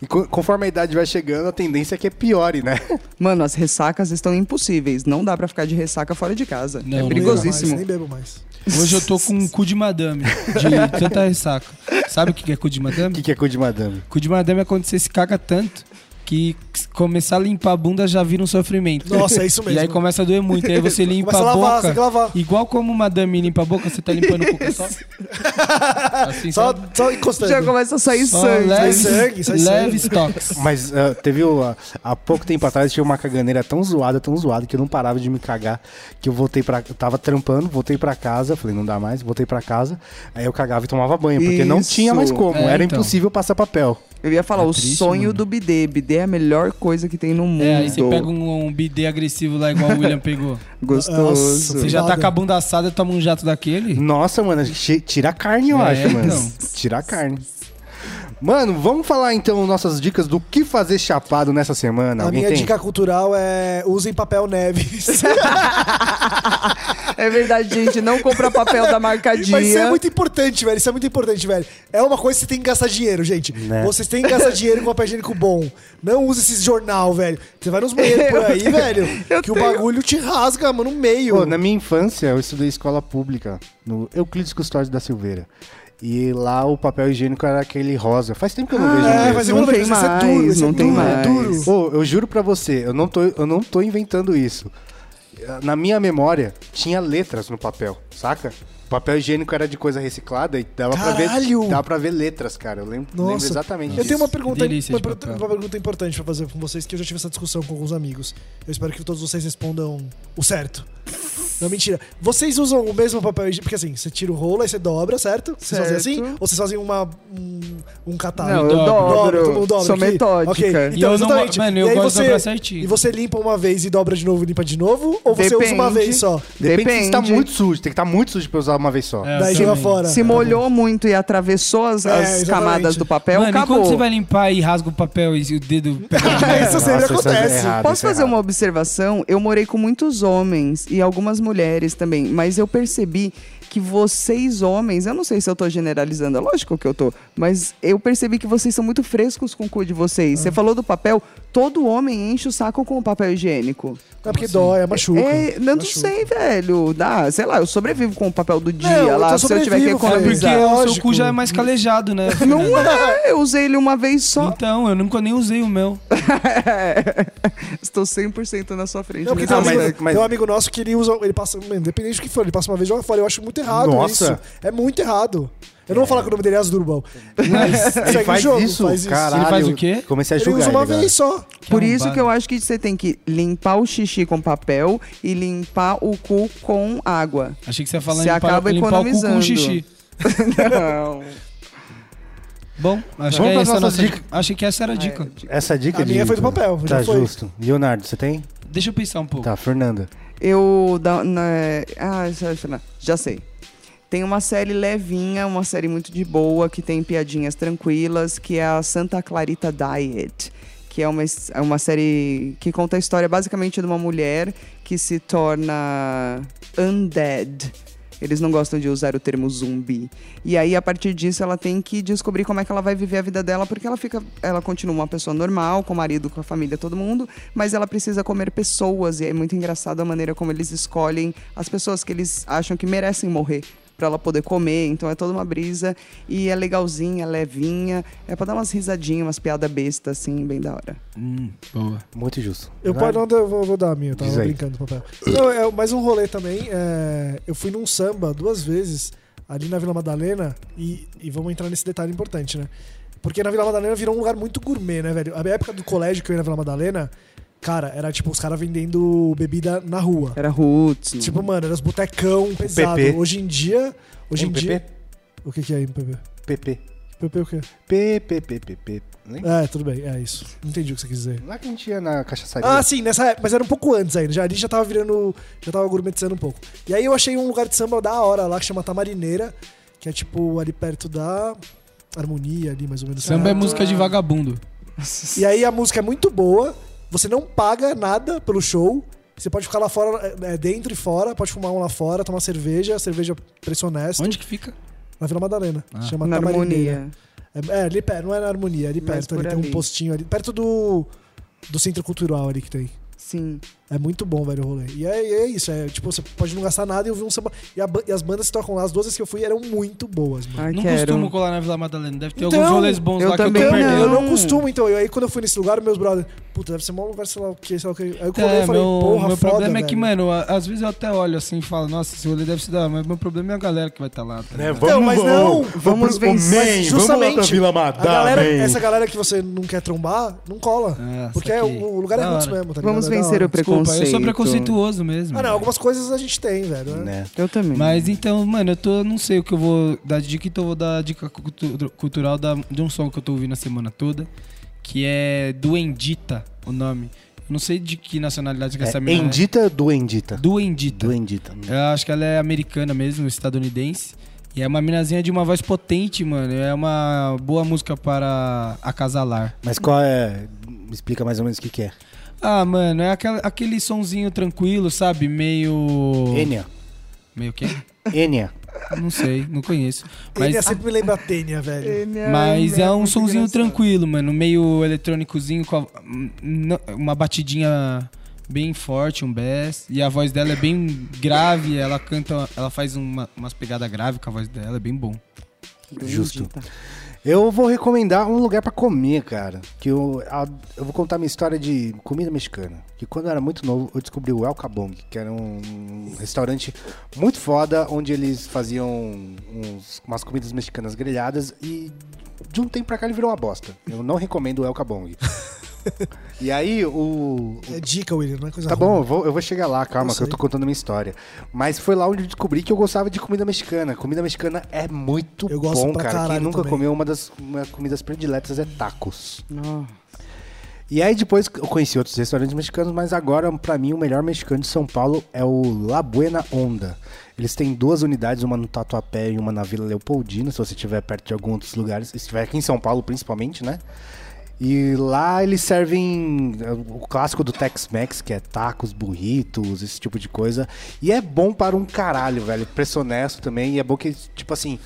E co- conforme a idade vai chegando, a tendência é que piore, [LAUGHS] né?
Mano, as ressacas estão impossíveis. Não dá pra ficar de ressaca fora de casa.
Não,
é
não
Nem bebo mais,
perigosíssimo.
Nem bebo mais.
Hoje eu tô com um cu de madame,
[LAUGHS]
de tanta ressaca. Sabe o que é cu de
O
madame?
que, que é cu de madame?
Cu de madame é quando você se caga tanto que c- começar a limpar a bunda já vira um sofrimento.
Nossa, é isso
[LAUGHS]
mesmo.
E aí começa a doer muito. Aí você limpa
[LAUGHS] Começa a
a
lavar,
boca.
tem que lavar.
Igual como madame limpa a boca, você tá limpando o
[LAUGHS]
cu só. Assim,
Só,
sabe?
só encostando.
Já começa a sair
Só
sangue.
leves-
sangue, sai
leves toques.
Mas ah, teve o- ah, há pouco tempo atrás tinha uma caganeira tão zoada, tão zoada, que eu não parava de me cagar. Que eu voltei pra. Eu tava trampando, voltei pra casa, falei, não dá mais, voltei pra casa. Aí eu cagava e tomava banho, porque não
Isso.
tinha mais como.
É,
era
então.
impossível passar papel.
Eu ia
É
falar, o
triste,
sonho
mano.
do bidê. Bidê é a melhor coisa que tem no mundo.
É, aí você pega um, um bidê agressivo lá igual o William pegou.
Gostoso.
Nossa,
Você já tá
Nada.
com a bunda assada e toma um jato daquele?
Nossa, mano, che- tira a carne, eu
É,
acho, mano.
então.
Tira a carne. Mano, vamos falar então nossas dicas do que fazer chapado nessa semana.
A
Alguém
minha
tem?
dica cultural é usem papel neve. [LAUGHS]
É verdade, gente. Não compra papel da
[LAUGHS]
marca
Mas isso é
dia.
muito importante, velho. Isso é muito importante, velho. É uma coisa que você tem que gastar dinheiro, gente.
Né?
Vocês têm que gastar dinheiro com papel higiênico bom. Não use esse jornal, velho. Você vai nos banheiros por aí, velho.
[LAUGHS] eu
que o
tenho.
bagulho te rasga, mano, no meio.
Pô, na minha infância, eu estudei escola pública no Euclides Custódio da Silveira. E lá o papel higiênico era aquele rosa. Faz tempo que
Ah,
eu
é,
não vejo um desse.
mas eu
Não
vou ver,
tem
isso é
mais,
duro, isso é
não tem
duro, é
mais.
duro.
Ô, eu juro pra você, eu não, tô, eu não tô inventando isso. Na minha memória, tinha letras no papel, saca? O papel higiênico era de coisa reciclada e dava pra ver,
Caralho!
dava pra ver letras, cara. Eu lembro, lembro exatamente
Eu
disso.
tenho uma pergunta,
Delícia
uma,
de
pergunta-
papel.
uma pergunta importante pra fazer com vocês, que eu já tive essa discussão com alguns amigos. Eu espero que todos vocês respondam o certo. Não, mentira. Vocês usam o mesmo papel higiênico? Porque assim, você tira o rolo, aí você dobra, certo? Vocês fazem
Certo.
assim? Ou vocês fazem uma, um, um catálogo?
Não, eu dobro.
todo mundo dobra
Sou
aqui?
metódica.
Ok,
E eu
Então,
não-
exatamente.
mano, eu
e aí
gosto de
você,
dobrar certinho.
E você limpa uma vez e dobra de novo e limpa de novo? Ou você usa uma
Depende.
vez só?
Depende, se tá
Depende.
muito sujo. Tem que estar muito sujo pra usar uma vez só.
É, eu
Daí joga
também.
fora.
Se molhou muito e atravessou as,
É,
as
exatamente.
camadas do papel,
Mano, e
acabou.
quando você vai limpar e rasga o papel e o dedo
[LAUGHS]
pega de merda?
[LAUGHS] Isso sempre
Nossa, isso é
acontece.
errado,
Posso
isso é
fazer
errado.
uma observação? Eu morei com muitos homens e algumas mulheres também, mas eu percebi que vocês homens, eu não sei se eu tô generalizando, é lógico que eu tô, mas eu percebi que vocês são muito frescos com o cu de vocês.
Ah.
Você falou do papel, todo homem enche o saco com o papel higiênico.
Não, porque dói, é machuca.
É, eu não
Machuca.
sei, velho. Dá, sei lá, eu sobrevivo com o papel do dia
eu
lá,
tô
se eu tiver que
sobrevivo, velho.
É porque
economizar.
o seu
Lógico.
cu já é mais calejado,
[LAUGHS]
né?
Não é, eu usei ele uma vez só. [LAUGHS]
Então, eu nunca nem usei o meu.
Estou 100% na sua frente.
Não, porque
nesse
tem, um
mas-
amigo,
mas-
tem um amigo nosso que ele usa, ele passa, mano, independente do que for, ele passa uma vez e joga fora. Eu acho muito errado
Nossa.
isso. É muito errado. Eu não vou falar que o nome dele é Azurbão.
Mas
segue
ele
o
faz
jogo,
isso,
faz isso.
caralho.
Ele faz o quê?
Comecei a
Ele
julgar.
usa uma
ele agora.
vez só.
Por
arrombado.
isso que eu acho que você tem que limpar o xixi com papel e limpar o cu com água.
Achei que você ia falar
[LAUGHS] Você
limpar,
acaba
limpar o cu com
economizando.
xixi.
Não.
Bom, acho
Vamos
que,
pra
é essa
nossa
a nossa
dica.
dica. Acho que essa era a dica.
Essa dica é
A minha foi do papel, já
Tá
foi.
justo. Leonardo, você tem?
Deixa eu pensar um pouco.
Tá, Fernanda.
Eu. Da, na- ah, já- já- já sei. Tem uma série levinha, uma série muito de boa, que tem piadinhas tranquilas, que é a Santa Clarita Diet. Que é uma, es- é uma série que conta a história basicamente de uma mulher que se torna undead. Eles não gostam de usar o termo zumbi. E aí, a partir disso, ela tem que descobrir como é que ela vai viver a vida dela, porque ela fica. Ela continua uma pessoa normal, com o marido, com a família, todo mundo, mas ela precisa comer pessoas. E é muito engraçado a maneira como eles escolhem as pessoas que eles acham que merecem morrer pra ela poder comer. Então é toda uma brisa. E é legalzinha, é levinha. É pra dar umas risadinhas, umas piadas besta, assim, bem da hora.
Hum, boa.
Muito justo.
Eu pode,
Leonardo?
não, eu vou, vou dar a minha, eu tava
Diz aí.
brincando com o papel. Não, é, mais um rolê também. é, eu fui num samba duas vezes ali na Vila Madalena e, e vamos entrar nesse detalhe importante, né? Porque na Vila Madalena virou um lugar muito gourmet, né, velho? A época do colégio que eu ia na Vila Madalena, cara, era tipo os caras vendendo bebida na rua.
Era Roots. né?
Tipo, mano, era os botecão pesado.
PP.
Hoje em dia. Hoje
Um
em
MPP?
dia. O que, que é MPP?
PP.
PP o quê?
PPPPP. Nem
É, tudo bem, é isso. Entendi o que você quis dizer.
lá que a gente ia na cachaçaria.
Ah, sim, nessa época, mas era um pouco antes ainda. Já, ali já tava virando. Já tava gourmetizando um pouco. E aí eu achei um lugar de samba da hora lá que chama Tamarineira, que é tipo ali perto da harmonia, ali mais ou menos.
Samba é música de vagabundo.
E aí a música é muito boa, você não paga nada pelo show. Você pode ficar lá fora, é, é, dentro e fora, pode fumar um lá fora, tomar cerveja, cerveja preço honesto.
Onde que fica?
Na Vila Madalena.
Ah.
Chama
Na
Tamarineira.
harmonia.
É, é, ali perto, não é na harmonia, é ali
Mas
perto, ali,
por
tem
ali.
um postinho ali, perto do, do centro cultural ali que tem.
Sim.
É muito bom, velho, o rolê. E é, e é isso, é tipo, você pode não gastar nada e ouvir um samba. E, a ba- e as bandas que tocam lá, as duas vezes que eu fui, eram muito boas, mano.
Ai,
não
quero.
costumo colar na Vila Madalena. Deve ter
Então,
alguns rolês bons
eu
lá que eu tô
também
Então,
perdendo.
eu
não.
não costumo, então. E aí, quando eu fui nesse lugar, meus brothers, puta, deve ser mó lugar, sei lá o que, sei lá o que. Aí eu colei
É,
e falei,
meu,
porra,
meu
foda,
problema é que,
velho.
mano, a- às vezes eu até olho assim e falo, nossa, esse rolê deve se dar, mas meu problema é a galera que vai estar lá. Tá
Né,
ligado?
vamos,
Então, mas não,
vamos
pro-
vencer.
Ô, man, vamos lá pra Vila
a
Madalena.
galera,
man.
essa galera que você não quer trombar, não cola.
Ah,
porque é,
saquei.
o, o lugar é
Da
roots
hora.
mesmo, tá ligado?
Vamos
É da
vencer o
hora.
preconceito.
Desculpa, eu sou preconceituoso mesmo.
Ah, não, algumas coisas a gente tem, velho. né?
Né?
Eu também.
Mas então, mano, eu tô, não sei o que eu vou dar de dica, então eu vou dar a dica cultu- cultural da- de um som que eu tô ouvindo a semana toda, que é Duendita, o nome. Eu não sei de que nacionalidade que essa
É,
menina é.
endita, doendita.
Duendita.
Doendita.
Eu acho que ela é americana mesmo, estadunidense. E é uma minazinha de uma voz potente, mano. É uma boa música para acasalar.
Mas qual é... Me explica mais ou menos o que que é.
Ah, mano, é aquela- aquele sonzinho tranquilo, sabe? Meio.
Enya.
Meio quê?
Enya.
Não sei, não conheço. Mas,
Tênia sempre me lembra a Tênia, velho.
mas é um
muito
sonzinho
engraçado.
tranquilo, mano. Um Meio eletrônicozinho, com a- hum, não- uma batidinha bem forte, um bass. E a voz dela é bem grave, ela canta, ela faz uma- umas pegadas graves com a voz dela, é bem bom.
Justo.
tá.
Bendita.
Eu vou recomendar um lugar pra comer, cara. Que eu, a- eu vou contar minha história de comida mexicana. Que quando eu era muito novo, eu descobri o El Cabong, que era um restaurante muito foda, onde eles faziam uns- umas comidas mexicanas grelhadas e de um tempo pra cá ele virou uma bosta. Eu não recomendo o
[LAUGHS]
El Cabong. e aí o,
É dica, William, não é coisa
Tá
ruim.
bom, eu vou, eu vou chegar lá, calma,
Eu
que eu
sei.
tô contando minha história. Mas foi lá onde eu descobri que eu gostava de comida mexicana. Comida mexicana é muito
Eu gosto
bom,
pra
cara. Quem
caralho
nunca
também.
comeu uma das uma comidas prediletas é tacos.
Nossa.
E aí depois eu conheci outros restaurantes mexicanos, mas agora, pra mim, o melhor mexicano de São Paulo é o La Buena Onda. Eles têm duas unidades, uma no Tatuapé e uma na Vila Leopoldina, se você estiver perto de algum outros lugares. Se estiver aqui em São Paulo, principalmente, né? E lá eles servem eh, o clássico do Tex-Mex, que é tacos, burritos, esse tipo de coisa. E é bom para um caralho, velho. Preço honesto também. E é bom que, tipo assim,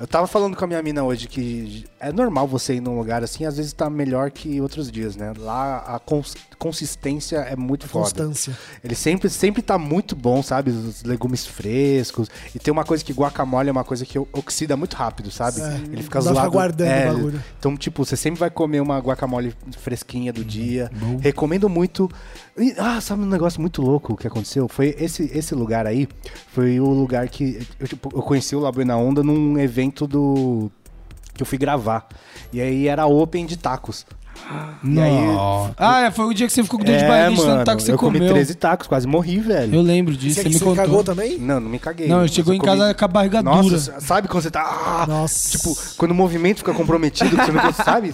eu tava falando com a minha mina hoje que é normal você ir num lugar assim, às vezes tá melhor que outros dias, né? Lá a cons- consistência é muito foda.
Constância.
Ele sempre, sempre tá muito bom, sabe? Os legumes frescos. E tem uma coisa que guacamole é uma coisa que oxida muito rápido, sabe? Ele fica
Não É, dá pra
zoado.
ficar guardando o
é,
bagulho.
Então, tipo, você sempre vai comer uma guacamole fresquinha do dia. Recomendo muito. E, ah, sabe um negócio muito louco que aconteceu? Foi esse, esse lugar aí, foi o lugar que eu, tipo, eu conheci o La Buena Onda num evento do que eu fui gravar. E aí era open de tacos.
Não. Ah, foi o dia que você ficou com dor de barriga de tanto taco que você
É, eu comi
comeu.
13 tacos, quase morri, velho.
Eu lembro disso,
Você,
você,
você,
me contou.
cagou também?
Não, não me caguei.
Não,
Mas
chegou em
comi-
casa com a barriga dura.
Nossa, sabe quando você tá... Ah,
Nossa.
Tipo, quando o movimento fica comprometido, que
[LAUGHS]
você não sabe?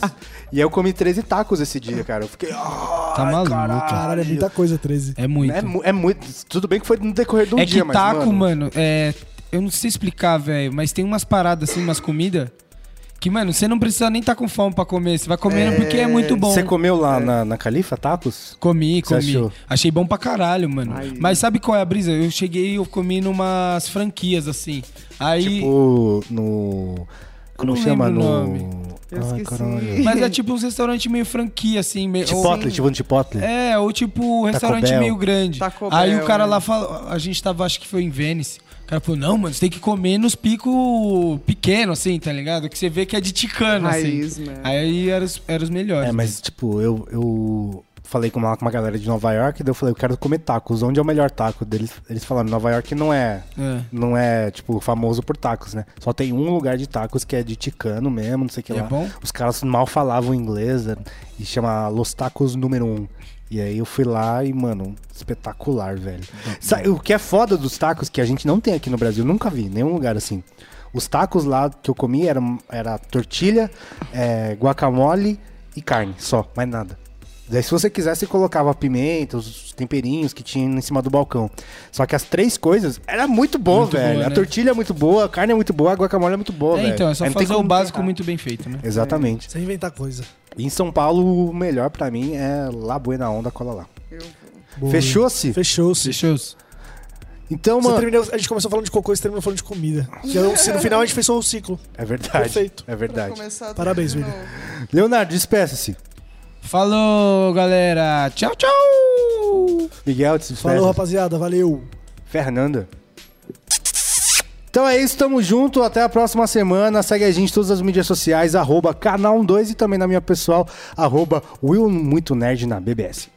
E aí eu comi 13 tacos esse dia, cara. Eu fiquei... Ah,
Tá maluco.
Caralho, é muita coisa, 13.
É muito.
É, mu- é muito... Tudo bem que foi no decorrer do
É
Um dia,
que
mas,
taco,
mano...
mano, é. Eu não sei explicar, velho, mas tem umas paradas assim, umas comidas. Que, mano, você não precisa nem tá com fome pra comer. Você vai comendo porque é muito bom.
Você comeu lá na, na Califa tacos?
Comi,
Você
comi.
achou?
Achei bom pra caralho, mano.
Aí.
Mas sabe qual é a brisa? Eu cheguei e eu comi numas franquias, assim. Aí.
Tipo, no... Como
Não
chama?
lembro o
No...
nome.
Eu
Ai,
esqueci.
caralho.
Mas é tipo um restaurante meio franquia, assim. Meio, ou-
Chipotle, tipo no Chipotle.
É, ou tipo um restaurante
Bell.
meio grande.
Taco
Aí
Bell,
o cara
né?
lá falou, a gente tava, acho que foi em Vênice. O cara falou, não, mano, você tem que comer nos picos pequenos, assim, tá ligado? Que você vê que é de ticano, assim.
Raiz, né?
Aí eram os, era os melhores.
É, mas tipo, eu, eu falei com uma, com uma galera de Nova York, daí eu falei, eu quero comer tacos. Onde é o melhor taco deles? Eles falaram, Nova York não é,
É.
não é, tipo, famoso por tacos, né? Só tem um lugar de tacos que é de ticano mesmo, não sei o que
E é
lá.
bom?
Os caras mal falavam inglês né? e chama Los Tacos número um. E aí eu fui lá e, mano, espetacular, velho.
Uhum.
Sa- o que é foda dos tacos que a gente não tem aqui no Brasil, nunca vi, em nenhum lugar assim. Os tacos lá que eu comi era, era tortilha, é, guacamole e carne, só, mais nada. Daí se você quisesse, você colocava pimenta, os temperinhos que tinha em cima do balcão. Só que as três coisas era muito bom,
Muito
velho.
boa,
a
né?
tortilha é muito boa, a carne é muito boa, a guacamole é muito boa,
É,
velho.
então, é só
Aí não tem
fazer o
como
básico
errar.
muito bem feito, né?
Exatamente.
Sem inventar coisa.
Em São Paulo, o melhor pra mim é La Buena Onda, cola lá.
Boa.
Fechou-se?
Fechou-se.
Fechou-se.
Então,
Você
mano.
terminou- a gente começou falando de cocô e você terminou falando de comida. Que era um- se no final a gente fechou um ciclo.
É verdade.
Perfeito.
É verdade.
Começar tudo
Parabéns,
de
William.
novo.
Leonardo, despeça-se.
Falou, galera. Tchau, tchau.
Miguel, despeça-se.
Falou, rapaziada. Valeu.
Fernanda. Então é isso, tamo junto, até a próxima semana. Segue a gente em todas as mídias um sociais, arroba canal 12 e também na minha pessoal, arroba Will Muito Nerd na BBS.